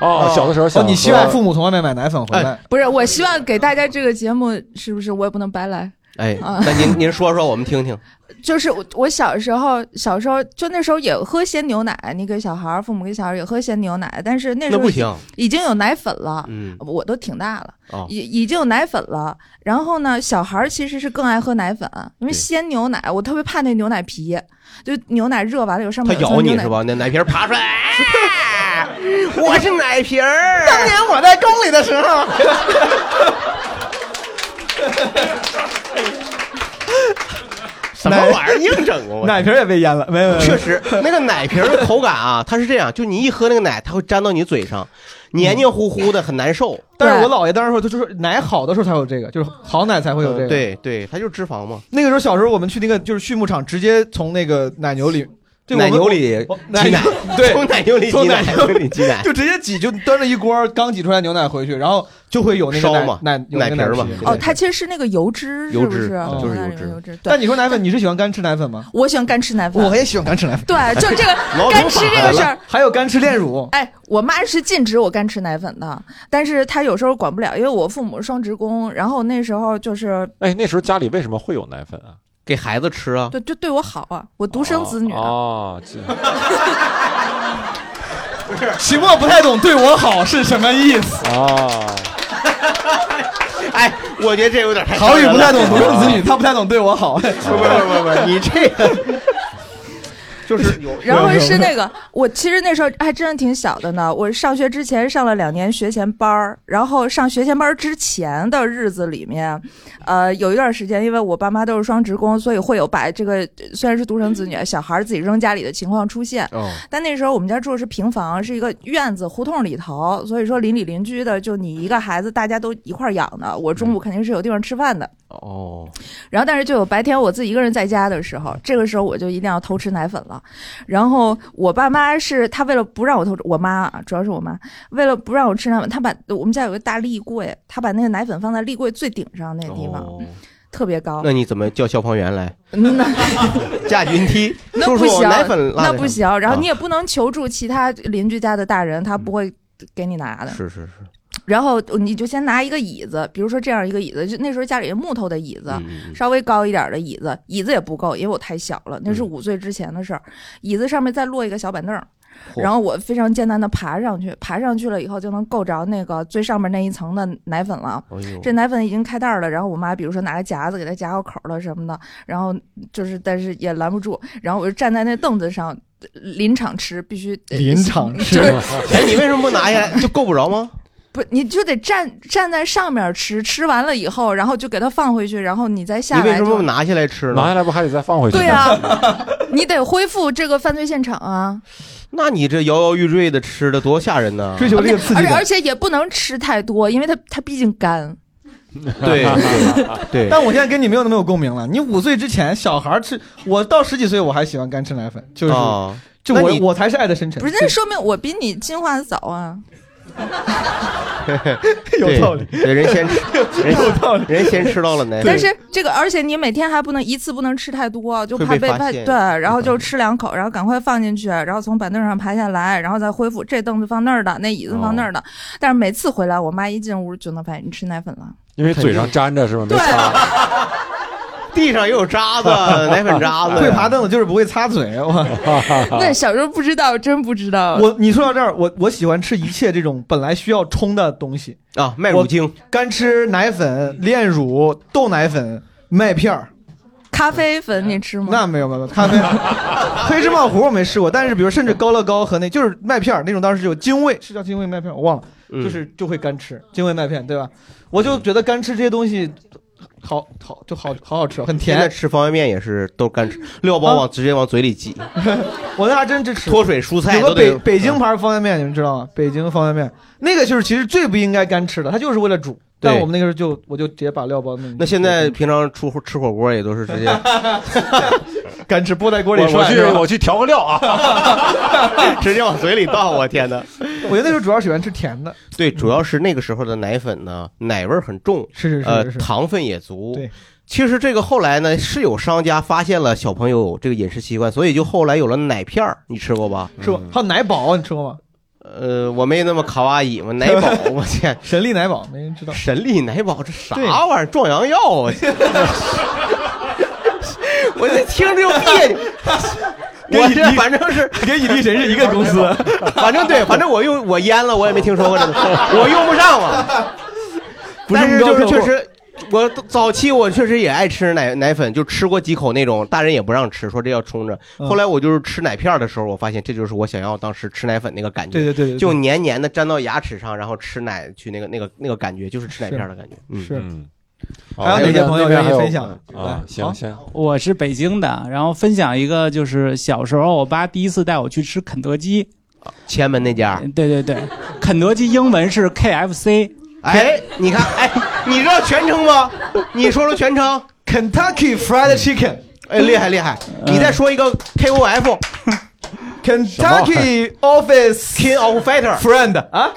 [SPEAKER 3] 哦，小的时候想
[SPEAKER 2] 哦，
[SPEAKER 3] 喝
[SPEAKER 2] 你希望父母从外面买奶粉回来？
[SPEAKER 12] 不是，我希望给大家这个节目，是不是我也不能白来？
[SPEAKER 4] 哎
[SPEAKER 12] 啊，
[SPEAKER 4] 那您您说说，我们听听。
[SPEAKER 12] 就是我我小时候，小时候就那时候也喝鲜牛奶，你给小孩儿，父母给小孩儿也喝鲜牛奶，但是那时
[SPEAKER 4] 那
[SPEAKER 12] 候
[SPEAKER 4] 不行
[SPEAKER 12] 已经有奶粉了，
[SPEAKER 4] 嗯
[SPEAKER 12] 我都挺大了，
[SPEAKER 4] 哦
[SPEAKER 12] 已已经有奶粉了。然后呢，小孩儿其实是更爱喝奶粉，因为鲜牛奶，我特别怕那牛奶皮，就牛奶热完了有上
[SPEAKER 4] 他
[SPEAKER 12] 面有
[SPEAKER 4] 咬
[SPEAKER 12] 层牛
[SPEAKER 4] 你
[SPEAKER 12] 奶
[SPEAKER 4] 是吧？那奶瓶爬出来，啊我是奶瓶 儿。
[SPEAKER 5] 当年我在宫里的时候，
[SPEAKER 4] 什么玩意儿 硬整啊！
[SPEAKER 2] 奶瓶也被淹了，没有，没有
[SPEAKER 4] 确实，那个奶瓶的口感啊，它是这样，就你一喝那个奶，它会粘到你嘴上，黏黏糊糊
[SPEAKER 3] 哎
[SPEAKER 4] 的，很难受。
[SPEAKER 2] 但是我姥爷当时说，他就说奶好的时候才有这个，就是好奶才会有这个。
[SPEAKER 4] 呃对对，它就是脂肪嘛。
[SPEAKER 2] 那个时候小时候我们去那个就是畜牧场，直接从那个奶牛里，对我
[SPEAKER 4] 奶
[SPEAKER 2] 们
[SPEAKER 4] 牛里
[SPEAKER 2] 我
[SPEAKER 4] 挤奶
[SPEAKER 2] 对，
[SPEAKER 4] 哦从奶牛里
[SPEAKER 2] 从
[SPEAKER 4] 挤奶
[SPEAKER 2] 奶
[SPEAKER 4] 奶牛里挤奶
[SPEAKER 2] 就直接挤，就端着一锅刚挤出来牛奶回去，然后就会有那个
[SPEAKER 4] 烧
[SPEAKER 2] 奶
[SPEAKER 4] 嘛
[SPEAKER 2] 奶有那个
[SPEAKER 4] 奶瓶嘛
[SPEAKER 2] 皮
[SPEAKER 12] 哦，它其实是那个油脂，
[SPEAKER 2] 油
[SPEAKER 12] 是不
[SPEAKER 2] 脂
[SPEAKER 12] 是？
[SPEAKER 2] 哦
[SPEAKER 12] 从
[SPEAKER 2] 就是
[SPEAKER 12] 那
[SPEAKER 2] 油
[SPEAKER 12] 里面油脂。对
[SPEAKER 2] 但你说奶粉，你是喜欢干吃奶粉吗？
[SPEAKER 12] 我喜欢干吃奶粉，
[SPEAKER 2] 我也喜欢干吃奶粉。
[SPEAKER 12] 对就 这个
[SPEAKER 2] 老
[SPEAKER 12] 干
[SPEAKER 2] 祖
[SPEAKER 12] 吃
[SPEAKER 2] 法
[SPEAKER 12] 这个事
[SPEAKER 2] 了
[SPEAKER 12] 儿
[SPEAKER 2] 还有干吃炼乳。
[SPEAKER 12] 哎，我妈是禁止我干吃奶粉的，但是她有时候管不了，因为我父母双职工，然后那时候就是
[SPEAKER 3] 哎，那时候家里为什么会有奶粉啊？
[SPEAKER 4] 给孩子吃啊
[SPEAKER 12] 对就对我好啊，我独生子女，
[SPEAKER 3] 哦，这
[SPEAKER 2] 许墨不太懂对我好是什么意思。
[SPEAKER 3] 哦，
[SPEAKER 4] 哎，我觉得这有点太伤
[SPEAKER 2] 郝宇
[SPEAKER 4] 人
[SPEAKER 2] 不太懂
[SPEAKER 4] 了
[SPEAKER 2] 独生子女，他不太懂对我好。不不
[SPEAKER 4] 不不不，你这 个
[SPEAKER 2] 就是有
[SPEAKER 12] 然后是那个，我其实那时候还真的挺小的呢。我上学之前上了两年学前班儿，然后上学前班儿之前的日子里面，呃，有一段时间，因为我爸妈都是双职工，所以会有把这个虽然是独生子女，啊小孩儿自己扔家里的情况出现。
[SPEAKER 4] 哦
[SPEAKER 12] 但那时候我们家住的是平房，是一个院子胡同里头，所以说邻里邻居的就你一个孩子，大家都一块儿养的。我
[SPEAKER 2] 嗯
[SPEAKER 12] 中午肯定是有地方吃饭的。
[SPEAKER 4] 哦，
[SPEAKER 12] 然后，但是就有白天我自己一个人在家的时候，这个时候我就一定要偷吃奶粉了。然后我爸妈是他为了不让我偷吃，我妈啊，主要是我妈为了不让我吃奶粉，她把我们家有个大立柜，她把那个奶粉放在立柜最顶上那个地方，特别高。
[SPEAKER 4] 那你怎么叫消防员来？
[SPEAKER 12] 那
[SPEAKER 4] 架云梯，
[SPEAKER 12] 那
[SPEAKER 4] 叔
[SPEAKER 12] 不
[SPEAKER 4] 叔
[SPEAKER 12] 行，
[SPEAKER 4] 奶粉拉
[SPEAKER 12] 那
[SPEAKER 4] 在
[SPEAKER 12] 不
[SPEAKER 4] 上
[SPEAKER 12] 行。然后你也
[SPEAKER 4] 啊
[SPEAKER 12] 不能求助其他邻居家的大人，他不会给你拿的。
[SPEAKER 4] 是是是，
[SPEAKER 12] 然后你就先拿一个椅子，比如说这样一个椅子，就那时候家里木头的椅子，
[SPEAKER 2] 嗯
[SPEAKER 12] 稍微高一点的椅子，椅子也不够，因为我太小了，那是
[SPEAKER 2] 嗯
[SPEAKER 12] 五岁之前的事儿。椅子上面再落一个小板凳儿，
[SPEAKER 4] 嚯
[SPEAKER 12] 然后我非常艰难的爬上去，爬上去了以后就能够着那个最上面那一层的奶粉了。
[SPEAKER 2] 哦
[SPEAKER 4] 哎呦
[SPEAKER 12] 这奶粉已经开袋儿了，然后我妈比如说拿个夹子给它夹好口儿了什么的，然后就是但是也拦不住，然后我就站在那凳子上。呃临场吃必须呃
[SPEAKER 2] 临 场吃
[SPEAKER 12] 就是
[SPEAKER 4] 哎，你为什么不拿下来？就够不着吗？
[SPEAKER 12] 不，你就得站站在上面吃，吃完了以后，然后就给它放回去，然后你再
[SPEAKER 4] 你
[SPEAKER 12] 下
[SPEAKER 4] 为
[SPEAKER 12] 来
[SPEAKER 4] 什么不
[SPEAKER 12] 就。
[SPEAKER 4] 拿下来吃呢？
[SPEAKER 3] 拿下来不还得再放回去？
[SPEAKER 12] 对啊，你得恢复这个犯罪现场啊！
[SPEAKER 4] 那你这摇摇欲坠的吃的多吓人呢！
[SPEAKER 11] 追求
[SPEAKER 12] 而且而且也不能吃太多，因为它它毕竟干。
[SPEAKER 4] 对对
[SPEAKER 2] 但我现在跟你没有那么有共鸣了。你五岁之前，小孩吃，我到十几岁我还喜欢干吃奶粉，就是、
[SPEAKER 4] 啊
[SPEAKER 2] 就
[SPEAKER 4] 那
[SPEAKER 2] 我
[SPEAKER 4] 你
[SPEAKER 2] 我才是爱的深沉。
[SPEAKER 12] 不是，那说明我比你进化的早啊。
[SPEAKER 4] 有道理，对人先吃，人有道理，人先吃到了呢。
[SPEAKER 12] 但是这个，而且你每天还不能一次不能吃太多，就怕
[SPEAKER 4] 会被
[SPEAKER 12] 被
[SPEAKER 4] 发
[SPEAKER 12] 怕
[SPEAKER 4] 现
[SPEAKER 12] 对，然后就吃两口，然后赶快放进去，然后从板凳上爬下来，然后再恢复这凳子放那儿的，那椅子放那
[SPEAKER 4] 哦
[SPEAKER 12] 儿的。但是每次回来，我妈一进屋就能发现你吃奶粉了。
[SPEAKER 3] 因为嘴上粘着是吗？没
[SPEAKER 13] 啊
[SPEAKER 3] 擦。
[SPEAKER 4] 地上也有渣子， 奶粉渣子。
[SPEAKER 2] 会爬凳子就是不会擦嘴，我
[SPEAKER 12] 那小时候不知道，真不知道。
[SPEAKER 2] 我你说到这儿，我我喜欢吃一切这种本来需要冲的东西
[SPEAKER 4] 啊，麦乳精，
[SPEAKER 2] 干吃奶粉、炼乳、豆奶粉、麦片儿。
[SPEAKER 12] 咖啡粉你吃吗？
[SPEAKER 2] 那没有没有没有 咖啡，黑芝麻糊我没试过，但是比如甚至高乐高和那就是麦片儿那种，当时有精卫是叫精卫麦片儿，我忘了，
[SPEAKER 4] 嗯
[SPEAKER 2] 就是就会干吃精卫麦片，对吧？我就觉得干吃这些东西好好就好好好吃，很
[SPEAKER 4] 现在
[SPEAKER 2] 甜。啊
[SPEAKER 4] 吃方便面也是都干吃，料包往直接往嘴里挤，
[SPEAKER 2] 我那还真支持
[SPEAKER 4] 脱水蔬菜
[SPEAKER 2] 有
[SPEAKER 4] 都
[SPEAKER 2] 个
[SPEAKER 4] 得嗯
[SPEAKER 2] 北北京牌方便面，你们知道吗？北京方便面那个就是其实最不应该干吃的，它就是为了煮。
[SPEAKER 4] 对
[SPEAKER 2] 但我们那个时候就我就直接把料包弄进去。
[SPEAKER 4] 那现在平常出吃火锅也都是直接
[SPEAKER 2] 干吃菠菜 锅
[SPEAKER 4] 里
[SPEAKER 3] 我我
[SPEAKER 4] 涮
[SPEAKER 3] 去
[SPEAKER 4] 是吧
[SPEAKER 3] 我去调个料啊。
[SPEAKER 4] 啊 直接往嘴里倒，我天哪！
[SPEAKER 2] 我觉得那时候主要喜欢吃甜的，
[SPEAKER 4] 对，主要是那个时候的奶粉呢，奶味儿很重，
[SPEAKER 2] 是是是
[SPEAKER 4] 呃
[SPEAKER 2] 是，是
[SPEAKER 4] 糖分也足。
[SPEAKER 2] 对，
[SPEAKER 4] 其实这个后来呢，是有商家发现了小朋友这个饮食习惯，所以就后来有了奶片儿，你吃过吧？
[SPEAKER 2] 是吧？还有奶宝，你吃过吗？
[SPEAKER 4] 呃，我没那么卡哇伊嘛，奶 宝，我天，
[SPEAKER 2] 神力奶宝没人知道。
[SPEAKER 4] 神力奶宝这啥
[SPEAKER 2] 对
[SPEAKER 4] 玩意儿？壮阳药 啊！我这听着就别 扭。
[SPEAKER 2] 跟
[SPEAKER 4] 我
[SPEAKER 2] 引
[SPEAKER 4] 这
[SPEAKER 2] 力
[SPEAKER 4] 反正是
[SPEAKER 2] 跟引力神是一个公司，
[SPEAKER 4] 反正对，反正我用我淹了，我也没听说 过这个，我用不上嘛。
[SPEAKER 2] 不是
[SPEAKER 4] 但是
[SPEAKER 2] 目
[SPEAKER 4] 就
[SPEAKER 2] 标
[SPEAKER 4] 是确
[SPEAKER 2] 客户
[SPEAKER 4] 实，我早期我确实也爱吃奶奶粉，就吃过几口那种，大人也不让吃，说这要冲着。
[SPEAKER 2] 嗯
[SPEAKER 4] 后来我就是吃奶片儿的时候，我发现这就是我想要当时吃奶粉那个感觉，
[SPEAKER 2] 对对对对对
[SPEAKER 4] 就黏黏的粘到牙齿上，然后吃奶去那个那个那个感觉，就是吃奶片儿的感觉。嗯，
[SPEAKER 2] 是
[SPEAKER 3] 还有哪些朋友愿意分享
[SPEAKER 14] 啊？
[SPEAKER 3] 行行，
[SPEAKER 14] 我是北京的，然后分享一个，就是小时候我爸第一次带我去吃肯德基，
[SPEAKER 4] 前门那家。
[SPEAKER 14] 对对对，肯德基英文是 KFC。
[SPEAKER 4] 哎，你看，哎，你知道全称吗？你说说全称
[SPEAKER 2] ，Kentucky Fried Chicken。嗯
[SPEAKER 4] 哎，厉害厉 害！
[SPEAKER 3] 嗯
[SPEAKER 4] 你再说一个 K O F。
[SPEAKER 2] Kentucky Office
[SPEAKER 4] King of Fighter
[SPEAKER 2] Friend 啊，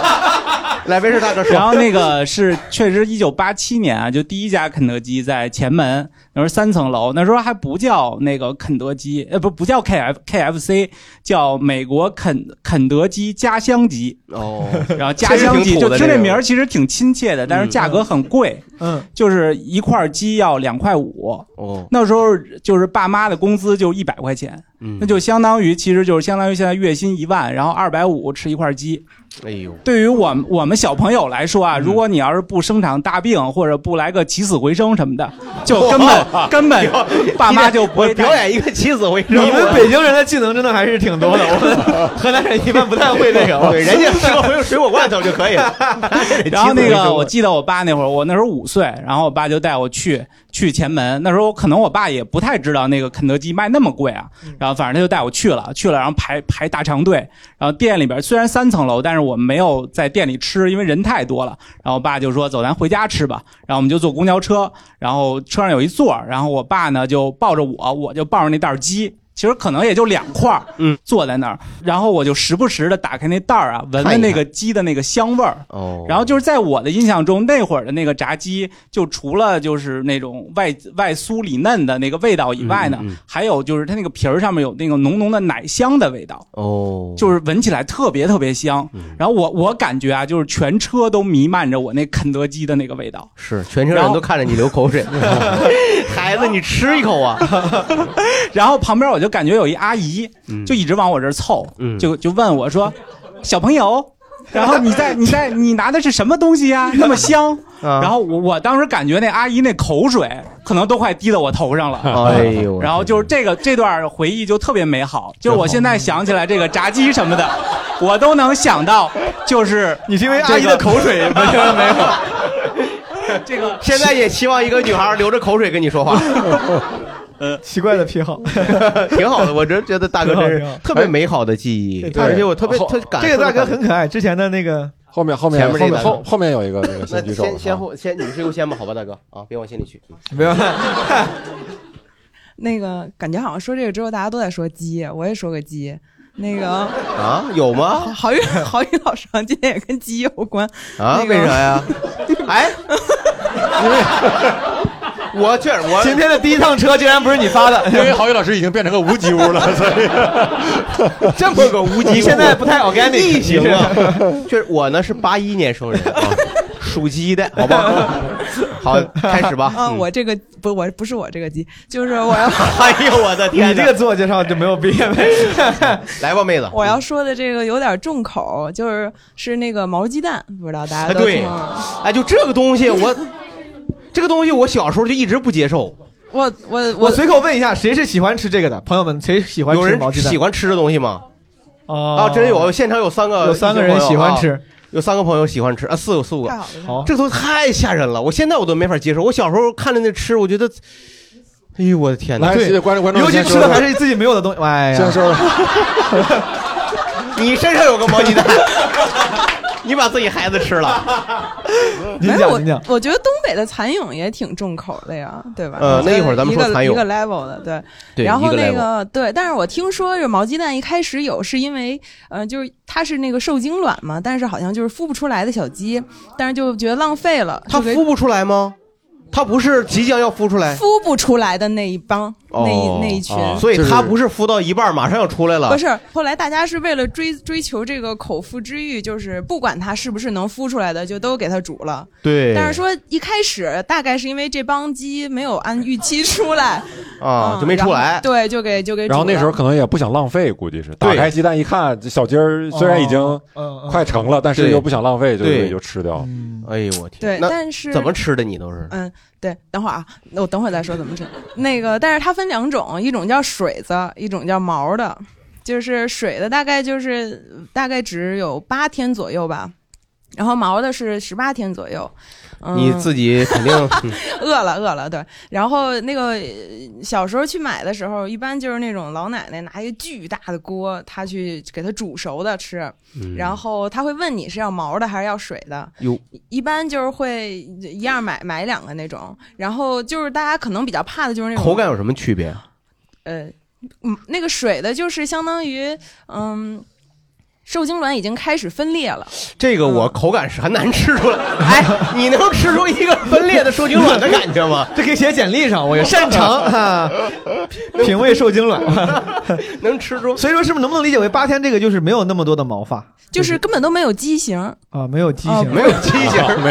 [SPEAKER 4] 来杯事大哥说。
[SPEAKER 14] 然后那个是确实一九八七年啊，就第一家肯德基在前门，那时候三层楼，那时候还不叫那个肯德基，呃不不叫 K F K F C，叫美国肯肯德基家乡鸡。
[SPEAKER 4] 哦，
[SPEAKER 14] 然后家乡鸡就听这名
[SPEAKER 4] 儿
[SPEAKER 14] 儿其实挺亲切的，但是价格很贵，
[SPEAKER 2] 嗯，
[SPEAKER 14] 就是一块鸡要两块五。
[SPEAKER 4] 哦，
[SPEAKER 14] 那时候就是爸妈的工资就一百块钱，
[SPEAKER 4] 嗯
[SPEAKER 14] 那就相当于其实就是相当于现在月薪一万，然后二百五吃一块鸡。
[SPEAKER 4] 哎呦，嗯
[SPEAKER 14] 对于我们我们小朋友来说啊，如果你要是不生场大病或者不来个起死回生什么的，就 根本根本爸妈就不会带
[SPEAKER 4] 表演一个起死回生。
[SPEAKER 2] 你们北京人的技能真的还是挺多的，我 们河南人一般不太会这 个。
[SPEAKER 4] 对，人家吃个回水果罐头就可以了。
[SPEAKER 14] 然后那
[SPEAKER 4] 起死回
[SPEAKER 14] 个，
[SPEAKER 4] 生
[SPEAKER 14] 我记得我爸那会儿，我那时候五岁，然后我爸就带我去去前门。那时候可能我爸也不太知道那个肯德基卖那么贵啊，
[SPEAKER 4] 嗯
[SPEAKER 14] 然后反正他就带我去了，去了然后排排大长队，然后店里边虽然三层楼，但是我们没有在店里吃，因为人太多了。然后我爸就说：“走，咱回家吃吧。”然后我们就坐公交车，然后车上有一座儿，然后我爸呢就抱着我，我就抱着那袋儿鸡。其实可能也就两块儿，
[SPEAKER 4] 嗯，
[SPEAKER 14] 坐在那儿，然后我就时不时的打开那袋儿啊，闻
[SPEAKER 4] 看
[SPEAKER 14] 闻
[SPEAKER 4] 一
[SPEAKER 14] 那
[SPEAKER 4] 看
[SPEAKER 14] 个鸡的那个香味儿，
[SPEAKER 4] 哦，
[SPEAKER 14] 然后就是在我的印象中，那会儿的那个炸鸡，就除了就是那种外外酥里嫩的那个味道以外呢，
[SPEAKER 4] 嗯嗯嗯
[SPEAKER 14] 还有就是它那个皮儿上面有那个浓浓的奶香的味道，
[SPEAKER 4] 哦，嗯
[SPEAKER 14] 就是闻起来特别特别香。然后我我感觉啊，就是全车都弥漫着我那肯德基的那个味道。
[SPEAKER 4] 是全车人都看着你流口水。 孩子，你吃一口啊！
[SPEAKER 14] 然后旁边我就感觉有一阿姨
[SPEAKER 4] 嗯，
[SPEAKER 14] 就一直往我这儿凑，
[SPEAKER 4] 嗯
[SPEAKER 14] 就就问我说：“小朋友，然后你 在你在你拿的是什么东西呀、那么香。”
[SPEAKER 4] 啊
[SPEAKER 14] 然后我我当时感觉那阿姨那口水可能都快滴到我头上了。
[SPEAKER 4] 哎呦
[SPEAKER 14] 然后就是这个这段回忆就特别美好，就是我现在想起来这个炸鸡什么的，我都能想到，就是
[SPEAKER 2] 你是因为阿姨的口 水没有没有？
[SPEAKER 14] 这个
[SPEAKER 4] 现在也希望一个女孩流着口水跟你说话。
[SPEAKER 2] 嗯奇怪的癖好，
[SPEAKER 4] 挺好的，我真觉得大哥真
[SPEAKER 2] 挺好挺
[SPEAKER 4] 是
[SPEAKER 2] 好
[SPEAKER 4] 特别美好的记
[SPEAKER 3] 哎
[SPEAKER 4] 忆，而且我特别特感
[SPEAKER 2] 这个大哥
[SPEAKER 4] 特别
[SPEAKER 2] 很可爱，之前的那
[SPEAKER 13] 啊
[SPEAKER 2] 个
[SPEAKER 3] 后面后
[SPEAKER 4] 面前面这后面大哥后
[SPEAKER 3] 后面有一个那个
[SPEAKER 4] 那先
[SPEAKER 3] 啊
[SPEAKER 4] 先后先，你是优先吧？好吧，大哥啊，别往心里去。
[SPEAKER 2] 不要，
[SPEAKER 13] 那个感觉好像说这个之后大家都在说鸡，我也说个鸡。那个
[SPEAKER 4] 啊，有 吗？
[SPEAKER 13] 郝宇郝宇老师好像今天也跟鸡有关
[SPEAKER 4] 啊，
[SPEAKER 13] 那个
[SPEAKER 4] 为啥呀？ 哎， 我确实我
[SPEAKER 2] 今天的第一趟车竟然不是你发的，
[SPEAKER 3] 因为郝宇老师已经变成个无机 屋了，所以
[SPEAKER 4] 这么个无
[SPEAKER 2] 你现在不太 organic，
[SPEAKER 4] 异形啊
[SPEAKER 2] 你这！
[SPEAKER 4] 确实，我呢是八一年 生人啊，属鸡的，好吧？好，开始吧。
[SPEAKER 13] 啊，
[SPEAKER 4] 嗯
[SPEAKER 13] 我这个不，我不是我这个鸡，就是我要
[SPEAKER 4] 哎呦我的天哪！
[SPEAKER 2] 你这个自我介绍就没有必要。
[SPEAKER 4] 来吧，妹子，
[SPEAKER 13] 我要说的这个有点重口，就是是那个毛鸡蛋，不知道大
[SPEAKER 4] 啊
[SPEAKER 13] 家都
[SPEAKER 4] 对
[SPEAKER 13] 听吗？，
[SPEAKER 4] 哎，就这个东西我，这个东西我小时候就一直不接受。
[SPEAKER 13] 我我
[SPEAKER 2] 我随口问一下，谁是喜欢吃这个的？朋友们，谁喜欢
[SPEAKER 4] 有
[SPEAKER 2] 吃
[SPEAKER 4] 人
[SPEAKER 2] 毛鸡蛋？
[SPEAKER 4] 喜欢吃这东西吗？
[SPEAKER 2] 啊
[SPEAKER 4] 啊，真有，现场有三个，
[SPEAKER 2] 有三个人喜欢吃
[SPEAKER 4] 啊，有三个朋友喜欢吃啊，四个四个
[SPEAKER 13] 太好了
[SPEAKER 2] 好，
[SPEAKER 4] 这都太吓人了，我现在我都没法接受。我小时候看着那吃，我觉得，哎呦我的天哪！
[SPEAKER 2] 对尤其吃的还是自己没有的东西。哎呀，
[SPEAKER 4] 先说 你身上有个毛鸡蛋，你把自己孩子吃了，
[SPEAKER 2] 您
[SPEAKER 13] 没有
[SPEAKER 2] 讲
[SPEAKER 13] 我
[SPEAKER 2] 您讲，
[SPEAKER 13] 我觉得东北的蚕蛹也挺重口的呀，对吧？
[SPEAKER 4] 呃那一会儿咱们说
[SPEAKER 13] 一个
[SPEAKER 4] 蚕蛹
[SPEAKER 13] 一个 level 的，对。
[SPEAKER 4] 对
[SPEAKER 13] 然后
[SPEAKER 4] 一个
[SPEAKER 13] 那
[SPEAKER 4] level
[SPEAKER 13] 个对，但是我听说这毛鸡蛋一开始有，是因为呃，就是它是那个受精卵嘛，但是好像就是孵不出来的小鸡，但是就觉得浪费了。
[SPEAKER 4] 它孵不出来吗？它不是即将要孵出来，
[SPEAKER 13] 孵不出来的那一帮，那一那一群。
[SPEAKER 4] 哦所以它不是孵到一半马上要出来了，
[SPEAKER 13] 不是，后来大家是为了追追求这个口腹之欲，就是不管它是不是能孵出来的，就都给它煮了。
[SPEAKER 4] 对
[SPEAKER 13] 但是说一开始大概是因为这帮鸡没有按预期出来，
[SPEAKER 4] 啊，
[SPEAKER 13] 嗯
[SPEAKER 4] 就没出
[SPEAKER 13] 然后
[SPEAKER 4] 来。
[SPEAKER 13] 对，就给就给煮
[SPEAKER 3] 然后那时候
[SPEAKER 13] 了
[SPEAKER 3] 可能也不想浪费，估计是打开鸡蛋一看，这小鸡儿虽然已
[SPEAKER 13] 哦
[SPEAKER 3] 经快成了，但是
[SPEAKER 4] 对
[SPEAKER 3] 又不想浪费，就
[SPEAKER 4] 对
[SPEAKER 3] 也就吃掉了。
[SPEAKER 13] 嗯
[SPEAKER 4] 哎呦我天！
[SPEAKER 13] 对
[SPEAKER 4] 那
[SPEAKER 13] 但是
[SPEAKER 4] 怎么吃的你都是？
[SPEAKER 13] 嗯，对，等会儿啊，那我等会儿再说怎么吃。那个，但是它分两种，一种叫水子，一种叫毛的。就是水的大概就是大概只有八天左右吧，然后毛的是十八天左右。嗯、
[SPEAKER 4] 你自己肯定嗯
[SPEAKER 13] 饿了，饿了，对。然后那个呃小时候去买的时候，一般就是那种老奶奶拿一个巨大的锅，她去给它煮熟的吃，
[SPEAKER 4] 嗯
[SPEAKER 13] 然后她会问你是要毛的还是要水的。
[SPEAKER 4] 有
[SPEAKER 13] 一般就是会一样买买两个那种，然后就是大家可能比较怕的就是那种
[SPEAKER 4] 口感有什么区别？啊
[SPEAKER 13] 呃，嗯，那个水的就是相当于嗯，受精卵已经开始分裂了。
[SPEAKER 4] 这个
[SPEAKER 13] 嗯
[SPEAKER 4] 我口感是很难吃 出来。哎，你能吃出一个分裂的受精卵的感觉吗？
[SPEAKER 2] 这可以写简历上，我也 擅长
[SPEAKER 4] 啊
[SPEAKER 2] 哈， 品味受精卵，
[SPEAKER 4] 能吃出。
[SPEAKER 2] 所以说，是不是能不能理解为八天这个就是没有那么多的毛发
[SPEAKER 13] 就是根本都没有畸形，
[SPEAKER 2] 啊？没有畸
[SPEAKER 13] 哦
[SPEAKER 2] 形，啊
[SPEAKER 13] 没有畸
[SPEAKER 4] 形
[SPEAKER 3] 没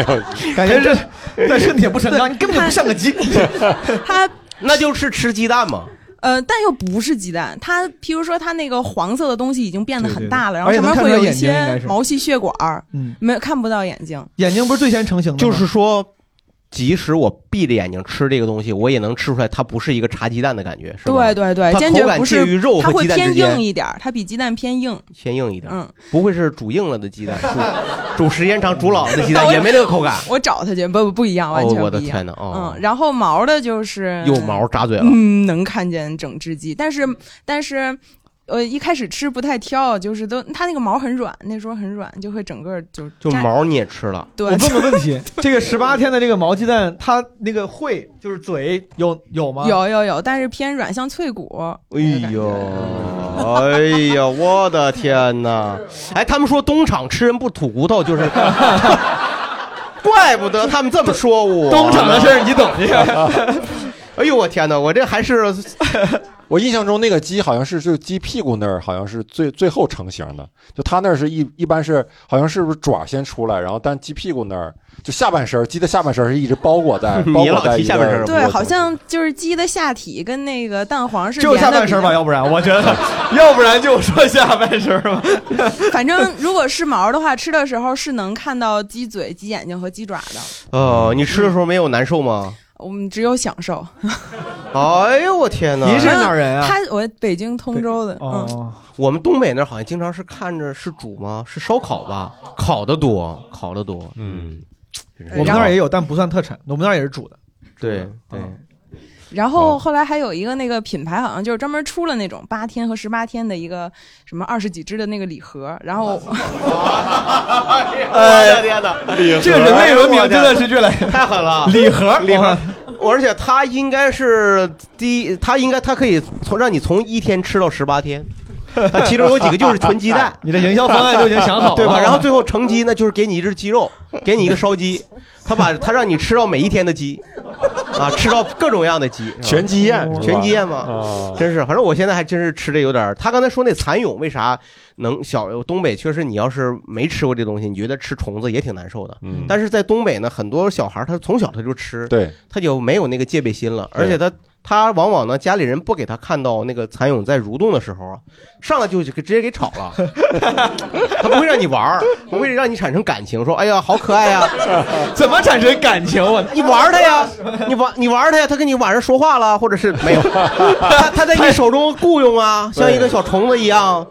[SPEAKER 3] 有，
[SPEAKER 2] 感觉这在身体也不成钢，你根本就不像个鸡。
[SPEAKER 13] 它
[SPEAKER 4] 那就是吃鸡蛋嘛。
[SPEAKER 13] 呃，但又不是鸡蛋，它譬如说它那个黄色的东西已经变得很大了，
[SPEAKER 2] 对对对
[SPEAKER 13] 然
[SPEAKER 2] 而且能
[SPEAKER 13] 后上面
[SPEAKER 2] 看
[SPEAKER 13] 会有
[SPEAKER 2] 出来
[SPEAKER 13] 一
[SPEAKER 2] 眼睛应该
[SPEAKER 13] 些
[SPEAKER 2] 是
[SPEAKER 13] 毛细血管儿，
[SPEAKER 2] 嗯，
[SPEAKER 13] 没有看不到眼睛。
[SPEAKER 2] 眼睛不是最先成型的吗，
[SPEAKER 4] 就是说，即使我闭着眼睛吃这个东西，我也能吃出来它不是一个茶鸡蛋的感觉，是吧？
[SPEAKER 13] 对对对，
[SPEAKER 4] 它
[SPEAKER 13] 坚
[SPEAKER 4] 口
[SPEAKER 13] 决
[SPEAKER 4] 感
[SPEAKER 13] 不
[SPEAKER 4] 介于
[SPEAKER 13] 是
[SPEAKER 4] 肉，
[SPEAKER 13] 它
[SPEAKER 4] 和
[SPEAKER 13] 会
[SPEAKER 4] 鸡蛋之
[SPEAKER 13] 偏
[SPEAKER 4] 间
[SPEAKER 13] 硬一点儿，它比鸡蛋偏硬。
[SPEAKER 4] 偏硬一点。
[SPEAKER 13] 嗯，
[SPEAKER 4] 不会是煮硬了的鸡蛋， 煮煮时间长、煮老 了的鸡蛋也没那个口感。
[SPEAKER 13] 我找它去，不不不一样，完全
[SPEAKER 4] 哦我
[SPEAKER 13] 不
[SPEAKER 4] 的
[SPEAKER 13] 一样。
[SPEAKER 4] 天哪哦
[SPEAKER 13] 嗯，然后毛的就是
[SPEAKER 4] 有毛扎嘴了
[SPEAKER 13] 嗯，能看见整只鸡，但是但是。呃，一开始吃不太挑，就是都它那个毛很软，那时候很软，就会整个就
[SPEAKER 4] 就
[SPEAKER 13] 扎
[SPEAKER 4] 毛你也吃了，
[SPEAKER 13] 对
[SPEAKER 2] 我问个问 题，这个十八天的这个毛鸡蛋，它那个喙就是嘴有有吗？
[SPEAKER 13] 有有有，但是偏软，像脆骨。
[SPEAKER 4] 哎呦，哎呀，我的天哪！哎，他们说东厂吃人不吐骨头，就是， 怪不得他们这么说我。
[SPEAKER 2] 东厂的事儿你懂
[SPEAKER 4] 哎呦，我天哪！我这还是
[SPEAKER 3] 我印象中那个鸡好像是就鸡屁股那儿好像是最最后成型的，就它那儿是一一般是好像是不是爪先出来，然后但鸡屁股那儿就下半身儿鸡的下半身儿是一直包裹 在包
[SPEAKER 4] 你
[SPEAKER 3] 裹
[SPEAKER 4] 老
[SPEAKER 3] 在
[SPEAKER 4] 提
[SPEAKER 3] 一
[SPEAKER 4] 下
[SPEAKER 3] 个
[SPEAKER 4] 半身儿
[SPEAKER 13] 对，好像就是鸡的下体跟那个蛋黄是
[SPEAKER 2] 只有
[SPEAKER 13] 连
[SPEAKER 2] 下
[SPEAKER 13] 的
[SPEAKER 2] 半
[SPEAKER 13] 比
[SPEAKER 2] 身吧，
[SPEAKER 13] 较
[SPEAKER 2] 要不然我觉得，要不然就说下半身吧。
[SPEAKER 13] 反正如果是毛的话，吃的时候是能看到鸡嘴、鸡眼睛和鸡爪的。
[SPEAKER 4] 哦，你吃的时候没有难受吗？
[SPEAKER 13] 我们只有享受。
[SPEAKER 4] 哎呦，我天哪！啊
[SPEAKER 13] 他我北京通州的，嗯，
[SPEAKER 2] 哦，
[SPEAKER 4] 我们东北那儿好像经常是看着是煮吗？是烧烤吧？烤的多，烤的多。嗯，
[SPEAKER 2] 我们那儿也有，但不算特产，我们那儿也是煮的。
[SPEAKER 4] 对对。
[SPEAKER 13] 然后后来还有一个那个品牌，好像就是专门出了那种八天和十八天的一个什么二十几支的那个礼盒。然后，
[SPEAKER 4] 哎，天哪，
[SPEAKER 2] 啊这个人类文明真的是
[SPEAKER 4] 越来太狠了，
[SPEAKER 2] 礼盒
[SPEAKER 4] 啊
[SPEAKER 2] 哦啊
[SPEAKER 4] 礼盒。我而且它应该是第一，它应该它可以从让你从一天吃到十八 天。它其中有几个就是纯鸡蛋，
[SPEAKER 2] 你的营销方案都已经想好了
[SPEAKER 4] 对吧？然后最后成鸡呢，就是给你一只鸡肉，给你一个烧鸡，他把他让你吃到每一天的鸡，啊，吃到各种各样的鸡，
[SPEAKER 3] 全鸡宴是吧
[SPEAKER 4] 全鸡宴嘛
[SPEAKER 3] 哦，
[SPEAKER 4] 真是，反正我现在还真是吃的有点儿。他刚才说那蚕蛹为啥能小？东北确实你要是没吃过这东西，你觉得吃虫子也挺难受的。
[SPEAKER 3] 嗯
[SPEAKER 4] 但是在东北呢，很多小孩儿他从小他就吃，
[SPEAKER 3] 对，
[SPEAKER 4] 他就没有那个戒备心了，而且他他往往呢，家里人不给他看到那个蚕蛹在蠕动的时候啊，上来就给直接给炒 了，他不会让你玩儿，不会让你产生感情，说哎呀好可爱呀、
[SPEAKER 2] 怎么产生感情？我
[SPEAKER 4] 你玩儿它呀， 你玩你玩儿它呀，它跟你晚上说话了，或者是 没有，它它在你手中雇佣啊，像一个小虫子一样。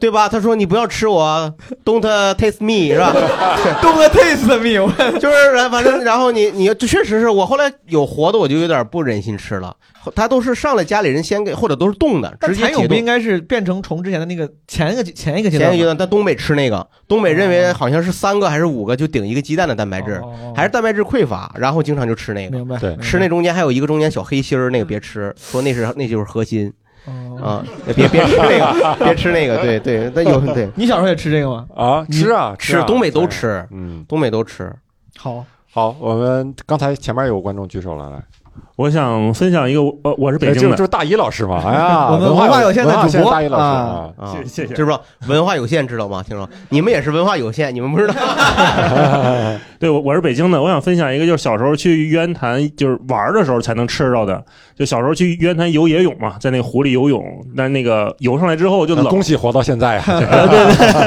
[SPEAKER 4] 对吧？他说你不要吃我，Don't taste me，是吧
[SPEAKER 2] ？Don't taste me，
[SPEAKER 4] 就是然反正然后你你这确实是我后来有活的我就有点不忍心吃了，他都是上来家里人先给，或者都是冻的，
[SPEAKER 2] 但
[SPEAKER 4] 直接
[SPEAKER 2] 蚕
[SPEAKER 4] 解
[SPEAKER 2] 蛹不
[SPEAKER 4] 冻
[SPEAKER 2] 应该是变成虫之前的那个前一个前一个阶段
[SPEAKER 4] 前
[SPEAKER 2] 吗？
[SPEAKER 4] 一个阶段，但东北吃那个，东北认为好像是三个还是五个就顶一个鸡蛋的蛋白质，还是蛋白质匮乏，然后经常就吃那个。
[SPEAKER 2] 明白
[SPEAKER 3] 对
[SPEAKER 4] 吃那中间还有一个中间小黑心儿，那个别吃，说那是那就是核心。啊，别别吃那 个，别吃那个，对对，那有 对。
[SPEAKER 2] 你小时候也吃这个吗？
[SPEAKER 3] 啊，吃啊，
[SPEAKER 4] 吃
[SPEAKER 3] 啊
[SPEAKER 4] 东北都吃，
[SPEAKER 3] 嗯，
[SPEAKER 4] 东北都吃。
[SPEAKER 2] 好，
[SPEAKER 3] 好，我们刚才前面有个观众举手了，来，
[SPEAKER 15] 我想分享一个，我我是北京
[SPEAKER 3] 哎这
[SPEAKER 15] 的，
[SPEAKER 3] 就是大一老师嘛哎呀我们
[SPEAKER 4] 文化
[SPEAKER 3] 有限的文化主有限播大一老师啊
[SPEAKER 4] 啊
[SPEAKER 3] 谢谢谢谢
[SPEAKER 4] 知不知道文化有限知道吗？听说你们也是文化有限，你们不知道。
[SPEAKER 15] 对，我我是北京的，我想分享一个，就是小时候去渊潭，就是玩的时候才能吃到的。就小时候去渊潭游野泳嘛，在那湖里游泳，但那个游上来之后就冷。
[SPEAKER 3] 恭喜活到现在呀！啊
[SPEAKER 15] 对对，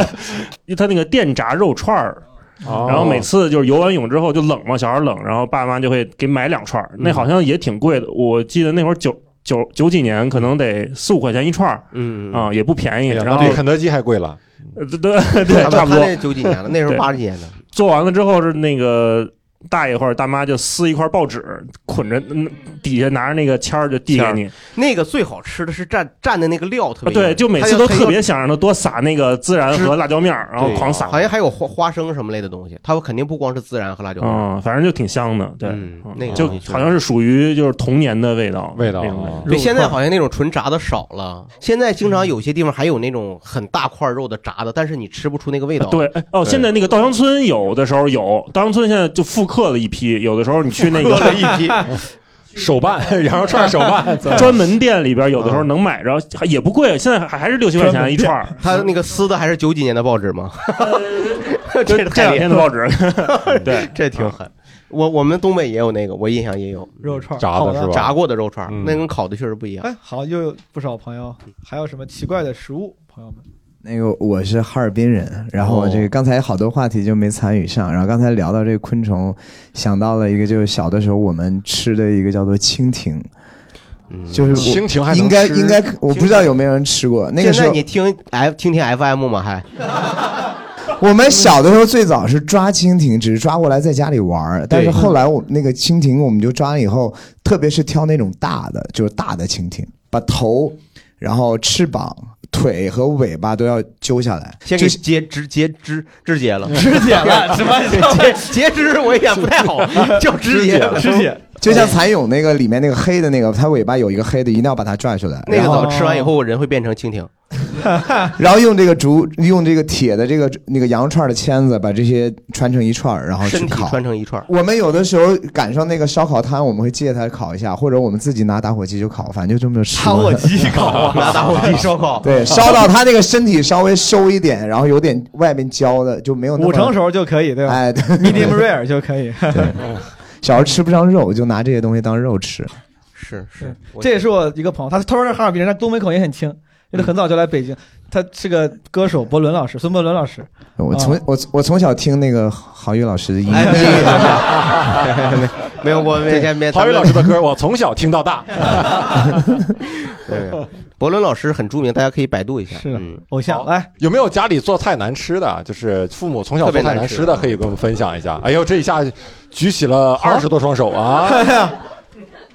[SPEAKER 15] 因为他那个电炸肉串儿。
[SPEAKER 3] 哦
[SPEAKER 15] 然后每次就是游完泳之后就冷嘛，小孩冷，然后爸妈就会给买两串儿，
[SPEAKER 3] 嗯
[SPEAKER 15] 那好像也挺贵的。我记得那会儿九九九几年，可能得四五块钱一串儿，
[SPEAKER 4] 嗯
[SPEAKER 15] 啊、也不便宜。
[SPEAKER 3] 哎呀
[SPEAKER 15] 然后
[SPEAKER 3] 那比肯德基还贵了，
[SPEAKER 15] 呃对对对，
[SPEAKER 3] 他
[SPEAKER 15] 差不多。
[SPEAKER 3] 他那九几年了那时候
[SPEAKER 15] 对
[SPEAKER 3] 80年的。
[SPEAKER 15] 做完了之后是那个大爷或者大妈就撕一块报纸，捆着嗯底下拿着那个签儿就递给你。
[SPEAKER 4] 那个最好吃的是蘸蘸的那个料特
[SPEAKER 15] 啊，
[SPEAKER 4] 别有名，
[SPEAKER 15] 对，就每
[SPEAKER 4] 它
[SPEAKER 15] 次
[SPEAKER 4] 叫
[SPEAKER 15] 都
[SPEAKER 4] 它
[SPEAKER 15] 特
[SPEAKER 4] 叫
[SPEAKER 15] 别想让他多撒那个孜然和辣椒面儿，然后
[SPEAKER 4] 对
[SPEAKER 15] 狂撒。
[SPEAKER 4] 好像还有花花生什么类的东西，它肯定不光是孜然和辣椒面儿。
[SPEAKER 15] 嗯，反正就挺香的，对，
[SPEAKER 4] 那个
[SPEAKER 15] 就
[SPEAKER 4] 东西确
[SPEAKER 15] 好
[SPEAKER 4] 实
[SPEAKER 15] 像是属于就是童年的味道，味道。
[SPEAKER 4] 对，现在好像那种纯炸的少了，现在经常有些地方还有那种很大块肉的炸的，但是你吃不出那个味道。
[SPEAKER 15] 对，哎哦，现在那个稻香村有的时候有，稻香村现在就复刻了一批，有的时候你去那个
[SPEAKER 4] 复刻了一批
[SPEAKER 15] 手办
[SPEAKER 3] 羊肉串 手办
[SPEAKER 15] 专门店里边有
[SPEAKER 4] 嗯
[SPEAKER 15] 的时候能买着，还也不贵，现在还还是 六七块钱一串儿。
[SPEAKER 4] 他那个撕的还是九几年的报纸吗？
[SPEAKER 15] 这
[SPEAKER 4] 这
[SPEAKER 15] 呃这两天的报纸，
[SPEAKER 4] 对，这挺狠。我我们东北也有那个，我印象也有
[SPEAKER 2] 肉串儿
[SPEAKER 3] 炸的
[SPEAKER 2] 烤的是吧
[SPEAKER 4] 炸过的肉串儿
[SPEAKER 2] 嗯，
[SPEAKER 4] 那跟烤的确实不一样。
[SPEAKER 2] 哎，好，又有不少朋友，还有什么奇怪的食物？朋友们，
[SPEAKER 16] 那个我是哈尔滨人，然后我
[SPEAKER 2] 哦
[SPEAKER 16] 这个刚才好多话题就没参与上，然后刚才聊到这个昆虫，想到了一个就是小的时候我们吃的一个叫做蜻蜓，
[SPEAKER 2] 嗯
[SPEAKER 16] 就是我
[SPEAKER 3] 蜻蜓还能
[SPEAKER 16] 应该
[SPEAKER 3] 吃
[SPEAKER 16] 应该我不知道有没有人吃过，那个时
[SPEAKER 4] 现在
[SPEAKER 16] 候
[SPEAKER 4] 你听 F 听听 FM 吗？还
[SPEAKER 16] 我们小的时候最早是抓蜻蜓，只是抓过来在家里玩儿，但是后来我那个蜻蜓我们就抓了以后，特别是挑那种大的，就是大的蜻蜓，把头、然后翅膀、腿和尾巴都要揪下来，
[SPEAKER 4] 先给截肢截肢肢解了，
[SPEAKER 16] 肢解 了什么
[SPEAKER 4] 截截肢我也不太好，叫肢解了，
[SPEAKER 16] 就像蚕蛹那个里面那个黑的那个，它尾巴有一个黑的，一定要把它拽出来。
[SPEAKER 4] 那个
[SPEAKER 16] 然后
[SPEAKER 4] 早吃完以后，我人会变成蜻蜓。
[SPEAKER 16] 然后用这个竹，用这个铁的这个那个羊肉串的签子，把这些穿成一串儿，然后去
[SPEAKER 4] 身体
[SPEAKER 16] 烤。
[SPEAKER 4] 穿成一串儿。
[SPEAKER 16] 我们有的时候赶上那个烧烤摊，我们会借它烤一下，或者我们自己拿打火机就烤，反正就这么吃。
[SPEAKER 4] 打火机烤 啊拿打火机烧烤
[SPEAKER 16] 对，烧到它那个身体稍微收一点，然后有点外面焦的，就没有那么。
[SPEAKER 2] 五成熟就可以，对吧？
[SPEAKER 16] 哎
[SPEAKER 2] ，medium rare 就可以。
[SPEAKER 4] 嗯
[SPEAKER 16] 小时候吃不上肉，就拿这些东西当肉吃。
[SPEAKER 4] 是是，
[SPEAKER 2] 嗯这也是我一个朋友，他他说是哈尔滨人，但东北口音很轻，因为他很早就来北京。他是个歌手，伯伦老师，孙伯伦老师。
[SPEAKER 16] 我从、我我从小听那个郝宇老师的音乐。
[SPEAKER 4] 没有我没见面。
[SPEAKER 3] 郝宇老师的歌我从小听到大，
[SPEAKER 4] 对，伯伦老师很著名，大家可以百度一下。
[SPEAKER 2] 是
[SPEAKER 4] 嗯，
[SPEAKER 2] 偶像来，
[SPEAKER 3] 哎有没有家里做菜难吃的？啊就是父母从小做菜难吃
[SPEAKER 4] 嗯
[SPEAKER 3] 的，可以给我们分享一下。哎呦，这一下举起了二十多双手啊！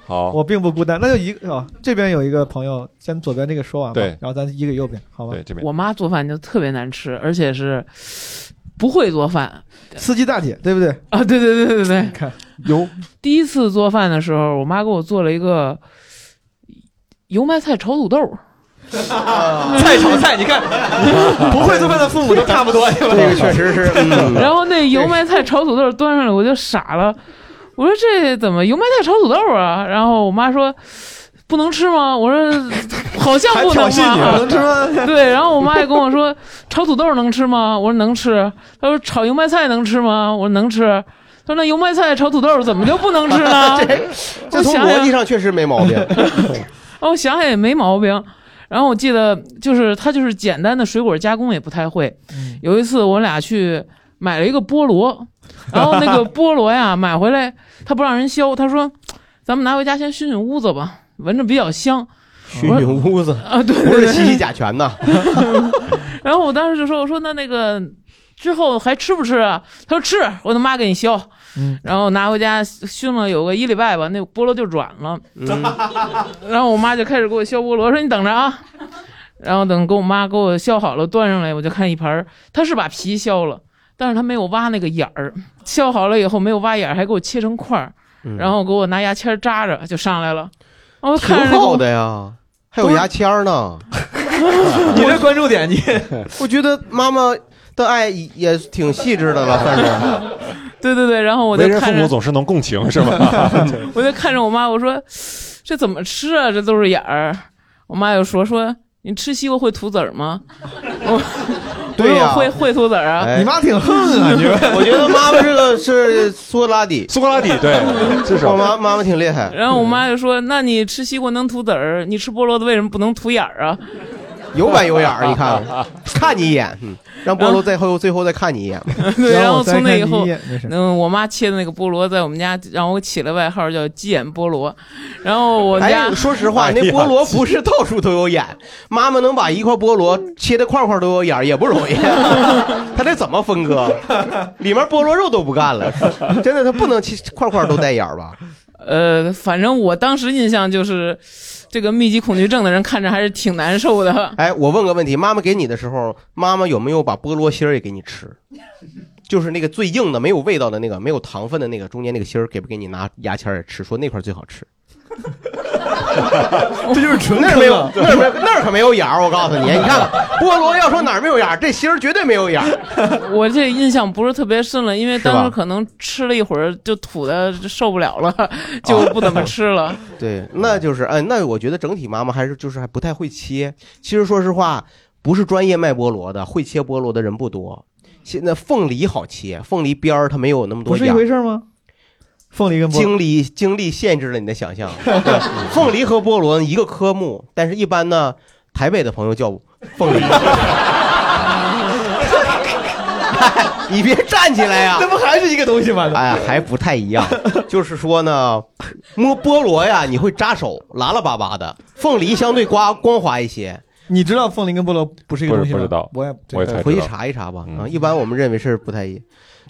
[SPEAKER 3] 好，
[SPEAKER 2] 我并不孤单。那就一个哦，这边有一个朋友，先左边这个说完吧，
[SPEAKER 3] 对
[SPEAKER 2] 然后咱一个右边， 好吧？对，
[SPEAKER 3] 这
[SPEAKER 17] 我妈做饭就特别难吃，而且是不会做饭。
[SPEAKER 2] 司机大姐，对不对？
[SPEAKER 17] 啊，对对对对对，
[SPEAKER 2] 看
[SPEAKER 3] 有
[SPEAKER 17] 第一次做饭的时候，我妈给我做了一个油麦菜炒土豆儿。
[SPEAKER 11] 菜炒菜，你 看 不会做饭的父母都差不多，这
[SPEAKER 4] 个确实 是嗯？
[SPEAKER 17] 然后那油麦菜炒土豆端上来，我就傻了，我说这怎么油麦菜炒土豆啊？然后我妈说。不能吃吗？我说好像不能
[SPEAKER 11] 还挑衅你
[SPEAKER 17] 吧，
[SPEAKER 11] 不能吃吗
[SPEAKER 17] 对，然后我妈也跟我说，炒土豆能吃吗？我说能吃。她说炒油麦菜能吃吗？我说能吃。她说那油麦菜炒土豆怎么就不能吃呢
[SPEAKER 4] 这这
[SPEAKER 17] 我
[SPEAKER 4] 从
[SPEAKER 17] 想
[SPEAKER 4] 逻
[SPEAKER 17] 想
[SPEAKER 4] 辑上确实没毛病。
[SPEAKER 17] 哦，我想想也没毛病。然后我记得就是他就是简单的水果加工也不太会。有一次我俩去买了一个菠萝，然后那个菠萝呀买回来他不让人削，他说咱们拿回家先熏熏屋子吧，闻着比较香。
[SPEAKER 4] 熏熏屋子
[SPEAKER 17] 啊，对对对
[SPEAKER 4] 不是洗洗甲醛呐。
[SPEAKER 17] 然后我当时就说我说那那个之后还吃不吃啊？他说吃，我他妈给你削。
[SPEAKER 2] 嗯
[SPEAKER 17] 然后拿回家熏了有个一礼拜吧，那菠萝就软了。
[SPEAKER 4] 嗯
[SPEAKER 17] 然后我妈就开始给我削菠萝，说你等着啊。然后等给我妈给我削好了端上来，我就看一盘儿，她是把皮削了，但是她没有挖那个眼儿，削好了以后没有挖眼儿，还给我切成块儿，
[SPEAKER 4] 嗯
[SPEAKER 17] 然后给我拿牙签儿扎着就上来了。然后我
[SPEAKER 4] 挺
[SPEAKER 17] 看着那个
[SPEAKER 4] 好的呀，还有牙签儿呢。
[SPEAKER 11] 你这关注点，你
[SPEAKER 4] 我觉得妈妈的爱 也挺细致的了，算是。
[SPEAKER 17] 对对对，然后我就
[SPEAKER 3] 为人父
[SPEAKER 17] 看着
[SPEAKER 3] 母总是能共情，是吧？
[SPEAKER 17] 我就看着我妈，我说这怎么吃啊？这都是眼儿。我妈又说说你吃西瓜会吐籽儿吗？ 我
[SPEAKER 4] 对呀
[SPEAKER 17] 我说我会会吐籽儿啊。
[SPEAKER 4] 哎 我觉得妈妈这个是苏格拉底，
[SPEAKER 3] 苏格拉底 对，至少
[SPEAKER 4] 我妈妈妈挺厉 害。
[SPEAKER 17] 然后我妈就说：“那你吃西瓜能吐籽儿，你吃菠萝的为什么不能吐眼儿啊？”
[SPEAKER 4] 有板有眼儿，你看，看你一眼，嗯让菠萝最后最后再看你一眼。
[SPEAKER 17] 对，然后从那以
[SPEAKER 4] 然后再
[SPEAKER 17] 后
[SPEAKER 4] 看你一眼没事，
[SPEAKER 17] 嗯，我妈切的那个菠萝在我们家，让我起了外号叫“鸡眼菠萝”。然后我们家、
[SPEAKER 4] 哎，说实话，那菠萝不是到处都有眼，妈妈能把一块菠萝切的块块都有眼儿也不容易，她得怎么分割？里面菠萝肉都不干了，真的，她不能切块块都带眼儿吧？
[SPEAKER 17] 呃，反正我当时印象就是，这个密集恐惧症的人看着还是挺难受的。
[SPEAKER 4] 哎，我问个问题，妈妈给你的时候，妈妈有没有把菠萝心儿也给你吃？就是那个最硬的、没有味道的那个、没有糖分的那个，中间那个心儿给不给你拿牙签儿也吃？说那块儿最好吃。
[SPEAKER 11] 这就是纯
[SPEAKER 4] 那儿没有，
[SPEAKER 11] 坑
[SPEAKER 4] 那
[SPEAKER 11] 啊
[SPEAKER 4] 儿没有，那儿可没有眼儿。我告诉你，你 看 菠萝要说哪儿没有眼儿，这心儿绝对没有眼儿。
[SPEAKER 17] 我这印象不是特别深了，因为
[SPEAKER 4] 是吧
[SPEAKER 17] 当时可能吃了一会儿就吐的受不了了， 就不怎么吃了。
[SPEAKER 4] 对，那就是，哎，那我觉得整体妈妈还是就是还不太会切。其实说实话，不是专业卖菠萝的，会切菠萝的人不多。现在凤梨好切，凤梨边儿它没有那么
[SPEAKER 2] 不
[SPEAKER 4] 多
[SPEAKER 2] 是一
[SPEAKER 4] 眼儿。
[SPEAKER 2] 回事吗？凤梨跟菠萝
[SPEAKER 4] 经历经历限制了你的想象。对凤梨和菠萝一个科目，但是一般呢，台北的朋友叫凤梨。哦你别站起来 呀！
[SPEAKER 11] 这不还是一个东西吗？
[SPEAKER 4] 哎呀，还不太一样。就是说呢，摸菠萝呀，你会扎手，拉拉巴巴的；凤梨相对刮光滑一些。
[SPEAKER 2] 你知道凤梨跟菠萝不是一个东西吗？
[SPEAKER 4] 不知道
[SPEAKER 2] 我也
[SPEAKER 4] 我也才知道回去查一查吧啊一般我们认为是不太 一。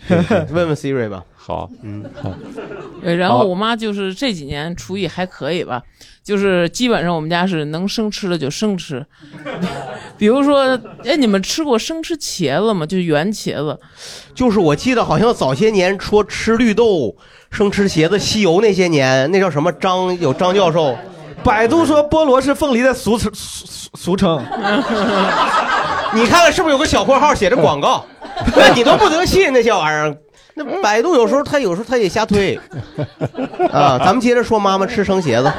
[SPEAKER 4] 问问 Siri 吧。
[SPEAKER 3] 好，
[SPEAKER 4] 嗯，
[SPEAKER 17] 对，然后我妈就是这几年厨艺还可以吧，就是基本上我们家是能生吃的就生吃， 比如说，哎，你们吃过生吃茄子吗？就是圆茄子，
[SPEAKER 4] 就是我记得好像早些年说吃绿豆、生吃茄子、西游那些年，那叫什么张有张教授，
[SPEAKER 11] 百度说菠萝是凤梨的俗称，俗俗俗称。
[SPEAKER 4] 你看看是不是有个小括号写着广告？
[SPEAKER 11] 嗯
[SPEAKER 4] 那你都不得信那些玩意儿。那百度有时候他有时候他也 瞎推啊。咱们接着说妈妈吃生茄子，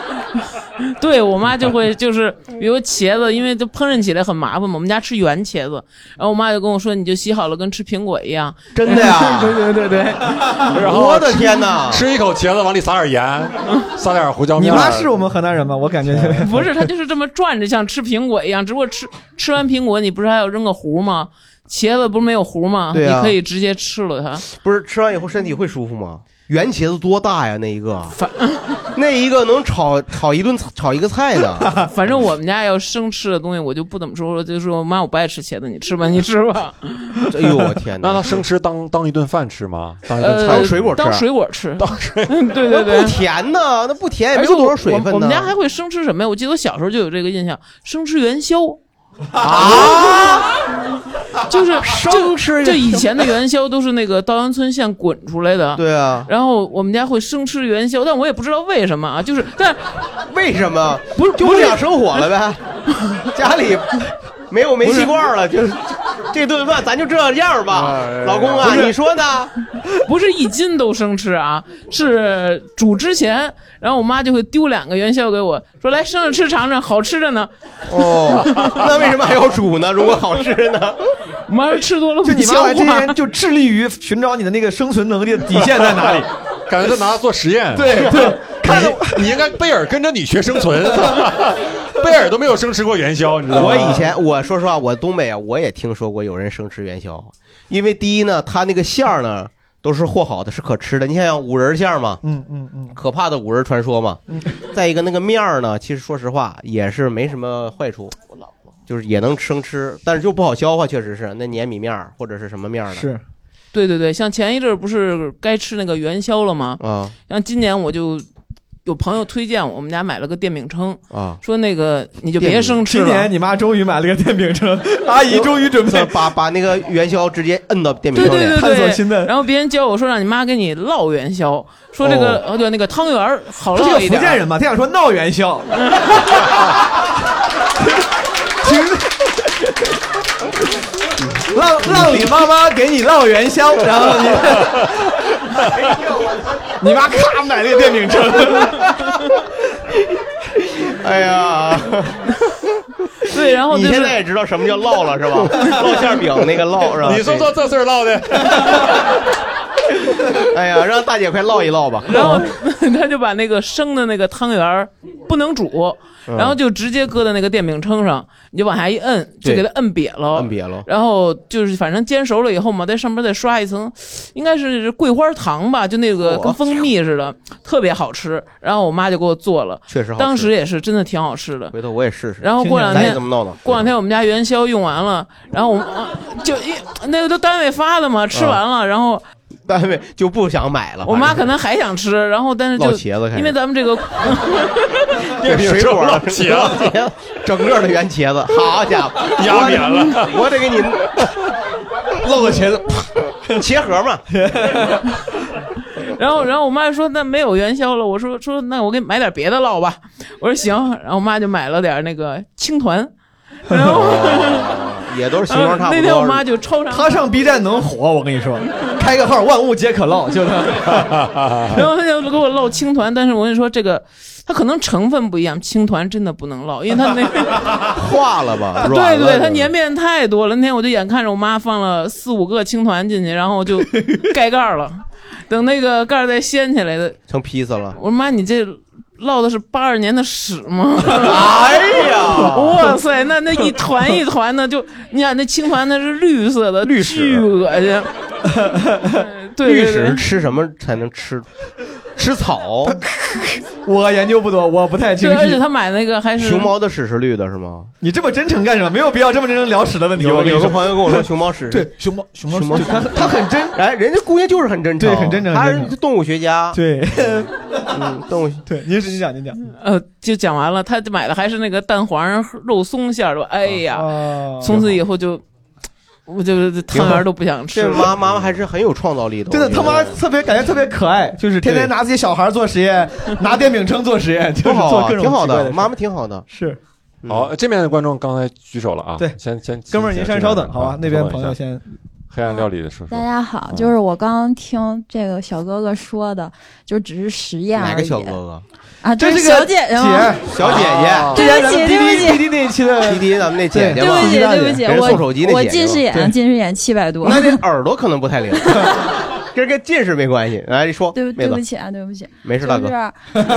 [SPEAKER 17] 对我妈就会就是，比如茄子，因为就烹饪起来很麻烦嘛，我们家吃圆茄子，然后我妈就跟我说，你就洗好了，跟吃苹果一样，
[SPEAKER 4] 真的呀
[SPEAKER 17] 对对 对对，
[SPEAKER 3] 然后吃吃一口茄子，往里撒点盐，撒点胡椒
[SPEAKER 2] 你
[SPEAKER 3] 面儿。
[SPEAKER 2] 妈是我们河南人吗？我感觉
[SPEAKER 17] 不是，它就是这么转着，像吃苹果一样。只不过吃吃完苹果，你不是还要扔个核吗？茄子不是没有核吗？
[SPEAKER 4] 对啊
[SPEAKER 17] 你可以直接吃了它。
[SPEAKER 4] 不是吃完以后身体会舒服吗？圆茄子多大呀？那一个，那一个能炒炒一顿炒一个菜 呢。
[SPEAKER 17] 反正我们家要生吃的东西，我就不怎么说，我就说妈，我不爱吃茄子，你吃吧，你吃 吧。
[SPEAKER 4] 哎呦我天哪！
[SPEAKER 3] 那他生吃当当一顿饭吃吗？当一顿
[SPEAKER 17] 呃，
[SPEAKER 3] 菜啊
[SPEAKER 17] 当水果吃，
[SPEAKER 3] 当水，
[SPEAKER 17] 对对对，
[SPEAKER 4] 啊那不甜呢，啊那不甜也
[SPEAKER 17] 而
[SPEAKER 4] 没
[SPEAKER 17] 且
[SPEAKER 4] 有多
[SPEAKER 17] 哎我
[SPEAKER 4] 少水分呢。
[SPEAKER 17] 我们家还会生吃什么呀？我记得我小时候就有这个印象，生吃元宵。啊，就是就
[SPEAKER 4] 吃
[SPEAKER 17] 就以前的元宵都是那个稻香村现滚出来的，
[SPEAKER 4] 对啊。
[SPEAKER 17] 然后我们家会生吃元宵，但我也不知道为什么啊，就是但
[SPEAKER 4] 为什么
[SPEAKER 17] 不是
[SPEAKER 4] 就不想生火了呗？家里没有煤气罐了，就是这顿饭咱就这样吧，老公啊，
[SPEAKER 17] 哎不是
[SPEAKER 4] 你说呢？
[SPEAKER 17] 不是一斤都生吃啊，是煮之前，然后我妈就会丢两个元宵给我，说来生着吃尝尝，好吃着呢。
[SPEAKER 4] 哦， 那为什么还 要煮呢？如果好吃呢？
[SPEAKER 17] 妈吃多了
[SPEAKER 11] 就你妈
[SPEAKER 17] 不
[SPEAKER 11] 来这
[SPEAKER 17] 消
[SPEAKER 11] 些
[SPEAKER 17] 化
[SPEAKER 11] 人就致力于寻找你的那个生存能力的底线在 哪里，
[SPEAKER 3] 感觉在拿它做实验。
[SPEAKER 11] 对对，
[SPEAKER 3] 看着你应该贝尔跟着你学 生存，贝尔都没有生吃过元宵，你知道吗？
[SPEAKER 4] 我以前我说实话，我东北啊，我也听说过有人生吃元宵，因为第一呢，它那个馅儿呢都是和好的，是可吃的。你想想五仁馅儿嘛，
[SPEAKER 11] 嗯嗯嗯，
[SPEAKER 4] 可怕的五仁传说嘛。再一个那个面儿呢，其实说实话也是没什么坏处，就是也能生吃，但是就不好消化，确实是那粘米面儿或者是什么面儿的。
[SPEAKER 11] 是
[SPEAKER 17] 对对对，像前一阵儿不是该吃那个元宵了吗？
[SPEAKER 4] 啊
[SPEAKER 17] 像今年我就有朋友推荐我，我们家买了个电饼铛，
[SPEAKER 4] 啊，
[SPEAKER 17] 说那个你就别生吃
[SPEAKER 11] 今
[SPEAKER 17] 了
[SPEAKER 11] 年。你妈终于买了个电饼铛，阿姨终于准备
[SPEAKER 4] 把把那个元宵直接摁到电饼
[SPEAKER 17] 对
[SPEAKER 4] 铛
[SPEAKER 17] 对
[SPEAKER 4] 里
[SPEAKER 17] 对，对，然后别人教我说让你妈给你烙元宵，说这个哦对那个汤圆儿好
[SPEAKER 11] 这就
[SPEAKER 17] 烙
[SPEAKER 11] 是
[SPEAKER 17] 一
[SPEAKER 11] 福
[SPEAKER 17] 点。
[SPEAKER 11] 建人嘛，他想说闹元宵。 浪浪里妈妈给你烙元宵，然后你你妈咔买了个电饼铛。
[SPEAKER 4] 哎呀，
[SPEAKER 17] 对，然后
[SPEAKER 4] 你
[SPEAKER 17] 就是
[SPEAKER 4] 现在也知道什么叫烙了是吧？烙馅饼那个烙是吧？
[SPEAKER 3] 你说说这事儿唠的，
[SPEAKER 4] 哎呀，让大姐快烙一烙吧。
[SPEAKER 17] 然后 他就把那个生的那个汤圆儿不能煮，
[SPEAKER 4] 嗯
[SPEAKER 17] 然后就直接搁在那个电饼铛上，你就往下一摁，就
[SPEAKER 4] 对
[SPEAKER 17] 给它摁瘪了。
[SPEAKER 4] 摁瘪了
[SPEAKER 17] 然后就是反正煎熟了以后嘛，在上面再刷一层，应该是桂花糖吧，就那个
[SPEAKER 4] 哦
[SPEAKER 17] 跟蜂蜜似的，特别好吃。然后我妈就给我做了，
[SPEAKER 4] 确实好吃
[SPEAKER 17] 当时也是真的挺好吃的。
[SPEAKER 4] 回头我也试试。
[SPEAKER 17] 然后过两
[SPEAKER 4] 咱也
[SPEAKER 17] 天
[SPEAKER 4] 这么闹闹，
[SPEAKER 17] 过两天我们家元宵用完了，然后我们、啊就一那个都单位发的嘛，吃完
[SPEAKER 4] 嗯
[SPEAKER 17] 了，然后
[SPEAKER 4] 单位就不想买了。
[SPEAKER 17] 我妈可
[SPEAKER 4] 能
[SPEAKER 17] 能还想吃，然后但是就
[SPEAKER 4] 烙茄子开始
[SPEAKER 17] 因为咱们这个
[SPEAKER 4] 水果
[SPEAKER 3] 烙茄子
[SPEAKER 4] 茄子，整个的圆茄子， 好家伙，
[SPEAKER 3] 压扁了
[SPEAKER 4] 我得给 你
[SPEAKER 11] 烙个茄子，
[SPEAKER 4] 茄盒嘛。
[SPEAKER 17] 然后，然后我妈说那没有元宵了，我说说那我给你买点别的烙吧，我说行，然后我妈就买了点那个青团，然后、
[SPEAKER 4] 也都是形状差不多。
[SPEAKER 17] 啊那天我妈就抽上，
[SPEAKER 11] 她上 B 站能火，我跟你说，开个号万物皆可 烙，就
[SPEAKER 2] 啊
[SPEAKER 11] 他。
[SPEAKER 17] 然后她就给我烙青团，但是我跟你说这个，它可能成分不一样，青团真的不能烙，因为它那个
[SPEAKER 4] 化了
[SPEAKER 11] 啊
[SPEAKER 4] 吧？
[SPEAKER 17] 对对，它粘面太多了。那天我就眼看着我妈放了四五个青团进去，然后我就盖盖儿了，等那个盖儿再掀起来的，
[SPEAKER 4] 成披 萨了。
[SPEAKER 17] 我说妈，你这烙的是八二年的屎吗？
[SPEAKER 4] 哎呀
[SPEAKER 17] 哇塞，那那一团一团的，就你想那青团那是绿色的，绿巨恶心。 对
[SPEAKER 4] 绿
[SPEAKER 17] 对对
[SPEAKER 4] 屎吃什么才能 吃？吃草？
[SPEAKER 11] 我研究不多，我不太清
[SPEAKER 17] 对，
[SPEAKER 11] 晰。
[SPEAKER 17] 而且他买那个还是
[SPEAKER 4] 熊猫的屎是绿的是吗？
[SPEAKER 11] 你这么真诚干什么？没有必要这么真诚聊屎的问题。
[SPEAKER 4] 有
[SPEAKER 11] 我跟你
[SPEAKER 4] 有
[SPEAKER 11] 说
[SPEAKER 4] 个朋友跟我说熊猫屎
[SPEAKER 11] 对熊猫熊猫
[SPEAKER 4] 熊猫
[SPEAKER 11] 屎，
[SPEAKER 4] 屎
[SPEAKER 11] 他他很真，
[SPEAKER 4] 哎，人家姑娘就是很真诚，
[SPEAKER 11] 对，很真诚，
[SPEAKER 4] 她
[SPEAKER 11] 很真
[SPEAKER 4] 是
[SPEAKER 11] 诚。
[SPEAKER 4] 动物学家。
[SPEAKER 11] 对，
[SPEAKER 4] 嗯，动物
[SPEAKER 11] 对，您是您讲您讲，
[SPEAKER 17] 呃，就讲完了，他买的还是那个蛋黄肉松馅儿的。哎呀，
[SPEAKER 4] 啊
[SPEAKER 11] 啊
[SPEAKER 17] 从此以后就，我就汤圆都不想吃
[SPEAKER 4] 这
[SPEAKER 17] 了。
[SPEAKER 4] 妈妈妈还是很有创造力的，
[SPEAKER 11] 真的
[SPEAKER 4] 我觉
[SPEAKER 11] 他
[SPEAKER 4] 得
[SPEAKER 11] 妈特别感觉特别可爱，就是天天
[SPEAKER 4] 对
[SPEAKER 11] 拿自己小孩做实 验，拿电饼铛做实验，就是
[SPEAKER 4] 挺好
[SPEAKER 11] 做
[SPEAKER 4] 啊，
[SPEAKER 11] 各种
[SPEAKER 4] 挺好
[SPEAKER 11] 奇怪
[SPEAKER 4] 的，
[SPEAKER 11] 事
[SPEAKER 4] 妈妈挺好的。
[SPEAKER 11] 是，
[SPEAKER 4] 嗯
[SPEAKER 3] 好，这边的观众刚才举手了啊，
[SPEAKER 11] 对
[SPEAKER 3] 先先，
[SPEAKER 11] 哥们儿您
[SPEAKER 3] 先
[SPEAKER 11] 先稍等好吧那边朋友。
[SPEAKER 3] 稍
[SPEAKER 11] 等一
[SPEAKER 3] 下黑暗料理的叔叔
[SPEAKER 18] 大，家
[SPEAKER 4] 嗯
[SPEAKER 18] 好，就是我刚刚听这个小哥哥说的，就只是实验
[SPEAKER 4] 哪
[SPEAKER 18] 而
[SPEAKER 4] 个
[SPEAKER 18] 已
[SPEAKER 4] 小哥哥？
[SPEAKER 18] 啊，
[SPEAKER 11] 这
[SPEAKER 18] 这
[SPEAKER 11] 是
[SPEAKER 18] 是
[SPEAKER 11] 个
[SPEAKER 18] 小姐姐吗？
[SPEAKER 4] 小姐姐，
[SPEAKER 18] 对不起，对不起，
[SPEAKER 11] 滴滴那一期的
[SPEAKER 4] 滴滴啊咱们那姐姐
[SPEAKER 18] 对
[SPEAKER 4] 嘛，
[SPEAKER 18] 不起，对不
[SPEAKER 4] 给人
[SPEAKER 18] 起，
[SPEAKER 4] 送手机那
[SPEAKER 18] 我我
[SPEAKER 4] 姐姐
[SPEAKER 18] 近
[SPEAKER 4] 嘛
[SPEAKER 18] 视眼，啊近视眼七百 多。
[SPEAKER 4] 那这耳朵可能不太灵， 这跟近视没关系。来，你说，
[SPEAKER 18] 对
[SPEAKER 4] 妹
[SPEAKER 18] 对
[SPEAKER 4] 子
[SPEAKER 18] 不，起啊，对不起，
[SPEAKER 4] 没事大哥
[SPEAKER 18] 就是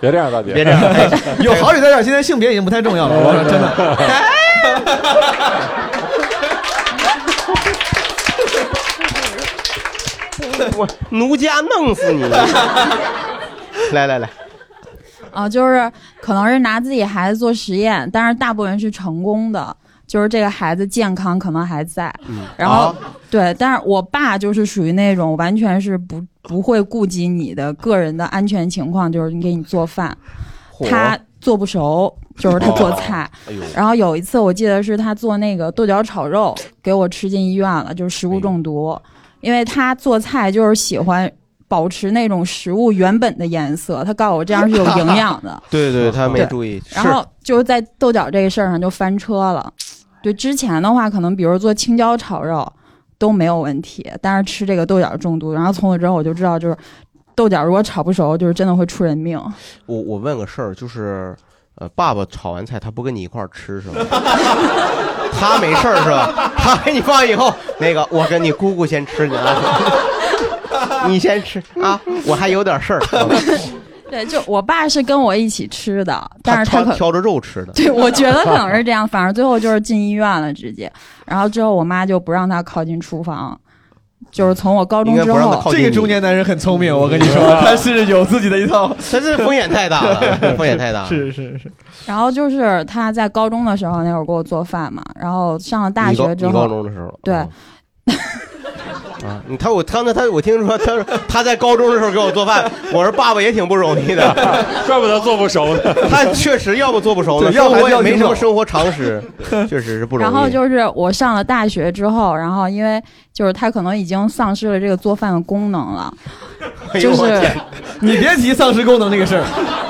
[SPEAKER 3] 别这样，大姐，
[SPEAKER 4] 别这样哎
[SPEAKER 11] 有好几代表，现在性别已经不太重要了，我说真的。
[SPEAKER 4] 我奴家弄死 你！来来来，
[SPEAKER 18] 啊，就是可能是拿自己孩子做实验，但是大部分是成功的，就是这个孩子健康可能还在。然后、
[SPEAKER 4] 啊
[SPEAKER 18] 对，但是我爸就是属于那种完全是不不会顾及你的个人的安全情况，就是你给你做饭，
[SPEAKER 4] 嚯
[SPEAKER 18] 他做不熟，就是他做菜。
[SPEAKER 4] 哎呦
[SPEAKER 18] 然后有一次我记得是他做那个豆角炒肉，给我吃进医院了，就是食物中毒，因为他做菜就是喜欢。保持那种食物原本的颜色，他告诉我这样是有营养的。
[SPEAKER 4] 对对，他没
[SPEAKER 18] 对
[SPEAKER 4] 注意。
[SPEAKER 18] 然后就是在豆角这个事儿上就翻车了。对，之前的话可能比如做青椒炒肉都没有问题，但是吃这个豆角中毒，然后从此之后我就知道，就是豆角如果炒不熟，就是真的会出人命。
[SPEAKER 4] 是我我问个事儿，就是呃，爸爸炒完菜他不跟你一块儿吃 是吗？他没事儿是吧？他给你放以后，那个我跟你姑姑先吃去啊， 你先吃 啊，我还有点 事儿。
[SPEAKER 18] 对，就我爸是跟我一起吃的，但是他
[SPEAKER 4] 挑
[SPEAKER 18] 可
[SPEAKER 4] 挑着肉吃的。
[SPEAKER 18] 对我觉得可能是这样，反正最后就是进医院了直接。然后之后我妈就不让他靠近厨房，就是从我高中之后，
[SPEAKER 11] 这个中年男人很聪明，我跟你 说，他是有自己的一套，
[SPEAKER 4] 他这风险 太大了，风险太大了。
[SPEAKER 11] 是是是，
[SPEAKER 18] 然后就是他在高中的时候那会儿给我做饭嘛，然后上了大
[SPEAKER 4] 你高
[SPEAKER 18] 学之
[SPEAKER 4] 你高
[SPEAKER 18] 后，
[SPEAKER 4] 中的时候
[SPEAKER 18] 对，
[SPEAKER 4] 啊，你他我刚才他我听说他他在高中的时候给我做饭，我说爸爸也挺不容易的，
[SPEAKER 3] 怪不得做不熟呢。
[SPEAKER 4] 他确实要不做不熟呢，
[SPEAKER 11] 对要不
[SPEAKER 4] 生活
[SPEAKER 11] 还是
[SPEAKER 4] 也
[SPEAKER 11] 要
[SPEAKER 4] 没什
[SPEAKER 11] 挺
[SPEAKER 4] 么
[SPEAKER 11] 好
[SPEAKER 4] 生活常识，确实是不容易。
[SPEAKER 18] 然后就是我上了大学之后，然后因为就是他可能已经丧失了这个做饭的功能了，
[SPEAKER 4] 哎呦
[SPEAKER 18] 就
[SPEAKER 4] 我
[SPEAKER 18] 是
[SPEAKER 4] 天
[SPEAKER 11] 你别提丧失功能这个事 儿，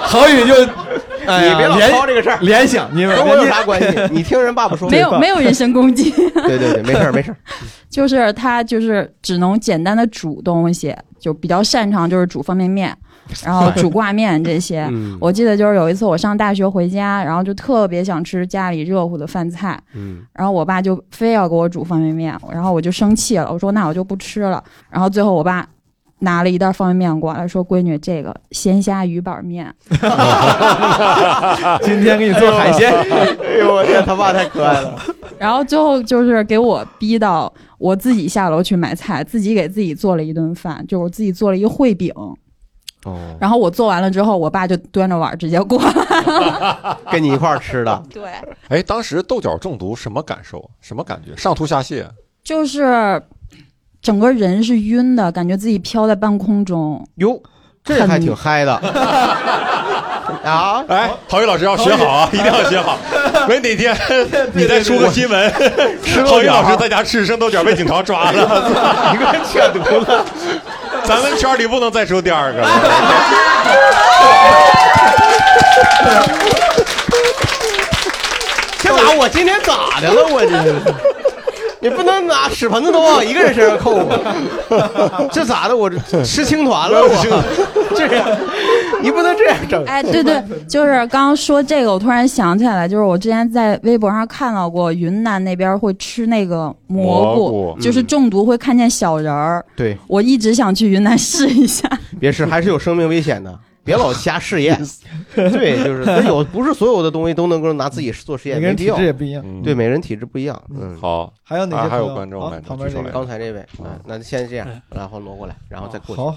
[SPEAKER 11] 郝宇就，哎呀
[SPEAKER 4] 你别老
[SPEAKER 11] 联
[SPEAKER 4] 操这个事儿，
[SPEAKER 11] 联想你
[SPEAKER 4] 跟我有啥关系？ 你听人爸爸说，
[SPEAKER 18] 没有没有人身攻击，
[SPEAKER 4] 对对对，没事儿没事儿。
[SPEAKER 18] 就是他就是只能简单的煮东西，就比较擅长就是煮方 便面，然后煮挂面这些。
[SPEAKER 4] 嗯
[SPEAKER 18] 我记得就是有一次我上大学回家，然后就特别想吃家里热乎的饭菜，
[SPEAKER 4] 嗯，
[SPEAKER 18] 然后我爸就非要给我煮方便面，然后我就生气了，我说那我就不吃了。然后最后我爸拿了一袋方便面过来，说闺女，这个咸虾鱼板面。
[SPEAKER 4] 啊
[SPEAKER 11] 今天给你做海鲜，
[SPEAKER 4] 哎呦我天，他爸太可爱了。
[SPEAKER 18] 然后最后就是给我逼到我自己下楼去买菜，自己给自己做了一顿饭，就我自己做了一个烩饼。
[SPEAKER 4] 哦，
[SPEAKER 18] 然后我做完了之后，我爸就端着碗儿直接过来。
[SPEAKER 4] 跟你一块儿吃的。
[SPEAKER 18] 对，
[SPEAKER 3] 哎，当时豆角中毒什么感受？什么感觉？上吐下泻，
[SPEAKER 18] 就是整个人是晕的，感觉自己飘在半空中。
[SPEAKER 4] 哟，这还挺嗨的。 啊！
[SPEAKER 3] 哎，郝宇老师要学好 啊，一定要学好。没哪天你再出个新闻，郝宇老师在家吃生豆角被警察抓了，
[SPEAKER 4] 你给我扯犊子！
[SPEAKER 3] 咱们圈里不能再出第二个了。
[SPEAKER 4] 天哪，我今天咋的了？我这是，你不能拿屎盆子都往一个人身上扣吧？这咋的？我这吃青团了，我这样，你不能这样整。
[SPEAKER 18] 哎，对对，就是刚刚说这个，我突然想起来，就是我之前在微博上看到过，云南那边会吃那个
[SPEAKER 4] 蘑
[SPEAKER 18] 蘑菇，
[SPEAKER 4] 菇嗯
[SPEAKER 18] 就是中毒会看见小人儿。
[SPEAKER 4] 对，
[SPEAKER 18] 我一直想去云南试一下。
[SPEAKER 4] 别吃，还是有生命危险的。别老瞎试验，对，就是那有不是所有的东西都能够拿自己做实验，
[SPEAKER 11] 每个人
[SPEAKER 4] 没必要
[SPEAKER 11] 体质也不一样嗯
[SPEAKER 4] 对，每人体质不一样。嗯，
[SPEAKER 3] 好，啊
[SPEAKER 11] 还有哪些
[SPEAKER 3] 还有
[SPEAKER 11] 朋友
[SPEAKER 3] 观众
[SPEAKER 11] 好
[SPEAKER 3] 来着
[SPEAKER 11] 旁
[SPEAKER 3] 举
[SPEAKER 11] 边
[SPEAKER 3] 手
[SPEAKER 11] 这个
[SPEAKER 3] 来
[SPEAKER 11] 哎
[SPEAKER 3] 着
[SPEAKER 4] 刚才这位，嗯那就先这样，然后挪过来，然后再过去。
[SPEAKER 11] 好，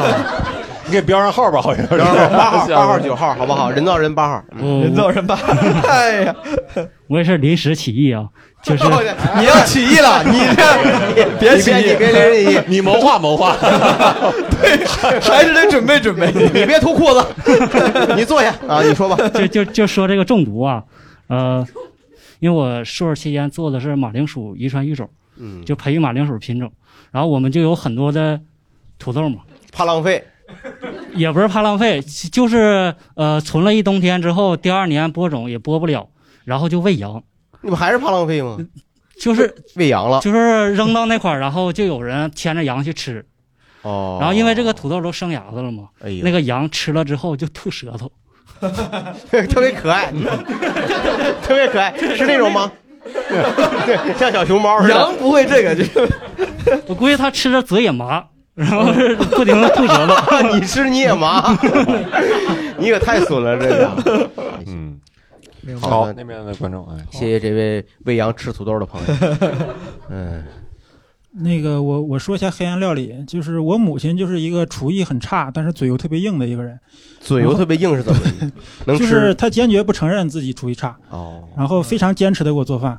[SPEAKER 3] 你给标上号吧，嗯好像
[SPEAKER 4] 然后八号、八号、九号，好不好？人造人八号，
[SPEAKER 19] 人造
[SPEAKER 11] 人八 号。哎呀，
[SPEAKER 19] 我也是临时起意啊，就是
[SPEAKER 11] 你要 起义了，你这别起义，
[SPEAKER 4] 你别临时起
[SPEAKER 3] 你谋划谋划，
[SPEAKER 11] 对，还是得准备准备。
[SPEAKER 4] 你别脱裤子， 你坐下啊，你说吧。
[SPEAKER 19] 就就就说这个中毒啊，呃，因为我硕士期间做的是马铃薯遗传育种，
[SPEAKER 4] 嗯
[SPEAKER 19] 就培育马铃薯品种，然后我们就有很多的土豆嘛，
[SPEAKER 4] 怕浪费。
[SPEAKER 19] 也不是怕浪费，其就是呃存了一冬天之后，第二年播种也播不了，然后就喂羊。
[SPEAKER 4] 你不还是怕浪费吗？
[SPEAKER 19] 就是
[SPEAKER 4] 喂羊
[SPEAKER 3] 啊
[SPEAKER 4] 了，
[SPEAKER 19] 就是扔到那块儿，然后就有人牵着羊去吃，
[SPEAKER 4] 哦，
[SPEAKER 19] 然后因为这个土豆都生芽子了嘛，
[SPEAKER 4] 哎呦
[SPEAKER 19] 那个羊吃了之后就吐舌头，
[SPEAKER 4] 特别可爱，特别可爱，是那种吗？ 对，像小熊猫似的。
[SPEAKER 19] 羊
[SPEAKER 11] 不会这个，就
[SPEAKER 19] 我估计它吃着嘴也麻，然 后是不停的吐舌头。
[SPEAKER 4] 你吃你也 麻， 你可太损了，这个。
[SPEAKER 3] 嗯，
[SPEAKER 4] 白
[SPEAKER 3] 好，那边的观众哎，
[SPEAKER 4] 谢谢这位喂羊吃土豆的朋友。嗯，
[SPEAKER 20] 那个我我说一下黑暗料理，就是我母亲就是一个厨艺很差，但是嘴又特别硬的一个人。
[SPEAKER 4] 嘴油特别硬是怎么的？能
[SPEAKER 20] 就
[SPEAKER 4] 吃？
[SPEAKER 20] 是她坚决不承认自己厨艺差，
[SPEAKER 4] 哦，
[SPEAKER 20] 然后非常坚持的给我做饭。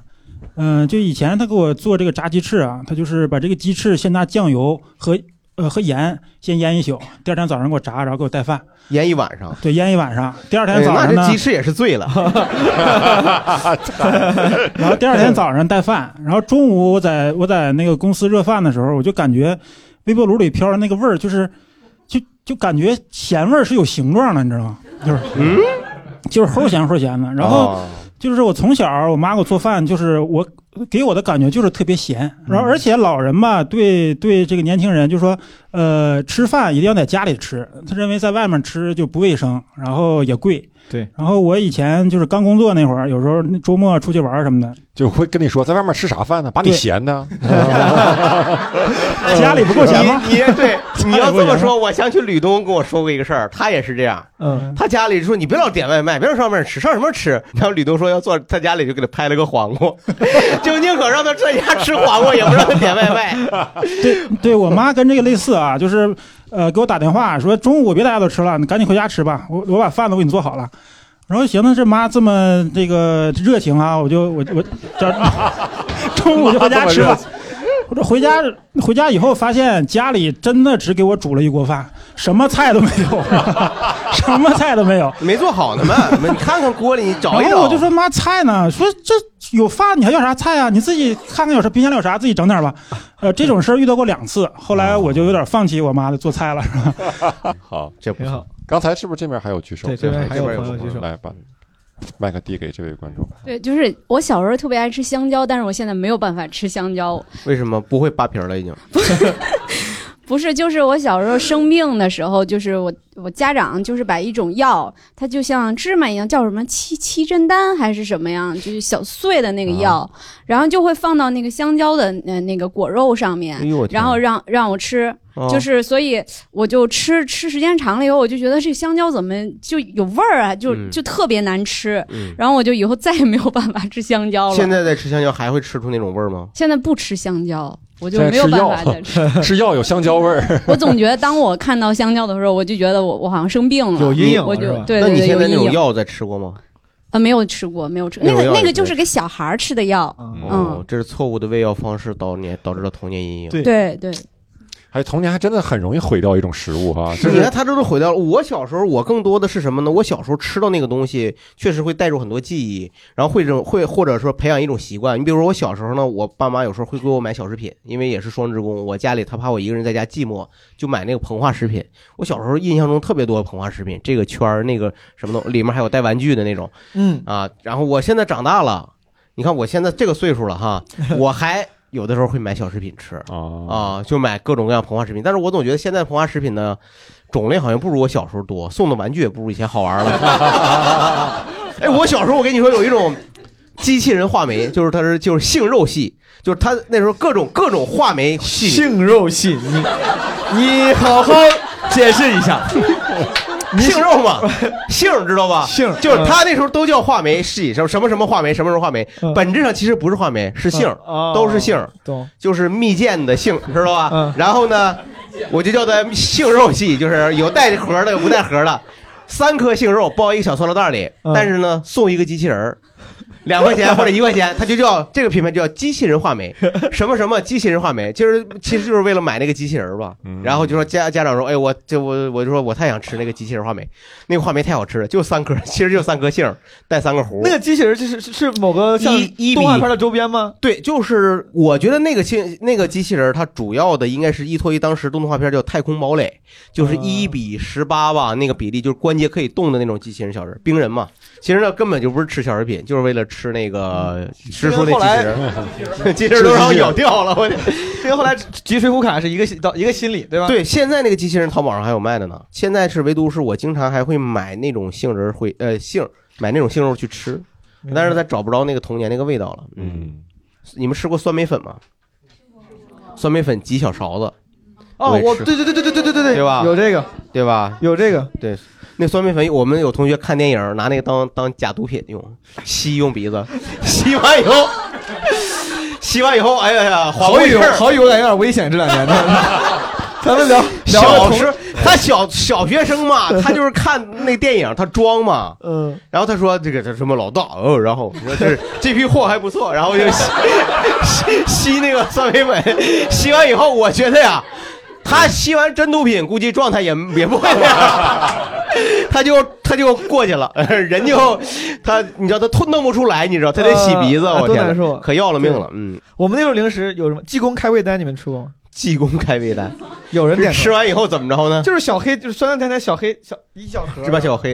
[SPEAKER 20] 嗯，就以前她给我做这个炸鸡翅啊，她就是把这个鸡翅先拿酱油和呃和盐先腌一宿，第二天早上给我炸，然后给我带饭。
[SPEAKER 4] 腌一晚上。
[SPEAKER 20] 对，腌一晚上，第二
[SPEAKER 4] 哎
[SPEAKER 20] 天
[SPEAKER 4] 呀
[SPEAKER 20] 早上
[SPEAKER 4] 那
[SPEAKER 20] 呢，
[SPEAKER 4] 这鸡翅也是 醉了。
[SPEAKER 20] 然后第二天早上带饭，然后中午我在我在那个公司热饭的时候，我就感觉微波炉里飘的那个味儿，就是就就感觉咸味儿是有形状的，你知道吗？就是嗯，就是齁咸齁咸的。然后
[SPEAKER 4] 哦
[SPEAKER 20] 就是我从小我妈给我做饭，就是我给我的感觉就是特别咸。然后而且老人吧，对对这个年轻人就说，呃，吃饭一定要在家里吃，他认为在外面吃就不卫生，然后也贵。
[SPEAKER 2] 对，
[SPEAKER 20] 然后我以前就是刚工作那会儿，有时候那周末出去玩儿什么的，
[SPEAKER 3] 就会跟你说在外面吃啥饭呢？把你
[SPEAKER 20] 对
[SPEAKER 3] 闲 的，
[SPEAKER 20] 家里不够钱吗？
[SPEAKER 4] 呃 你对，你要这么说，我想起吕东跟我说过一个事儿，他也是这样。
[SPEAKER 2] 嗯，
[SPEAKER 4] 他家里说你别老点外卖，别老上外面吃，上什么吃？然后吕东说要做，他家里就给他拍了个黄瓜， 就宁可让他在家吃黄瓜，也不让他点外卖。
[SPEAKER 20] 对，对我妈跟这个类似啊，就是呃给我打电话说中午别大家都吃了，你赶紧回家吃吧，我我把饭都给你做好了。然后行，那这妈这么这个热情啊，我就我我这 中午就回家吃
[SPEAKER 3] 妈这么热
[SPEAKER 20] 吧
[SPEAKER 3] 情。
[SPEAKER 20] 我这回家回家以后发现家里真的只给我煮了一锅饭，什么菜都没有， 什么菜都没有，
[SPEAKER 4] 没做好呢嘛，你 看看锅里，你找一
[SPEAKER 20] 然后
[SPEAKER 4] 找
[SPEAKER 20] 我就。说妈菜呢，说这有饭你还要啥菜啊？你自己看看有啥冰箱里有啥，自己整点吧。呃，这种事儿遇到过两次，后来我就有点放弃我妈的做菜了，是吧？
[SPEAKER 3] 好，
[SPEAKER 4] 这
[SPEAKER 3] 不
[SPEAKER 20] 挺好。
[SPEAKER 3] 刚才是不是这边还有举手？
[SPEAKER 20] 对这边还有
[SPEAKER 3] 这边
[SPEAKER 20] 朋友举手
[SPEAKER 3] 来把麦克递给这位观众。
[SPEAKER 21] 对，就是我小时候特别爱吃香蕉，但是我现在没有办法吃香蕉。
[SPEAKER 4] 为什么不会扒皮儿了？已经
[SPEAKER 21] 不是，就是我小时候生病的时候，就是我我家长就是把一种药，它就像芝麻一样，叫什么七七珍丹还是什么样，就是小碎的那个药，
[SPEAKER 22] 啊
[SPEAKER 21] 然后就会放到那个香蕉的那那个果肉上面，
[SPEAKER 22] 哎呦我天
[SPEAKER 21] 然后让让我吃。
[SPEAKER 22] 哦
[SPEAKER 21] 就是，所以我就吃吃时间长了以后，我就觉得这香蕉怎么就有味儿啊，就、
[SPEAKER 4] 嗯
[SPEAKER 21] 就特别难吃。
[SPEAKER 4] 嗯
[SPEAKER 21] 然后我就以后再也没有办法吃香蕉了。
[SPEAKER 4] 现在在吃香蕉还会吃出那种味儿吗？
[SPEAKER 21] 现在不吃香蕉，我就
[SPEAKER 3] 现在
[SPEAKER 21] 没有
[SPEAKER 3] 吃
[SPEAKER 21] 办
[SPEAKER 3] 药
[SPEAKER 21] 法再吃。
[SPEAKER 3] 吃药有香蕉味儿。
[SPEAKER 21] 我总觉得当我看到香蕉的时候，我就觉得我我好像生病了，我就对
[SPEAKER 4] 那
[SPEAKER 21] 对
[SPEAKER 4] 你
[SPEAKER 21] 对，
[SPEAKER 4] 现
[SPEAKER 21] 有
[SPEAKER 4] 在那
[SPEAKER 21] 阴
[SPEAKER 4] 种
[SPEAKER 21] 影
[SPEAKER 4] 药在吃过吗？
[SPEAKER 21] 啊没有吃过，没有吃
[SPEAKER 4] 那
[SPEAKER 21] 那
[SPEAKER 4] 种
[SPEAKER 21] 个
[SPEAKER 4] 药
[SPEAKER 21] 那
[SPEAKER 4] 也
[SPEAKER 21] 个就
[SPEAKER 4] 没
[SPEAKER 21] 是给小孩儿吃的药，嗯，
[SPEAKER 4] 哦，这是错误的喂药方式，导年导致了童年阴影。
[SPEAKER 21] 对对，
[SPEAKER 3] 还哎童年还真的很容易毁掉一种食物哈，就
[SPEAKER 4] 你
[SPEAKER 3] 是
[SPEAKER 4] 看，他这都毁掉了。我小时候，我更多的是什么呢？我小时候吃到那个东西，确实会带入很多记忆，然后会这种会或者说培养一种习惯。你比如说，我小时候呢，我爸妈有时候会给我买小食品，因为也是双职工，我家里他怕我一个人在家寂寞，就买那个膨化食品。我小时候印象中特别多膨化食品，这个圈儿那个什么的，里面还有带玩具的那种。
[SPEAKER 11] 嗯
[SPEAKER 4] 啊，然后我现在长大了，你看我现在这个岁数 了哈，我还有的时候会买小食品吃
[SPEAKER 11] 哦
[SPEAKER 4] 啊，就买各种各样膨化食品。但是我总觉得现在膨化食品呢，种类好像不如我小时候多，送的玩具也不如以前好 玩了。 哎，我小时候我跟你说有一种机器人话梅，就是它是就是杏肉系，就是它那时候各种各种话梅系
[SPEAKER 11] 杏肉系，嗯你 你好好解释一 下。
[SPEAKER 4] 杏肉 嘛，杏儿知道吧？
[SPEAKER 11] 杏儿
[SPEAKER 4] 就是他
[SPEAKER 11] 嗯
[SPEAKER 4] 那时候都叫话梅系，什么什么什么话梅，什么什么话梅，本质上其实不是话梅，是杏儿
[SPEAKER 11] 嗯哦，
[SPEAKER 4] 都是杏儿，
[SPEAKER 11] 懂？
[SPEAKER 4] 就是蜜饯的杏，知道吧？然后呢，我就叫它杏肉系，就是有带盒的，有不带盒的，三颗杏肉包一个小塑料袋里，但是呢，送一个机器人儿。两块钱或者一块钱，它就叫这个品牌就叫机器人话梅，什么什 么机器人话梅，就是其实就是为了买那个机器人儿吧。然后就说家家长说，哎，我就我我就说我太想吃那个机器人话梅，那个话梅太好吃了，就三颗，其实就三颗杏儿，带三个核。
[SPEAKER 11] 那个机器人就是是是某个像
[SPEAKER 4] 一一比
[SPEAKER 11] 动画片的周边吗？
[SPEAKER 4] 对，就是我觉得那个机那个机器人，它主要的应该是依托于当时动画片叫《太空堡垒》，
[SPEAKER 11] 啊
[SPEAKER 4] 就是一比十八吧，那个比例就是关节可以动的那种机器人小人冰人嘛。其实呢，根本就不是吃小食品，就是为了吃那个吃出那
[SPEAKER 11] 嗯后来
[SPEAKER 4] 机器 人，机器人都让我咬掉了，我。
[SPEAKER 11] 这个后来集水浒卡是一个心到一个心理，对吧？
[SPEAKER 4] 对，，现在那个机器人淘宝上还有卖的呢。现在是唯独是我经常还会买那种杏仁儿会呃杏买那种杏肉去吃，但是它找不着那个童年那个味道了。嗯，你们吃过酸梅粉吗？酸梅粉挤小勺子。
[SPEAKER 11] 哦，我
[SPEAKER 4] 也吃
[SPEAKER 11] 对对对对对对对对
[SPEAKER 4] 对吧？
[SPEAKER 11] 有这个，
[SPEAKER 4] 对吧？
[SPEAKER 11] 有这个，
[SPEAKER 4] 对。那酸梅粉，我们有同学看电影拿那个 当当假毒品用，吸用鼻子，吸完以后，洗完以后，哎呀呀，缓
[SPEAKER 2] 好
[SPEAKER 4] 过一
[SPEAKER 2] 友
[SPEAKER 4] 阵儿
[SPEAKER 2] 好友感有点危险，这两年的。咱们聊聊个
[SPEAKER 4] 小
[SPEAKER 2] 同
[SPEAKER 4] 时，他小小学生 嘛，他就是看那电影，他装嘛，
[SPEAKER 2] 嗯，
[SPEAKER 4] 然后他说这个这什么老大，哦，然后你说 这是这批货还不错，然后就 吸吸吸那个三维本，吸完以后，我觉得呀，他吸完真毒品，估计状态也也不会那 样，他就他就过去了，人就他你知道他吞弄不出来，你知道他得洗鼻子，
[SPEAKER 2] 呃
[SPEAKER 4] 我
[SPEAKER 2] 多
[SPEAKER 4] 天
[SPEAKER 2] 难受
[SPEAKER 4] 哪，可要了命了，嗯，
[SPEAKER 2] 我们那时候零食有什么济公开胃丹，你们吃过吗？
[SPEAKER 4] 济公开胃丹，
[SPEAKER 2] 有人点头
[SPEAKER 4] 吃完以后怎么着呢？
[SPEAKER 2] 就是小黑，就是酸酸甜甜小黑小一小盒，
[SPEAKER 4] 是吧，小黑？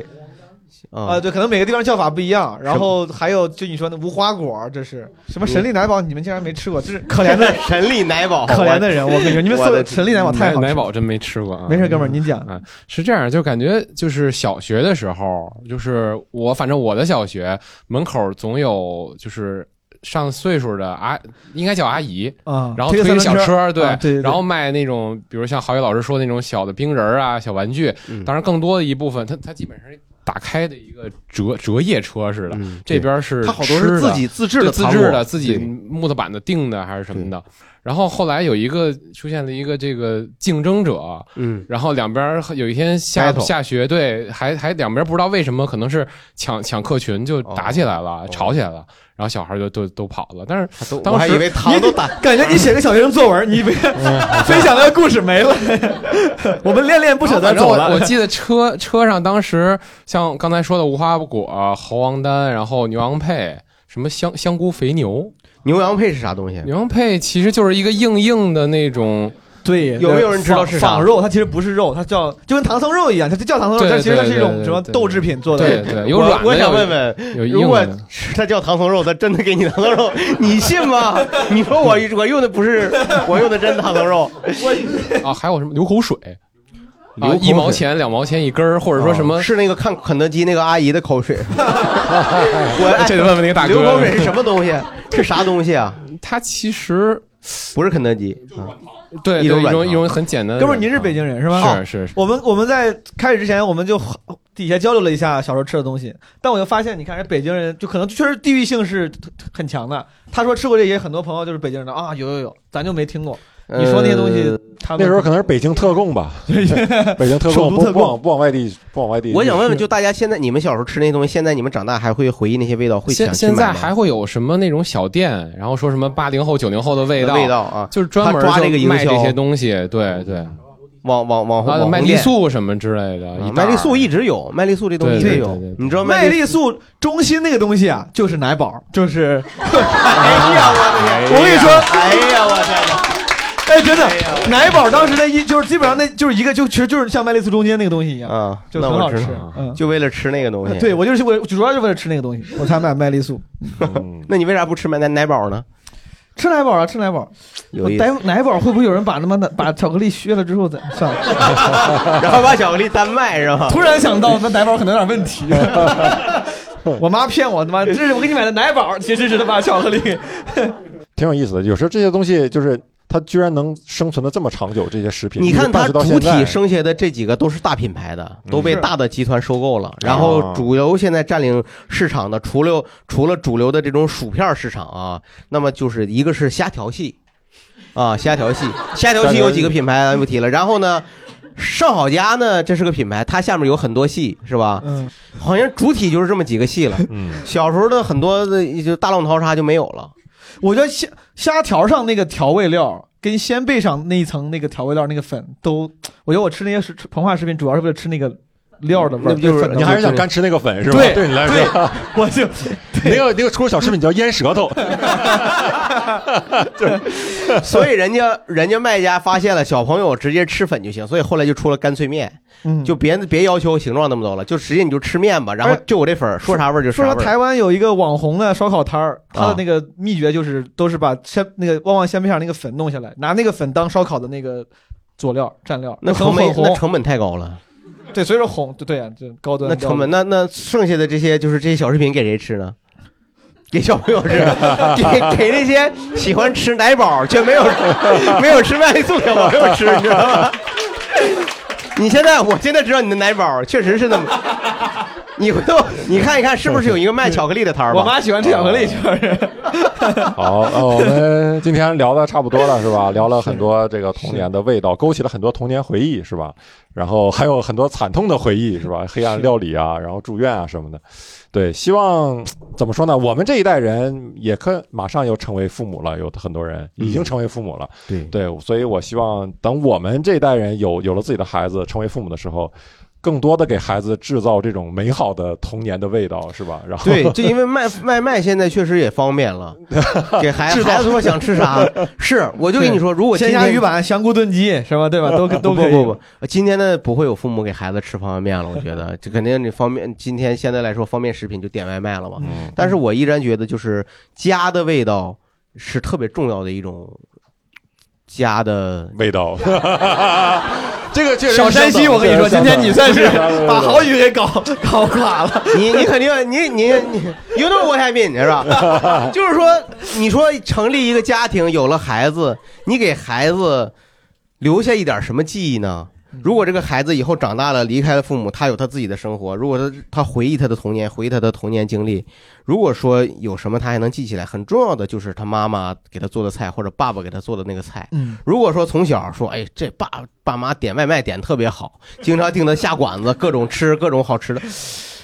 [SPEAKER 2] 啊，
[SPEAKER 4] 呃
[SPEAKER 2] 对，可能每个地方叫法不一样。然后还有就你说那无花果，这是什么神力奶宝？你们竟然没吃过，这是可怜的
[SPEAKER 4] 神力奶
[SPEAKER 22] 哦
[SPEAKER 4] 宝
[SPEAKER 2] 可怜的人。我 跟你说，你们搜神力奶宝太好吃了
[SPEAKER 22] 奶宝真没吃
[SPEAKER 4] 嗯
[SPEAKER 22] 过啊。
[SPEAKER 2] 没事哥们儿 您讲
[SPEAKER 22] 啊，是这样，就感觉就是小学的时候，就是我反正我的小学门口总有就是。上岁数的阿应该叫阿姨
[SPEAKER 2] 啊
[SPEAKER 22] 然后
[SPEAKER 2] 推
[SPEAKER 22] 推
[SPEAKER 2] 个
[SPEAKER 22] 个小
[SPEAKER 2] 三轮车
[SPEAKER 22] 车，
[SPEAKER 2] 啊对对对
[SPEAKER 22] 然后卖那种，比如像郝宇老师说的那种小的冰人儿啊、小玩具。
[SPEAKER 4] 嗯
[SPEAKER 22] 当然，更多的一部分，它它基本上是打开的一个折折页车似的，这边是
[SPEAKER 4] 嗯它好多是
[SPEAKER 22] 吃
[SPEAKER 4] 自己自制
[SPEAKER 22] 对
[SPEAKER 4] 的
[SPEAKER 22] 自
[SPEAKER 4] 糖
[SPEAKER 22] 制
[SPEAKER 4] 果
[SPEAKER 22] 的，自己
[SPEAKER 4] 对
[SPEAKER 22] 木头板子钉的还是什么的。然后后来有一个出现了一个这个竞争者，
[SPEAKER 4] 嗯，
[SPEAKER 22] 然后两边儿有一天下
[SPEAKER 4] Battle
[SPEAKER 22] 下雪，对，还还两边儿不知道为什么，可能是抢抢客群就打起来
[SPEAKER 4] 哦
[SPEAKER 22] 了，吵起来了，然后小孩儿就都都跑了。但是当时
[SPEAKER 4] 我还以为糖都打，嗯
[SPEAKER 2] 感觉你写个小学生作文，你别分享的故事 没了。我们恋恋不舍
[SPEAKER 22] 然
[SPEAKER 2] 的
[SPEAKER 22] 后反正
[SPEAKER 2] 走了。
[SPEAKER 22] 我我记得车车上当时像刚才说的无花果、猴王丹，然后牛羊配，什么香香菇肥牛。
[SPEAKER 4] 牛羊配是啥东西？
[SPEAKER 22] 牛羊配其实就是一个硬硬的那种。
[SPEAKER 2] 对仿仿肉？它其实不是肉，它叫就跟唐僧肉一样，它就叫唐僧肉，
[SPEAKER 22] 对
[SPEAKER 2] 但其实它是一
[SPEAKER 22] 对
[SPEAKER 2] 种
[SPEAKER 22] 对
[SPEAKER 2] 什么
[SPEAKER 22] 对
[SPEAKER 2] 豆制品做的。
[SPEAKER 22] 对对有
[SPEAKER 4] 我
[SPEAKER 22] 软的
[SPEAKER 4] 我想
[SPEAKER 22] 有
[SPEAKER 4] 问问，
[SPEAKER 22] 有硬
[SPEAKER 4] 如果
[SPEAKER 22] 的
[SPEAKER 4] 是他叫唐僧肉，他真的给你唐僧 肉，你信吗？ 你说我我用的不是，我用的真唐僧肉。
[SPEAKER 22] 啊，还有什么流口水？啊
[SPEAKER 4] 流口，水哦
[SPEAKER 22] 一毛钱、两毛钱一根儿，或者说什么？
[SPEAKER 4] 是那个看肯德基那个阿姨的口水。 我
[SPEAKER 22] 我这得问问那个大哥
[SPEAKER 4] 流口水是什么东西？是啥东西啊？
[SPEAKER 22] 它其实
[SPEAKER 4] 不是肯德基，
[SPEAKER 22] 对对，
[SPEAKER 4] 一种
[SPEAKER 22] 一
[SPEAKER 4] 软
[SPEAKER 22] 种
[SPEAKER 4] 糖
[SPEAKER 22] 一种很简单的
[SPEAKER 2] 哥
[SPEAKER 22] 软糖。
[SPEAKER 2] 们儿，您是北京人是吧？
[SPEAKER 22] 是
[SPEAKER 2] 哦
[SPEAKER 22] 是是
[SPEAKER 2] 我们我们在开始之前，我们就 底下交流了一下小时候吃的东 西，但我就发现，你看人北京人就可能确实地域性是很强的。他说吃过这些，很多朋友就是北京人的啊，有有有，咱就没听过。
[SPEAKER 4] 嗯
[SPEAKER 2] 你说那些东西
[SPEAKER 3] 呃，
[SPEAKER 2] 他们
[SPEAKER 3] 那时候可能是北京特供吧，
[SPEAKER 2] 对
[SPEAKER 3] 北京特
[SPEAKER 4] 首都
[SPEAKER 3] 供不
[SPEAKER 4] 特
[SPEAKER 3] 不
[SPEAKER 4] 供
[SPEAKER 3] 往不往外地不往外地。
[SPEAKER 4] 我想问问，就大家现在你们小时候吃那些东西，现在你们长大还会回忆那些味道，会想
[SPEAKER 22] 现
[SPEAKER 4] 去
[SPEAKER 22] 现
[SPEAKER 4] 买
[SPEAKER 22] 在
[SPEAKER 4] 吗？
[SPEAKER 22] 还会有什么那种小店，然后说什么八零后、九零后的味道，
[SPEAKER 4] 味道啊
[SPEAKER 22] 就是专门
[SPEAKER 4] 他抓这个
[SPEAKER 22] 就
[SPEAKER 4] 营
[SPEAKER 22] 卖
[SPEAKER 4] 销
[SPEAKER 22] 这些东西，对对，
[SPEAKER 4] 往往往
[SPEAKER 22] 啊
[SPEAKER 4] 往
[SPEAKER 22] 麦
[SPEAKER 4] 红
[SPEAKER 22] 丽
[SPEAKER 4] 店啊
[SPEAKER 22] 素什么之类的，一
[SPEAKER 4] 麦丽
[SPEAKER 22] 袋儿
[SPEAKER 4] 素一直有，麦丽素这东西一直
[SPEAKER 22] 对对
[SPEAKER 4] 有
[SPEAKER 22] 对对，
[SPEAKER 4] 你知道
[SPEAKER 2] 麦
[SPEAKER 4] 麦
[SPEAKER 2] 丽
[SPEAKER 4] 丽
[SPEAKER 2] 素中心那个东西啊，就是奶宝，就是。
[SPEAKER 4] 哎呀
[SPEAKER 2] 我跟你说
[SPEAKER 4] 哎呀，我天哪！
[SPEAKER 2] 哎，真的，奶宝当时那一就是基本上那就是一个就其实就是像麦丽素中间那个东西一样，
[SPEAKER 4] 啊，
[SPEAKER 2] 就
[SPEAKER 4] 那
[SPEAKER 2] 很
[SPEAKER 4] 我
[SPEAKER 2] 好
[SPEAKER 4] 知
[SPEAKER 2] 吃
[SPEAKER 4] 道了。
[SPEAKER 2] 嗯，
[SPEAKER 4] 就为了吃那个东西。
[SPEAKER 2] 对，我就是为了主要是为了吃那个东西，我才买麦丽素。
[SPEAKER 3] 嗯
[SPEAKER 4] 那你为啥不吃麦奶奶宝呢？
[SPEAKER 2] 吃奶宝啊，吃奶宝。
[SPEAKER 4] 有意思
[SPEAKER 2] 奶奶宝会不会有人把他妈的把巧克力削了之后再算了？
[SPEAKER 4] 然后把巧克力单卖是吧？
[SPEAKER 2] 突然想到，那奶宝可能有点问题。 我妈骗我，他妈这是我给你买的奶宝，其实是他妈巧克力。
[SPEAKER 3] 挺有意思的。有时候这些东西就是它居然能生存的这么长久，这些食品
[SPEAKER 4] 你看它
[SPEAKER 3] 它
[SPEAKER 4] 主体生下的这几个都是大品牌的，都被
[SPEAKER 3] 是
[SPEAKER 4] 大的集团收购了。
[SPEAKER 3] 嗯
[SPEAKER 4] 然后主流现在占领市场的，除了除了主流的这种薯片市场啊，那么就是一个是虾条系，啊，虾条系，虾条系有几个品牌咱不提了。然后呢，上好佳呢，这是个品牌，它下面有很多系，是吧？
[SPEAKER 2] 嗯，
[SPEAKER 4] 好像主体就是这么几个系了。
[SPEAKER 3] 嗯，
[SPEAKER 4] 小时候的很多的就大浪淘沙就没有了。
[SPEAKER 2] 我觉得虾虾条上那个调味料跟鲜贝上那一层那个调味料那个粉都，我觉得我吃那些食膨化食品主要是为了吃那个料的味儿，
[SPEAKER 3] 那不就是
[SPEAKER 2] 粉的味儿
[SPEAKER 3] 你还是想干吃那个粉是吧？
[SPEAKER 2] 对
[SPEAKER 3] 对你来说，
[SPEAKER 2] 我就
[SPEAKER 3] 那个那个出小食品叫腌舌头，
[SPEAKER 4] 所以人家人家卖家发现了小朋友直接吃粉就行，所以后来就出了干脆面，
[SPEAKER 2] 嗯哎
[SPEAKER 4] 就别别要求形状那么多了，就直接你就吃面吧，然后就我这粉儿，说啥味儿就
[SPEAKER 2] 说
[SPEAKER 4] 啥
[SPEAKER 2] 说
[SPEAKER 4] 味
[SPEAKER 2] 台
[SPEAKER 4] 儿。
[SPEAKER 2] 湾有一个网红的烧烤摊儿，他的
[SPEAKER 4] 啊
[SPEAKER 2] 那个秘诀就是都是把鲜那个旺旺鲜贝上那个粉弄下来，拿那个粉当烧烤的那个佐料蘸料，
[SPEAKER 4] 那
[SPEAKER 2] 很
[SPEAKER 4] 成本
[SPEAKER 2] 很
[SPEAKER 4] 那
[SPEAKER 2] 红。
[SPEAKER 4] 成本太高了，
[SPEAKER 2] 对，所以说红对对啊，就高端
[SPEAKER 4] 那成本那那剩下的这些就是这些小食品给谁吃呢？ 给 小朋友吃，给给那些喜欢吃奶宝却没有没有吃麦丽素小朋友吃，你知 道吗？你现在我现在知道你的奶宝确实是那么，你回头你看一看，是不是有一个卖巧克力的摊儿吧？哦
[SPEAKER 11] 我妈喜欢吃巧克力，就是
[SPEAKER 3] 好，呃，我们今天聊的差不多了，是吧？聊了很多这个童年的味道，勾起了很多童年回忆，是吧？然后还有很多惨痛的回忆，是吧？黑暗料理啊，然后住院啊什么的。对，希望怎么说呢？我们这一代人也可马上又成为父母了，有很多人已经成为父母了。
[SPEAKER 7] 对
[SPEAKER 3] 对，所以我希望等我们这一代人有有了自己的孩子，成为父母的时候。更多的给孩子制造这种美好的童年的味道，是吧？然后
[SPEAKER 4] 对，就因为卖外卖现在确实也方 便了，给孩子
[SPEAKER 11] 制造
[SPEAKER 4] 孩子说想吃 啥，是我就跟你说，如果今
[SPEAKER 11] 鲜
[SPEAKER 4] 天
[SPEAKER 11] 虾鱼板、香菇炖鸡是吧？对吧？都都
[SPEAKER 4] 不
[SPEAKER 11] 可以。
[SPEAKER 4] 不不不，今天呢不会有父母给孩子吃方便面了，我觉
[SPEAKER 11] 嗯
[SPEAKER 4] 得这肯定你方便，今天现在来说方便食品就点外卖了嘛。
[SPEAKER 11] 嗯
[SPEAKER 4] 但是我依然觉得就是家的味道是特别重要的一种家的
[SPEAKER 3] 味道。这个确实
[SPEAKER 11] 小山西，我跟你说，今天你算是把郝宇给搞搞垮
[SPEAKER 4] 了。你你肯定你你你，you know what I mean 是吧？ 就是说，你说成立一个家庭，有了孩子，你给孩子留下一点什么记忆呢？如果这个孩子以后长大了，离开了父母，他有他自己的生活。如果他他回忆他的童年，回忆他的童年经历，如果说有什么他还能记起来，很重要的就是他妈妈给他做的菜，或者爸爸给他做的那个菜。
[SPEAKER 11] 嗯，
[SPEAKER 4] 如果说从小说，哎，这爸爸妈点外卖点特别好，经常订他下馆子，各种吃各种好吃的，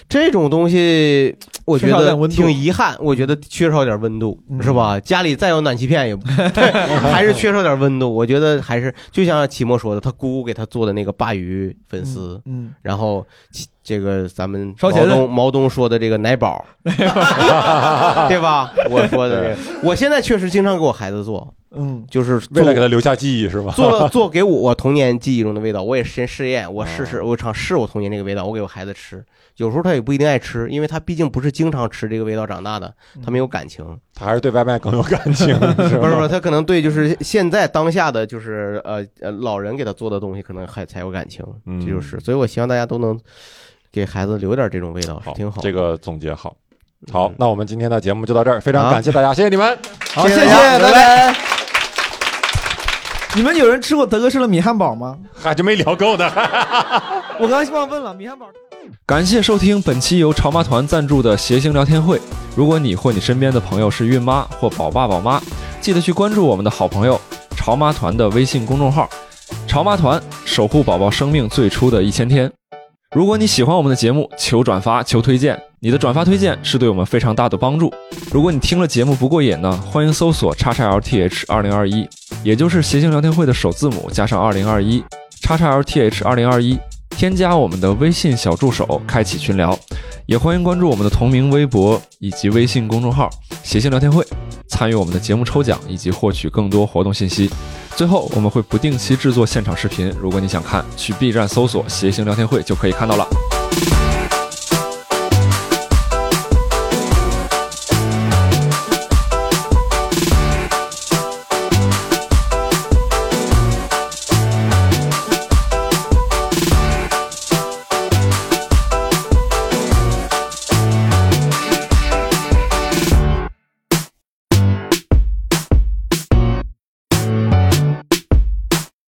[SPEAKER 4] 这种东西我觉
[SPEAKER 11] 缺少
[SPEAKER 4] 得
[SPEAKER 11] 点温度嗯
[SPEAKER 4] 挺遗憾，我觉得缺少点温度，是吧？家里再有暖气片也 还是缺少点温度。我觉得还是就像齐墨说的，他姑姑给他做的那个鲅鱼粉丝，
[SPEAKER 11] 嗯嗯
[SPEAKER 4] 然后其这个咱们
[SPEAKER 11] 烧
[SPEAKER 4] 毛
[SPEAKER 11] 茄子
[SPEAKER 4] 东毛东说的这个奶宝，对吧？ 我说的这 个，我现在确实经常给我孩子做，
[SPEAKER 11] 嗯，
[SPEAKER 4] 就是
[SPEAKER 3] 为了给他留下记忆，是吧？
[SPEAKER 4] 做 了做给我我童年记忆中的味道，我也先试验，我试
[SPEAKER 3] 哦
[SPEAKER 4] 试，我尝试我童年那个味道，我给我孩子吃。有时候他也不一定爱吃，因为他毕竟不是经常吃这个味道长大的，他没有感情，
[SPEAKER 3] 他还是对外卖更有感 情是吧
[SPEAKER 4] 不是不是，他可能对就是现在当下的就是呃呃老人给他做的东西，可能还才有感情，
[SPEAKER 3] 嗯
[SPEAKER 4] 这就是。所以我希望大家都能给孩子留点这种味道，是挺好。嗯
[SPEAKER 3] 这个总结好。好，那我们今天的节目就到这 儿，非常感谢大家，谢谢你们，
[SPEAKER 11] 好，谢谢，
[SPEAKER 3] 大家
[SPEAKER 11] 拜。拜。你们有人吃过德克士的米汉堡吗？
[SPEAKER 3] 还就没聊够呢。
[SPEAKER 11] 我刚才忘问了，米汉堡。
[SPEAKER 1] 感谢收听本期由潮妈团赞助的谐星聊天会。如果你或你身边的朋友是孕妈或宝爸宝妈，记得去关注我们的好朋友潮妈团的微信公众号“潮妈团”，守护宝宝生命最初的一千天。如果你喜欢我们的节目，求转发，求推荐，你的转发推荐是对我们非常大的帮助。如果你听了节目不过瘾呢，欢迎搜索叉叉 LTH 二零二一，也就是谐星聊天会的首字母加上二零二一，叉叉 LTH 二零二一，添加我们的微信小助手，开启群聊，也欢迎关注我们的同名微博以及微信公众号“谐星聊天会”，参与我们的节目抽奖以及获取更多活动信息。最后，我们会不定期制作现场视频，如果你想看，去 B 站搜索“谐星聊天会”就可以看到了。